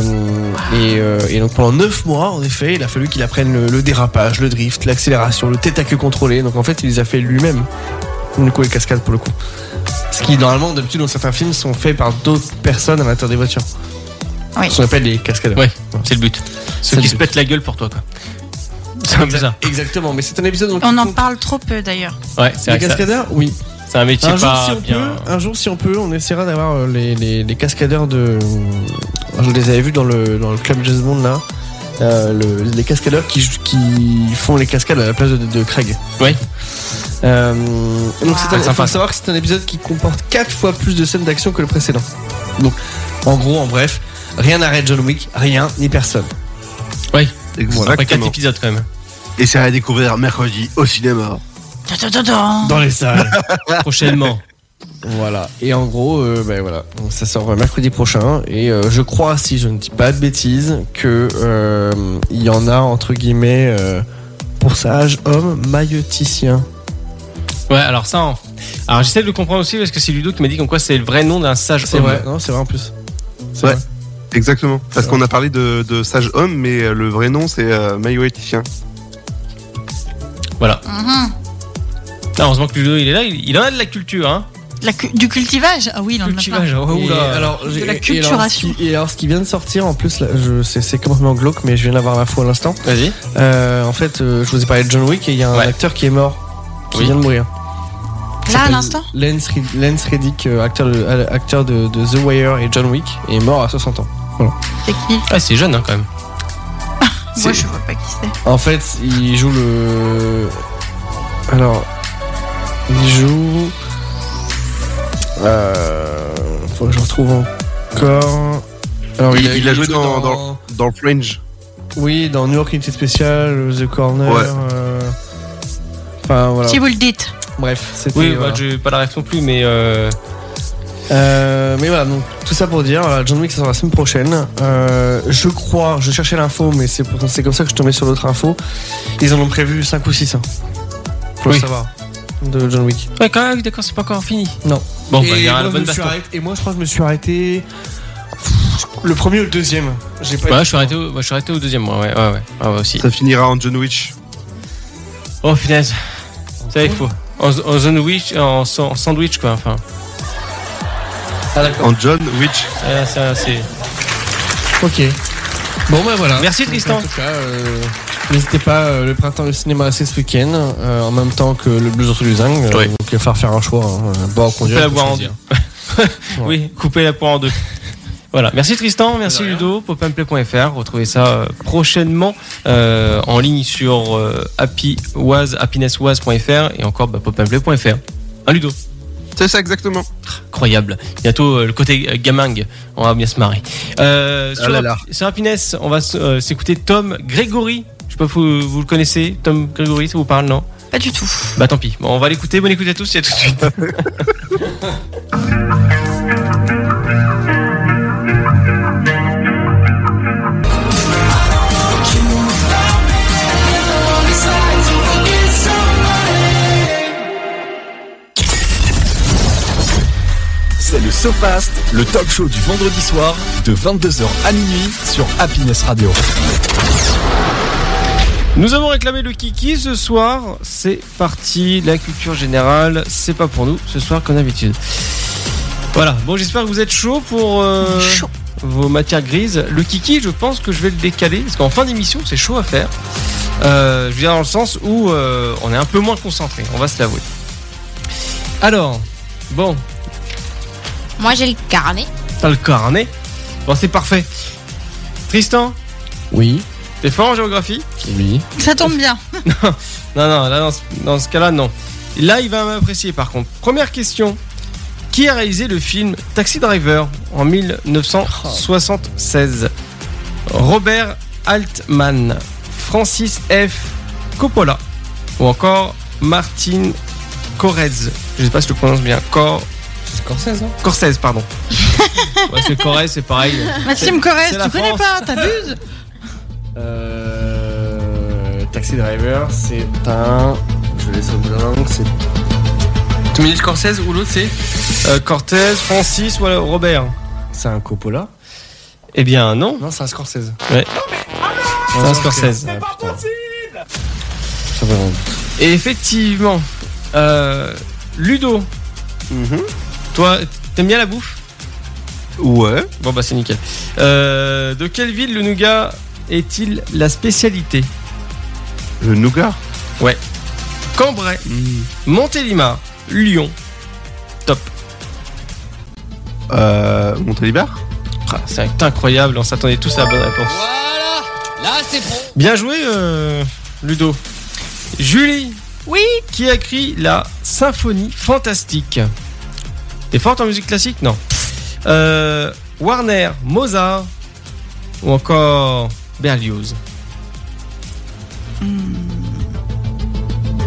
Speaker 6: et, euh, et donc, pendant 9 mois, en effet, il a fallu qu'il apprenne le, le dérapage, le drift, l'accélération, le tête à queue contrôlé. Donc, en fait, il les a fait lui-même. Du coup, les cascades, pour le coup. Ce qui, normalement, d'habitude, dans certains films, sont faits par d'autres personnes à l'intérieur des voitures.
Speaker 3: Oui.
Speaker 6: Ce qu'on appelle les cascadeurs.
Speaker 2: Ouais. C'est le but. Ceux
Speaker 6: C'est le
Speaker 2: qui se
Speaker 6: but.
Speaker 2: pètent la gueule pour toi, quoi. C'est un peu ça.
Speaker 6: Exactement, mais c'est un épisode donc,
Speaker 3: On
Speaker 6: qui
Speaker 3: en
Speaker 6: compte-
Speaker 3: parle trop peu d'ailleurs.
Speaker 2: Ouais, c'est
Speaker 6: Les
Speaker 2: vrai que ça-
Speaker 6: cascadeurs Oui.
Speaker 2: c'est un métier
Speaker 6: Un jour,
Speaker 2: pas
Speaker 6: si on
Speaker 2: bien.
Speaker 6: peut, un jour, si on peut, on essaiera d'avoir euh, les, les- les cascadeurs de. Je les avais vus dans le, dans le club Jazz Bond là. Euh, le- les cascadeurs qui, qui font les cascades à la place de, de Craig.
Speaker 2: Oui.
Speaker 6: Euh, donc c'est un-
Speaker 2: Ah, sympa,
Speaker 6: faut
Speaker 2: ça.
Speaker 6: savoir que c'est un épisode qui comporte 4 fois plus de scènes d'action que le précédent. Donc, en gros, en bref, rien n'arrête John Wick, rien ni personne.
Speaker 2: Après 4
Speaker 5: Exactement.
Speaker 2: épisodes quand même.
Speaker 5: Et c'est à découvrir mercredi au cinéma.
Speaker 3: Tadadadam.
Speaker 6: Dans les salles.
Speaker 2: (laughs) Prochainement.
Speaker 6: Voilà. Et en gros, euh, ben voilà, Donc, ça sort euh, mercredi prochain. Et euh, je crois, si je ne dis pas de bêtises, que euh, il y en a entre guillemets euh, pour sage homme maïoticien.
Speaker 2: Ouais, alors ça. en- Alors j'essaie de le comprendre aussi parce que c'est Ludo qui m'a dit comme quoi c'est le vrai nom d'un sage
Speaker 6: C'est
Speaker 2: homme.
Speaker 6: vrai. Non, c'est vrai en plus. C'est
Speaker 5: Ouais.
Speaker 6: vrai.
Speaker 5: Exactement. Parce
Speaker 6: Ouais.
Speaker 5: qu'on a parlé de, de sage homme, mais euh, le vrai nom c'est euh, Maïoéticien.
Speaker 3: Mhm.
Speaker 2: Ah, heureusement que Ludo il est là, il, il en a de la culture. Hein.
Speaker 3: La cu- du cultivage Ah oui, il en a plein.
Speaker 2: Cultivage. Oh,
Speaker 6: Et
Speaker 2: oula.
Speaker 6: alors,
Speaker 3: De la
Speaker 6: j'ai- et alors, ce
Speaker 3: culturation.
Speaker 6: qui- Et alors, ce qui vient de sortir en plus, là, je c'est- c'est complètement glauque, mais je viens d'avoir l'info à l'instant.
Speaker 2: Vas-y.
Speaker 6: Euh, en fait, euh, je vous ai parlé de John Wick et il y a un
Speaker 2: Ouais.
Speaker 6: acteur qui est mort, qui
Speaker 2: Oui.
Speaker 6: vient de mourir.
Speaker 3: Là, Ah, à l'instant
Speaker 9: Lance, Rid- Lance Reddick, euh, acteur, de, euh, acteur de, de The Wire et John Wick, est mort à 60 ans.
Speaker 3: C'est qui
Speaker 2: Ah, c'est jeune hein, quand même.
Speaker 3: Moi, je vois pas qui c'est.
Speaker 9: En fait, il joue le. Alors. Il joue. Euh... Faut que je retrouve encore. Alors,
Speaker 5: Il, il a joué dans,
Speaker 9: dans-
Speaker 5: dans, dans Fringe.
Speaker 9: Oui, dans New York Unité Spéciale, The Corner.
Speaker 5: Ouais.
Speaker 9: euh, Enfin, voilà.
Speaker 3: Si vous le dites.
Speaker 9: Bref, c'était. euh,
Speaker 2: Oui, bah,
Speaker 9: voilà.
Speaker 2: j'ai pas la ref non plus, mais euh,
Speaker 9: Euh, mais voilà, donc tout ça pour dire, voilà, John Wick ça sort la semaine prochaine. Euh, je crois, je cherchais l'info, mais c'est pourtant- c'est comme ça que je tombais sur l'autre info. Ils en ont prévu 5 ou 6. Hein, pour
Speaker 2: Oui.
Speaker 9: le savoir. De John Wick.
Speaker 2: ouais, quand même, d'accord, c'est pas encore fini.
Speaker 9: Non.
Speaker 2: Bon, bah, il y
Speaker 9: moi,
Speaker 2: a la
Speaker 9: je
Speaker 2: bonne
Speaker 9: me suis
Speaker 2: baston.
Speaker 9: arrêté- et moi je crois que je me suis arrêté. Le premier ou le deuxième J'ai pas
Speaker 2: Bah, là, je suis arrêté, au, bah, je suis arrêté au deuxième, moi, ouais, ouais, ouais, Ah, ouais, aussi.
Speaker 5: Ça finira en John Witch.
Speaker 2: Oh punaise, ça il faut. En, en sandwich, euh, en, sa- en sandwich quoi, enfin.
Speaker 9: Ah, d'accord.
Speaker 5: En John Witch.
Speaker 2: Ah, ça, c'est-
Speaker 9: Ok. Bon, ben voilà.
Speaker 2: Merci, Tristan.
Speaker 9: En tout cas, euh, n'hésitez pas, euh, le printemps du cinéma c'est ce week-end, euh, en même temps que le blues sur Luzing. euh,
Speaker 2: Oui.
Speaker 9: Donc il va falloir faire un choix. Hein, euh, boire ou conduire.
Speaker 2: Couper la
Speaker 9: faut
Speaker 2: boire en
Speaker 9: choisir.
Speaker 2: deux. (laughs) Oui, couper la poire en deux. Voilà, merci Tristan, merci
Speaker 9: rien.
Speaker 2: Ludo, popinplay.fr. Retrouvez ça euh, prochainement euh, en ligne sur euh, happywaz, happinesswaz.fr et encore bah, popinplay.fr. Hein, Ludo
Speaker 5: C'est ça exactement.
Speaker 2: Incroyable. Bientôt euh, le côté euh, gamingue, on va bien se marrer. Euh, sur,
Speaker 5: Ah là là.
Speaker 2: sur Happiness, on va s- euh, s'écouter Tom Gregory. Je sais pas, vous, vous le connaissez, Tom Gregory, ça vous parle, non
Speaker 3: Pas du tout.
Speaker 2: Bah tant pis. Bon, on va l'écouter. Bonne écoute à tous et à tout de suite.
Speaker 1: C'est le SoFast, le talk show du vendredi soir de 22h à minuit sur Happiness Radio.
Speaker 2: Nous avons réclamé le kiki ce soir. C'est parti. La culture générale, c'est pas pour nous ce soir comme d'habitude. Voilà. Bon, j'espère que vous êtes chaud pour euh,
Speaker 3: Chaud.
Speaker 2: vos matières grises. Le kiki, je pense que je vais le décaler parce qu'en fin d'émission, c'est chaud à faire. Euh, je veux dire dans le sens où euh, on est un peu moins concentré. On va se l'avouer. Alors, bon,
Speaker 4: Moi, j'ai le carnet.
Speaker 2: t'as le carnet. Bon, c'est parfait. Tristan,
Speaker 9: Oui,
Speaker 2: t'es fort en géographie
Speaker 9: oui.
Speaker 3: Ça tombe bien.
Speaker 2: Non, non, là, dans ce, dans ce cas-là, non. Là, il va m'apprécier par contre. Première question. Qui a réalisé le film Taxi Driver en 1976 Robert Altman, Francis F. Coppola ou encore Martin Corrèze. Je sais pas si je le prononce bien. Cor...
Speaker 9: C'est Scorsese, hein
Speaker 2: Corsese,
Speaker 9: (laughs)
Speaker 2: pardon. ouais, c'est Corrèze, c'est pareil.
Speaker 3: Maxime Corrèze,
Speaker 2: c'est
Speaker 3: tu
Speaker 2: la
Speaker 3: connais
Speaker 2: France.
Speaker 3: pas, t'abuses
Speaker 9: Euh, Taxi Driver, c'est un. Je laisse au bout d'un moment, c'est.
Speaker 2: Tu me dis Corsese ou l'autre c'est Euh, Cortez, Francis ou alors Robert
Speaker 9: C'est un Coppola
Speaker 2: Eh bien, non.
Speaker 9: Non, c'est un Scorsese.
Speaker 2: Ouais.
Speaker 9: Non,
Speaker 2: C'est un Scorsese.
Speaker 9: Ah, putain. Ça va vraiment.
Speaker 2: Et effectivement, euh, Ludo, Mhm. toi, t'aimes bien la bouffe
Speaker 5: Ouais.
Speaker 2: Bon bah c'est nickel. Euh, de quelle ville le nougat est-il la spécialité
Speaker 5: Le Nougat.
Speaker 2: Cambrai, Montélimar, Lyon.
Speaker 5: Euh, Montélimar.
Speaker 2: Ah, C'est incroyable, on s'attendait tous à la bonne réponse. Bien joué, euh, Ludo. Julie.
Speaker 3: Oui.
Speaker 2: Qui a écrit la symphonie fantastique T'es forte en musique classique Non. Euh, Warner, Mozart ou encore Berlioz.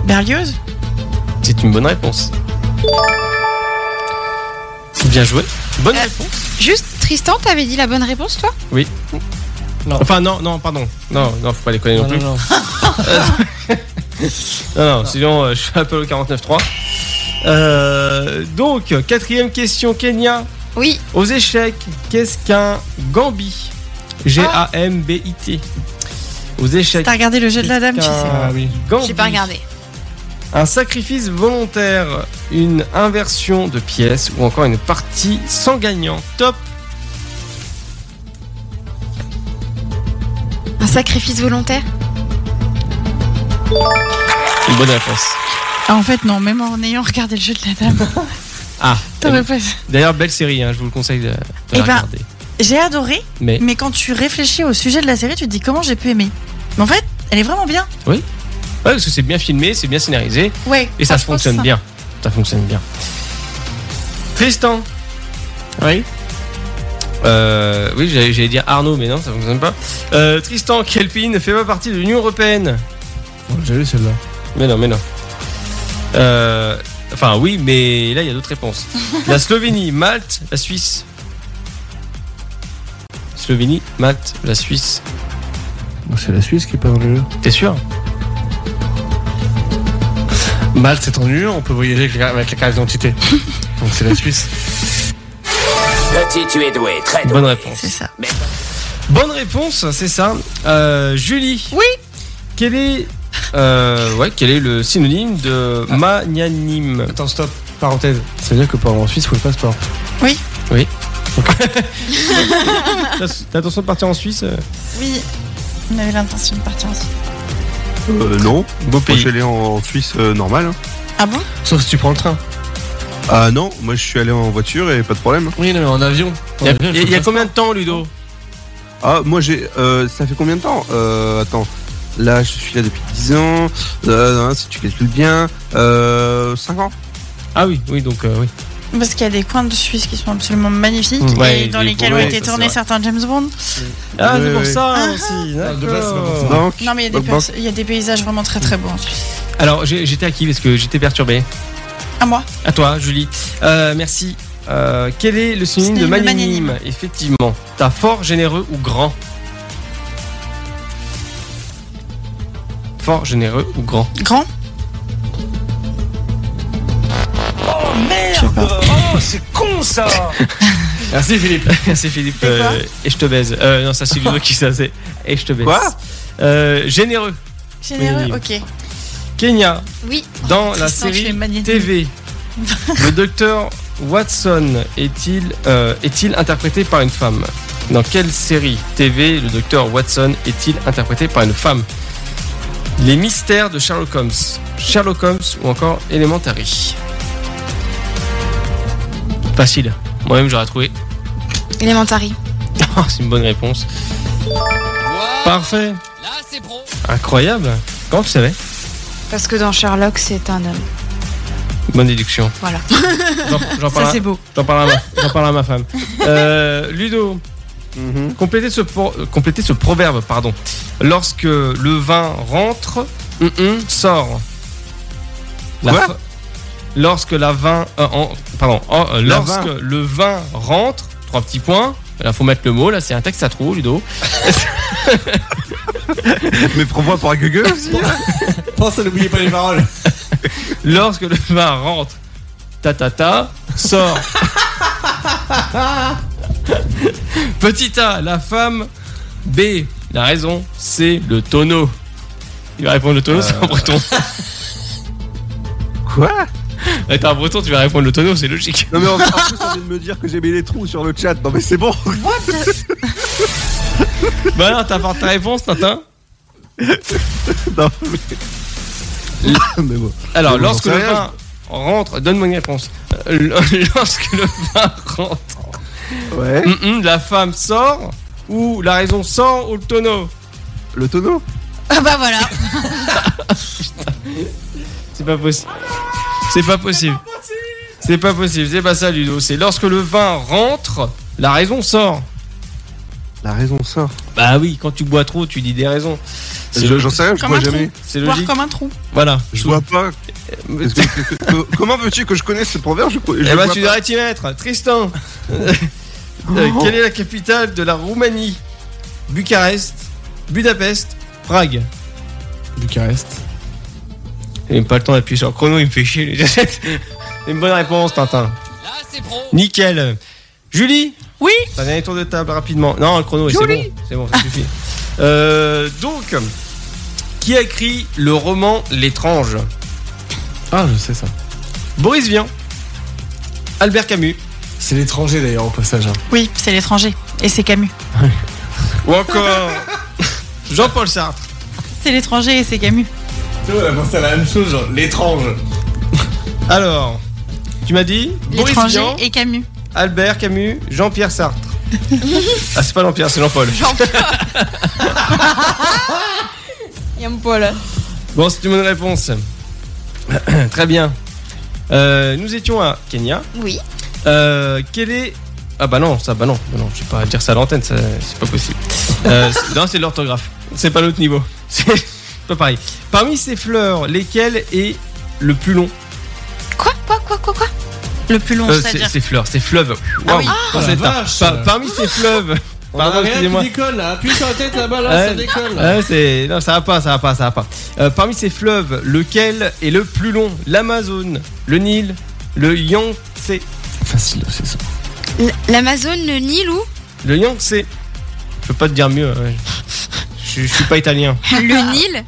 Speaker 3: Berlioz
Speaker 2: C'est une bonne réponse. Bien joué. Bonne
Speaker 4: Euh,
Speaker 2: réponse.
Speaker 4: Juste, Tristan, t'avais dit la bonne réponse, toi
Speaker 2: Enfin non, non, pardon. Non, non, faut pas les connaître non,
Speaker 9: Non, non,
Speaker 2: plus.
Speaker 9: non.
Speaker 2: (laughs) Non, non, sinon euh, je suis Apollo 49.3. Euh, donc, quatrième question, Kenya.
Speaker 4: Oui.
Speaker 2: Aux échecs, qu'est-ce qu'un gambi G-A-M-B-I-T. Aux échecs.
Speaker 3: T'as regardé le jeu de la dame, tu
Speaker 2: qu'est-ce
Speaker 3: sais.
Speaker 2: qu'un
Speaker 9: Ah oui.
Speaker 2: gambi
Speaker 4: J'ai pas regardé.
Speaker 2: Un sacrifice volontaire, une inversion de pièces ou encore une partie sans gagnant. Top
Speaker 4: Un sacrifice volontaire
Speaker 2: Une bonne réponse.
Speaker 3: Ah, en fait, non, même en ayant regardé le jeu de la dame,
Speaker 2: Ah,
Speaker 3: t'aurais pas.
Speaker 2: d'ailleurs, belle série, hein, je vous le conseille de, de
Speaker 3: Eh
Speaker 2: la
Speaker 3: ben,
Speaker 2: regarder.
Speaker 3: J'ai adoré,
Speaker 2: Mais
Speaker 3: mais quand tu réfléchis au sujet de la série, tu te dis comment j'ai pu aimer. Mais en fait, elle est vraiment bien.
Speaker 2: ouais, parce que c'est bien filmé, c'est bien scénarisé
Speaker 3: Ouais.
Speaker 2: et ça
Speaker 3: franchement,
Speaker 2: fonctionne
Speaker 3: c'est
Speaker 2: bien. Ça fonctionne bien. Tristan
Speaker 6: Oui.
Speaker 2: Euh, oui, j'allais j'allais dire Arnaud, mais non, ça fonctionne pas. Euh, Tristan Kelpin ne fait pas partie de l'Union Européenne.
Speaker 6: J'ai vu celle-là.
Speaker 2: Mais non, mais non. Euh, enfin, oui, mais là, il y a d'autres réponses. La Slovénie, Malte, la Suisse. Slovénie, Malte, la Suisse.
Speaker 6: Bon, C'est la Suisse qui est pas dans le jeu.
Speaker 2: T'es sûr
Speaker 6: Malte, c'est en mur, on peut voyager avec la- avec la carte
Speaker 9: (laughs)
Speaker 6: d'identité. Donc c'est la Suisse.
Speaker 11: Petit, tu es doué, très doué.
Speaker 2: Bonne
Speaker 3: ça.
Speaker 2: réponse.
Speaker 3: C'est ça.
Speaker 2: Bonne réponse, c'est ça. Euh, Julie.
Speaker 3: Oui.
Speaker 2: Quel est. euh, ouais, quel est le synonyme de magnanime
Speaker 6: Attends, stop, parenthèse. Ça veut dire que pour aller en Suisse, il faut le passeport.
Speaker 2: T'as t'as l'intention de partir en Suisse euh
Speaker 3: Oui, on avait l'intention de partir ensuite.
Speaker 5: Euh, non.
Speaker 2: Beau
Speaker 5: Moi,
Speaker 2: pays.
Speaker 5: je suis allé en Suisse euh, normal. hein.
Speaker 3: Ah bon
Speaker 6: Sauf si tu prends le train.
Speaker 5: Ah non, moi je suis allé en voiture et pas de problème.
Speaker 6: Oui, non, mais en avion.
Speaker 2: Il
Speaker 6: En
Speaker 2: y a-
Speaker 6: avion,
Speaker 2: il y,
Speaker 6: il
Speaker 2: a-
Speaker 6: faut
Speaker 2: il y a
Speaker 6: le
Speaker 2: combien de temps, Ludo
Speaker 5: Ah, moi j'ai. euh, ça fait combien de temps euh, Attends. Là, je suis là depuis 10 ans. Euh, si tu calcules bien, euh, 5 ans.
Speaker 2: Ah oui, oui, donc euh, oui.
Speaker 3: Parce qu'il y a des coins de Suisse qui sont absolument magnifiques
Speaker 2: Mmh.
Speaker 3: et
Speaker 2: Ouais,
Speaker 3: dans
Speaker 2: des
Speaker 3: lesquels ont
Speaker 2: bourrées,
Speaker 3: été
Speaker 2: ça, c'est
Speaker 3: tournés
Speaker 2: vrai.
Speaker 3: certains James Bond.
Speaker 2: Ah,
Speaker 5: Oui,
Speaker 2: c'est pour
Speaker 5: oui.
Speaker 2: ça aussi.
Speaker 6: Ah, de base, c'est pas pour ça.
Speaker 2: d'accord.
Speaker 5: Donc,
Speaker 3: Non, mais il y, a
Speaker 5: donc,
Speaker 3: des pers- il y a des paysages vraiment très très beaux en Suisse.
Speaker 2: Alors, j'ai- j'étais à qui parce que j'étais perturbé.
Speaker 3: À moi
Speaker 2: À toi, Julie. Euh, merci. Euh, quel est le synonyme de
Speaker 3: Synonyme de
Speaker 2: magnanime, Effectivement. T'as fort, généreux ou grand Fort, généreux ou grand
Speaker 3: Grand
Speaker 7: Oh, c'est con ça
Speaker 2: Merci Philippe. (laughs) Merci Philippe.
Speaker 3: C'est quoi
Speaker 2: et je te baise. Euh, non, ça c'est Ludo qui ça c'est. Et je te baise.
Speaker 5: Quoi
Speaker 2: Euh, Généreux.
Speaker 3: Généreux
Speaker 2: Oui.
Speaker 3: Ok.
Speaker 2: Kenya,
Speaker 4: Oui.
Speaker 2: dans la
Speaker 3: Tristan, tu
Speaker 2: série
Speaker 3: es magnanime. (laughs)
Speaker 2: TV. Le docteur Watson est-il euh, est-il interprété par une femme Dans quelle série TV le docteur Watson est-il interprété par une femme Les mystères de Sherlock Holmes, Sherlock Holmes ou encore Elementary. Facile. Moi-même j'aurais trouvé. (laughs)
Speaker 4: Elementary.
Speaker 2: Ah, C'est une bonne réponse. Parfait. Incroyable. Comment tu savais
Speaker 4: Parce que dans Sherlock, c'est un homme.
Speaker 2: Bonne déduction.
Speaker 4: Voilà.
Speaker 2: J'en- J'en
Speaker 3: Ça
Speaker 2: parle,
Speaker 3: c'est beau.
Speaker 2: j'en parle à ma- j'en parle à ma femme. Euh, Ludo,
Speaker 5: Mhm.
Speaker 2: Complétez ce, pro- euh, complétez ce proverbe, pardon. Lorsque le vin rentre, hum, hum, sort. La
Speaker 5: Quoi
Speaker 2: fa- Lorsque la vin, euh, en- pardon, en- euh,
Speaker 5: La
Speaker 2: lorsque le vin rentre, trois petits points. Là, faut mettre le mot. Là, c'est un texte à trous, Ludo.
Speaker 5: Mais prends-moi pour un gueule aussi.
Speaker 6: Pense à n'oublier pas les paroles.
Speaker 2: Lorsque le (laughs) vin rentre, ta ta ta, sort. Petit A, la femme. B, la raison. C, le tonneau. Il va répondre le tonneau, c'est un breton.
Speaker 5: Quoi
Speaker 2: Ouais, T'es un breton, tu vas répondre le tonneau, c'est logique.
Speaker 5: (laughs) Non mais en en plus, on vient de me dire que j'ai mis les trous sur le chat. Non mais c'est bon.
Speaker 2: Bah alors, t'apportes ta réponse, Tintin
Speaker 5: (laughs) Non, (laughs) mais... mais bon.
Speaker 2: Alors,
Speaker 5: Mais bon,
Speaker 2: lorsque
Speaker 5: j'en
Speaker 2: le
Speaker 5: sais rien.
Speaker 2: vin rentre, donne-moi une réponse. Euh, l- (laughs) lorsque le vin rentre,
Speaker 5: Ouais.
Speaker 2: hum, hum, la femme sort, ou la raison sort, ou le tonneau
Speaker 5: Le tonneau
Speaker 3: Ah bah voilà.
Speaker 2: C'est pas possible. C'est pas possible. C'est pas possible, c'est pas ça, Ludo. C'est lorsque le vin rentre, la raison sort.
Speaker 5: La raison sort.
Speaker 2: Bah oui, quand tu bois trop, tu dis des raisons. C'est
Speaker 5: Je- J'en sais rien, (laughs) je
Speaker 3: Comme un
Speaker 5: vois
Speaker 3: trou.
Speaker 5: jamais.
Speaker 2: C'est
Speaker 3: Voir
Speaker 2: logique.
Speaker 3: comme un trou.
Speaker 2: Voilà.
Speaker 5: Je vois pas. Est-ce que- que- que- comment veux-tu que je connaisse ce proverbe je, je
Speaker 2: Euh, Eh bah,
Speaker 5: vois
Speaker 2: tu
Speaker 5: pas.
Speaker 2: devrais t'y mettre.
Speaker 6: (laughs)
Speaker 2: Tristan, Euh,
Speaker 6: Oh.
Speaker 2: quelle est la capitale de la Roumanie Bucarest, Budapest, Prague.
Speaker 6: Bucarest.
Speaker 2: J'ai même pas le temps d'appuyer sur le chrono, il me fait chier. lui. C'est (laughs) une bonne réponse, Tintin. Là,
Speaker 7: Ah,
Speaker 2: c'est pro. Nickel. Julie
Speaker 3: Oui.
Speaker 2: Un dernier tour de table rapidement. Non, le chrono, c'est bon. C'est bon, ça suffit. Euh, donc, qui a écrit le roman L'étrange
Speaker 6: Ah, je sais ça.
Speaker 2: Boris Vian, Albert Camus
Speaker 6: C'est l'étranger d'ailleurs au passage. hein.
Speaker 3: Oui, c'est l'étranger. Et c'est Camus.
Speaker 2: ou encore (laughs) Jean-Paul Sartre
Speaker 3: C'est l'étranger et c'est Camus.
Speaker 6: Tu vois, on a pensé à la même chose, genre l'étrange.
Speaker 2: Alors, tu m'as dit Boris
Speaker 3: L'étranger
Speaker 2: Vian,
Speaker 3: et Camus.
Speaker 2: Albert Camus, Jean-Pierre Sartre.
Speaker 3: (laughs)
Speaker 2: ah, c'est pas Jean-Pierre, c'est Jean-Paul.
Speaker 4: Yam pas là.
Speaker 2: Bon, c'est une bonne réponse. (clears throat) Très bien. Euh, nous étions à Kenya.
Speaker 4: Oui.
Speaker 2: Euh, quel est. Ah bah non, ça, bah non, bah non je vais pas dire ça à l'antenne, ça, c'est pas possible. Euh, c'est- non, c'est de l'orthographe. C'est pas l'autre niveau. C'est pas pareil. Parmi ces fleurs, lesquelles est le plus long
Speaker 4: Quoi Quoi Quoi Quoi Quoi
Speaker 3: Le plus long,
Speaker 2: Euh, c'est,
Speaker 3: c'est-à-dire.
Speaker 2: c'est fleurs, c'est fleuve.
Speaker 3: Ah
Speaker 2: Waouh,
Speaker 3: oui.
Speaker 2: pensez
Speaker 6: la
Speaker 2: tard.
Speaker 6: vache. euh.
Speaker 2: Par- parmi ces fleuves.
Speaker 6: Ah, bah,
Speaker 2: Pardon, excusez-moi.
Speaker 6: déconne là, appuie sur la tête là-bas, là, ça
Speaker 2: Ouais.
Speaker 6: déconne. là.
Speaker 2: Ouais, c'est... Non, ça va pas, ça va pas, ça va pas. Euh, parmi ces fleuves, lequel est le plus long L'Amazone, le Nil, le Yangtze.
Speaker 6: Facile, c'est ça.
Speaker 4: L- L'Amazone, le Nil ou
Speaker 2: Le Yangtze. Je peux pas te dire mieux. ouais. Je, je suis pas italien.
Speaker 4: Le Nil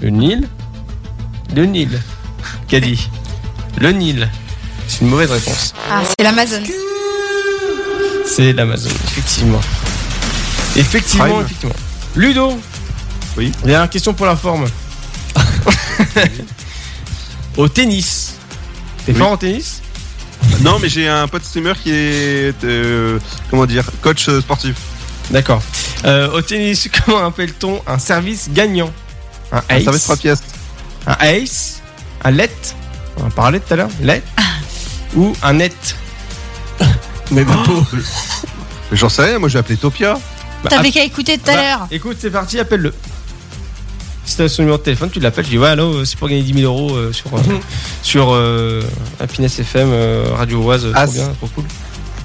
Speaker 2: Le Nil Le Nil. Qu'a dit Le Nil. C'est une mauvaise réponse.
Speaker 4: Ah, c'est l'Amazone.
Speaker 2: C'est l'Amazone, effectivement. Effectivement,
Speaker 5: Prime.
Speaker 2: effectivement. Ludo
Speaker 5: Oui.
Speaker 2: Dernière question pour la (laughs) forme. Au tennis. T'es
Speaker 5: Oui.
Speaker 2: fort en tennis
Speaker 5: Non, mais j'ai un pote streamer qui est. euh, comment dire Coach euh, sportif.
Speaker 2: D'accord. Euh, au tennis, (laughs) comment appelle-t-on un service gagnant Un
Speaker 5: Un
Speaker 2: ace
Speaker 5: service 3 pièces.
Speaker 2: Un ace Un let On en parlait tout à l'heure. Let
Speaker 3: Ah.
Speaker 2: Ou un net
Speaker 6: Mais de peau.
Speaker 5: Mais J'en sais rien, moi j'ai appelé Topia.
Speaker 2: Bah,
Speaker 3: T'avais qu'à écouter tout à
Speaker 2: Bah,
Speaker 3: l'heure.
Speaker 2: Écoute, c'est parti, appelle-le. Si t'as son numéro de téléphone, tu l'appelles. Je dis, ouais, allô, euh, c'est pour gagner 10 000 euros euh, sur, euh,
Speaker 3: (laughs)
Speaker 2: sur euh, Happiness FM, euh, Radio Oise. euh,
Speaker 5: As.
Speaker 2: Trop bien, trop cool.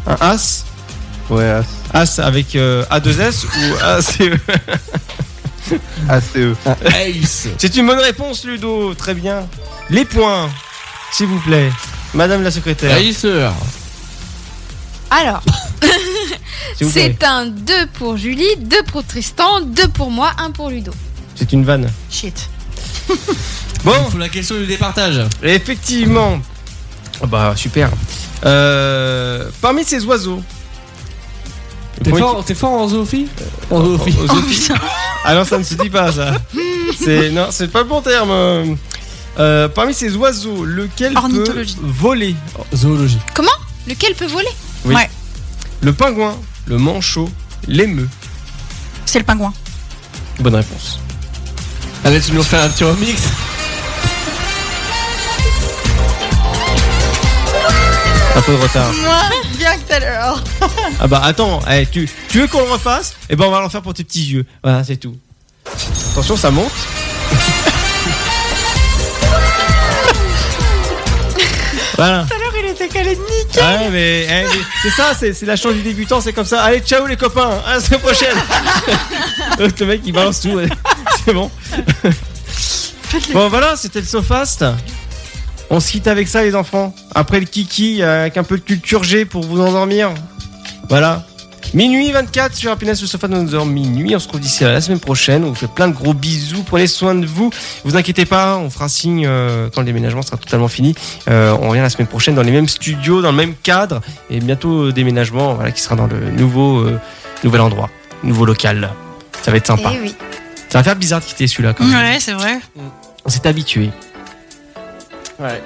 Speaker 2: Un As
Speaker 5: Ouais, As-
Speaker 2: As avec euh, A2S ou E. ACE
Speaker 5: ACE.
Speaker 6: Ace.
Speaker 2: C'est une bonne réponse, Ludo. Très bien. Les points, s'il vous plaît. Madame la secrétaire.
Speaker 6: Ace.
Speaker 4: Alors,
Speaker 2: s'il vous plaît.
Speaker 4: c'est un 2 pour Julie, 2 pour Tristan, 2 pour moi, 1 pour Ludo.
Speaker 2: C'est une vanne.
Speaker 3: Shit.
Speaker 2: Bon,
Speaker 6: la question du départage.
Speaker 2: effectivement. Ah bah, super. Euh, parmi ces oiseaux.
Speaker 6: T'es
Speaker 2: Point-
Speaker 6: fort, t'es fort en zoophilie En zoophilie.
Speaker 2: Aux autres filles. Ah non, ça ne se dit pas
Speaker 6: (laughs)
Speaker 2: ça. C'est non, c'est pas le bon terme. Euh, parmi ces oiseaux, lequel peut
Speaker 3: Ornithologie.
Speaker 2: voler
Speaker 6: Zoologie.
Speaker 4: Lequel peut voler
Speaker 2: Le pingouin, le manchot, l'émeu.
Speaker 3: C'est le pingouin.
Speaker 2: Bonne réponse.
Speaker 6: Allez, tu nous fais un petit remix.
Speaker 2: Un peu de retard.
Speaker 3: Moi, bien que tout à l'heure.
Speaker 2: Ah bah attends, eh, tu, tu veux qu'on le refasse Eh ben on va l'en faire pour tes petits yeux. Voilà, c'est tout. Attention, ça monte. (laughs) voilà.
Speaker 3: Tout à l'heure, il était calé nickel.
Speaker 2: Ouais, mais, eh, mais c'est ça, c'est c'est la chance du débutant, c'est comme ça. Allez, ciao les copains, à la semaine prochaine. (laughs) L'autre, le mec il balance tout, ouais. c'est bon. bon voilà, c'était le SoFast. On se quitte avec ça les enfants. Après le kiki, euh, avec un peu de culture G pour vous endormir. Voilà. Minuit 24 sur Happiness le Sofa de 11h minuit. On se retrouve d'ici à la semaine prochaine. On vous fait plein de gros bisous. Prenez soin de vous. Vous inquiétez pas, on fera signe euh, quand le déménagement sera totalement fini. Euh, on revient la semaine prochaine dans les mêmes studios, dans le même cadre. Et bientôt euh, déménagement voilà, qui sera dans le nouveau euh, nouvel endroit, nouveau local. Ça va être sympa.
Speaker 4: Eh oui.
Speaker 2: Ça va faire bizarre de quitter celui-là quand même.
Speaker 3: Ouais, c'est vrai.
Speaker 2: On s'est habitué.
Speaker 6: Ouais.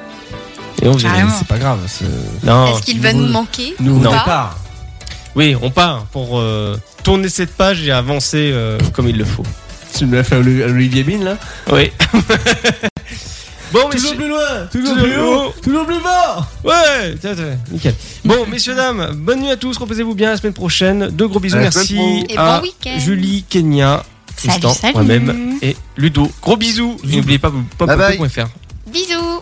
Speaker 2: Et on vous aime.
Speaker 3: Carrément.
Speaker 6: C'est pas grave, c'est
Speaker 2: Non.
Speaker 4: Ah. Est-ce qu'il va
Speaker 6: nouveau-
Speaker 4: nous manquer
Speaker 6: nouveau
Speaker 4: Non.
Speaker 6: départ.
Speaker 2: Oui, on part pour euh, tourner cette page et avancer euh, comme il le faut.
Speaker 6: Tu me l'as fait à Oli- à Olivier Bin là (laughs)
Speaker 2: Oui. bon, messieurs-
Speaker 6: loin,
Speaker 2: toujours plus haut,
Speaker 6: toujours plus fort
Speaker 2: Ouais, t'as- t'as- nickel. Bon, messieurs, dames, bonne nuit à tous. Reposez-vous bien la semaine prochaine. De gros bisous.
Speaker 5: À la semaine
Speaker 2: Merci
Speaker 4: pro. Et
Speaker 2: à
Speaker 4: Eh bon week-end.
Speaker 2: Ah, Julie, Kenya,
Speaker 3: Salut,
Speaker 2: Tristan,
Speaker 3: salut.
Speaker 2: moi-même et Ludo. Gros bisous. Et N'oubliez pas, pas
Speaker 5: Bye bye.
Speaker 2: popopop.fr.
Speaker 4: Bisous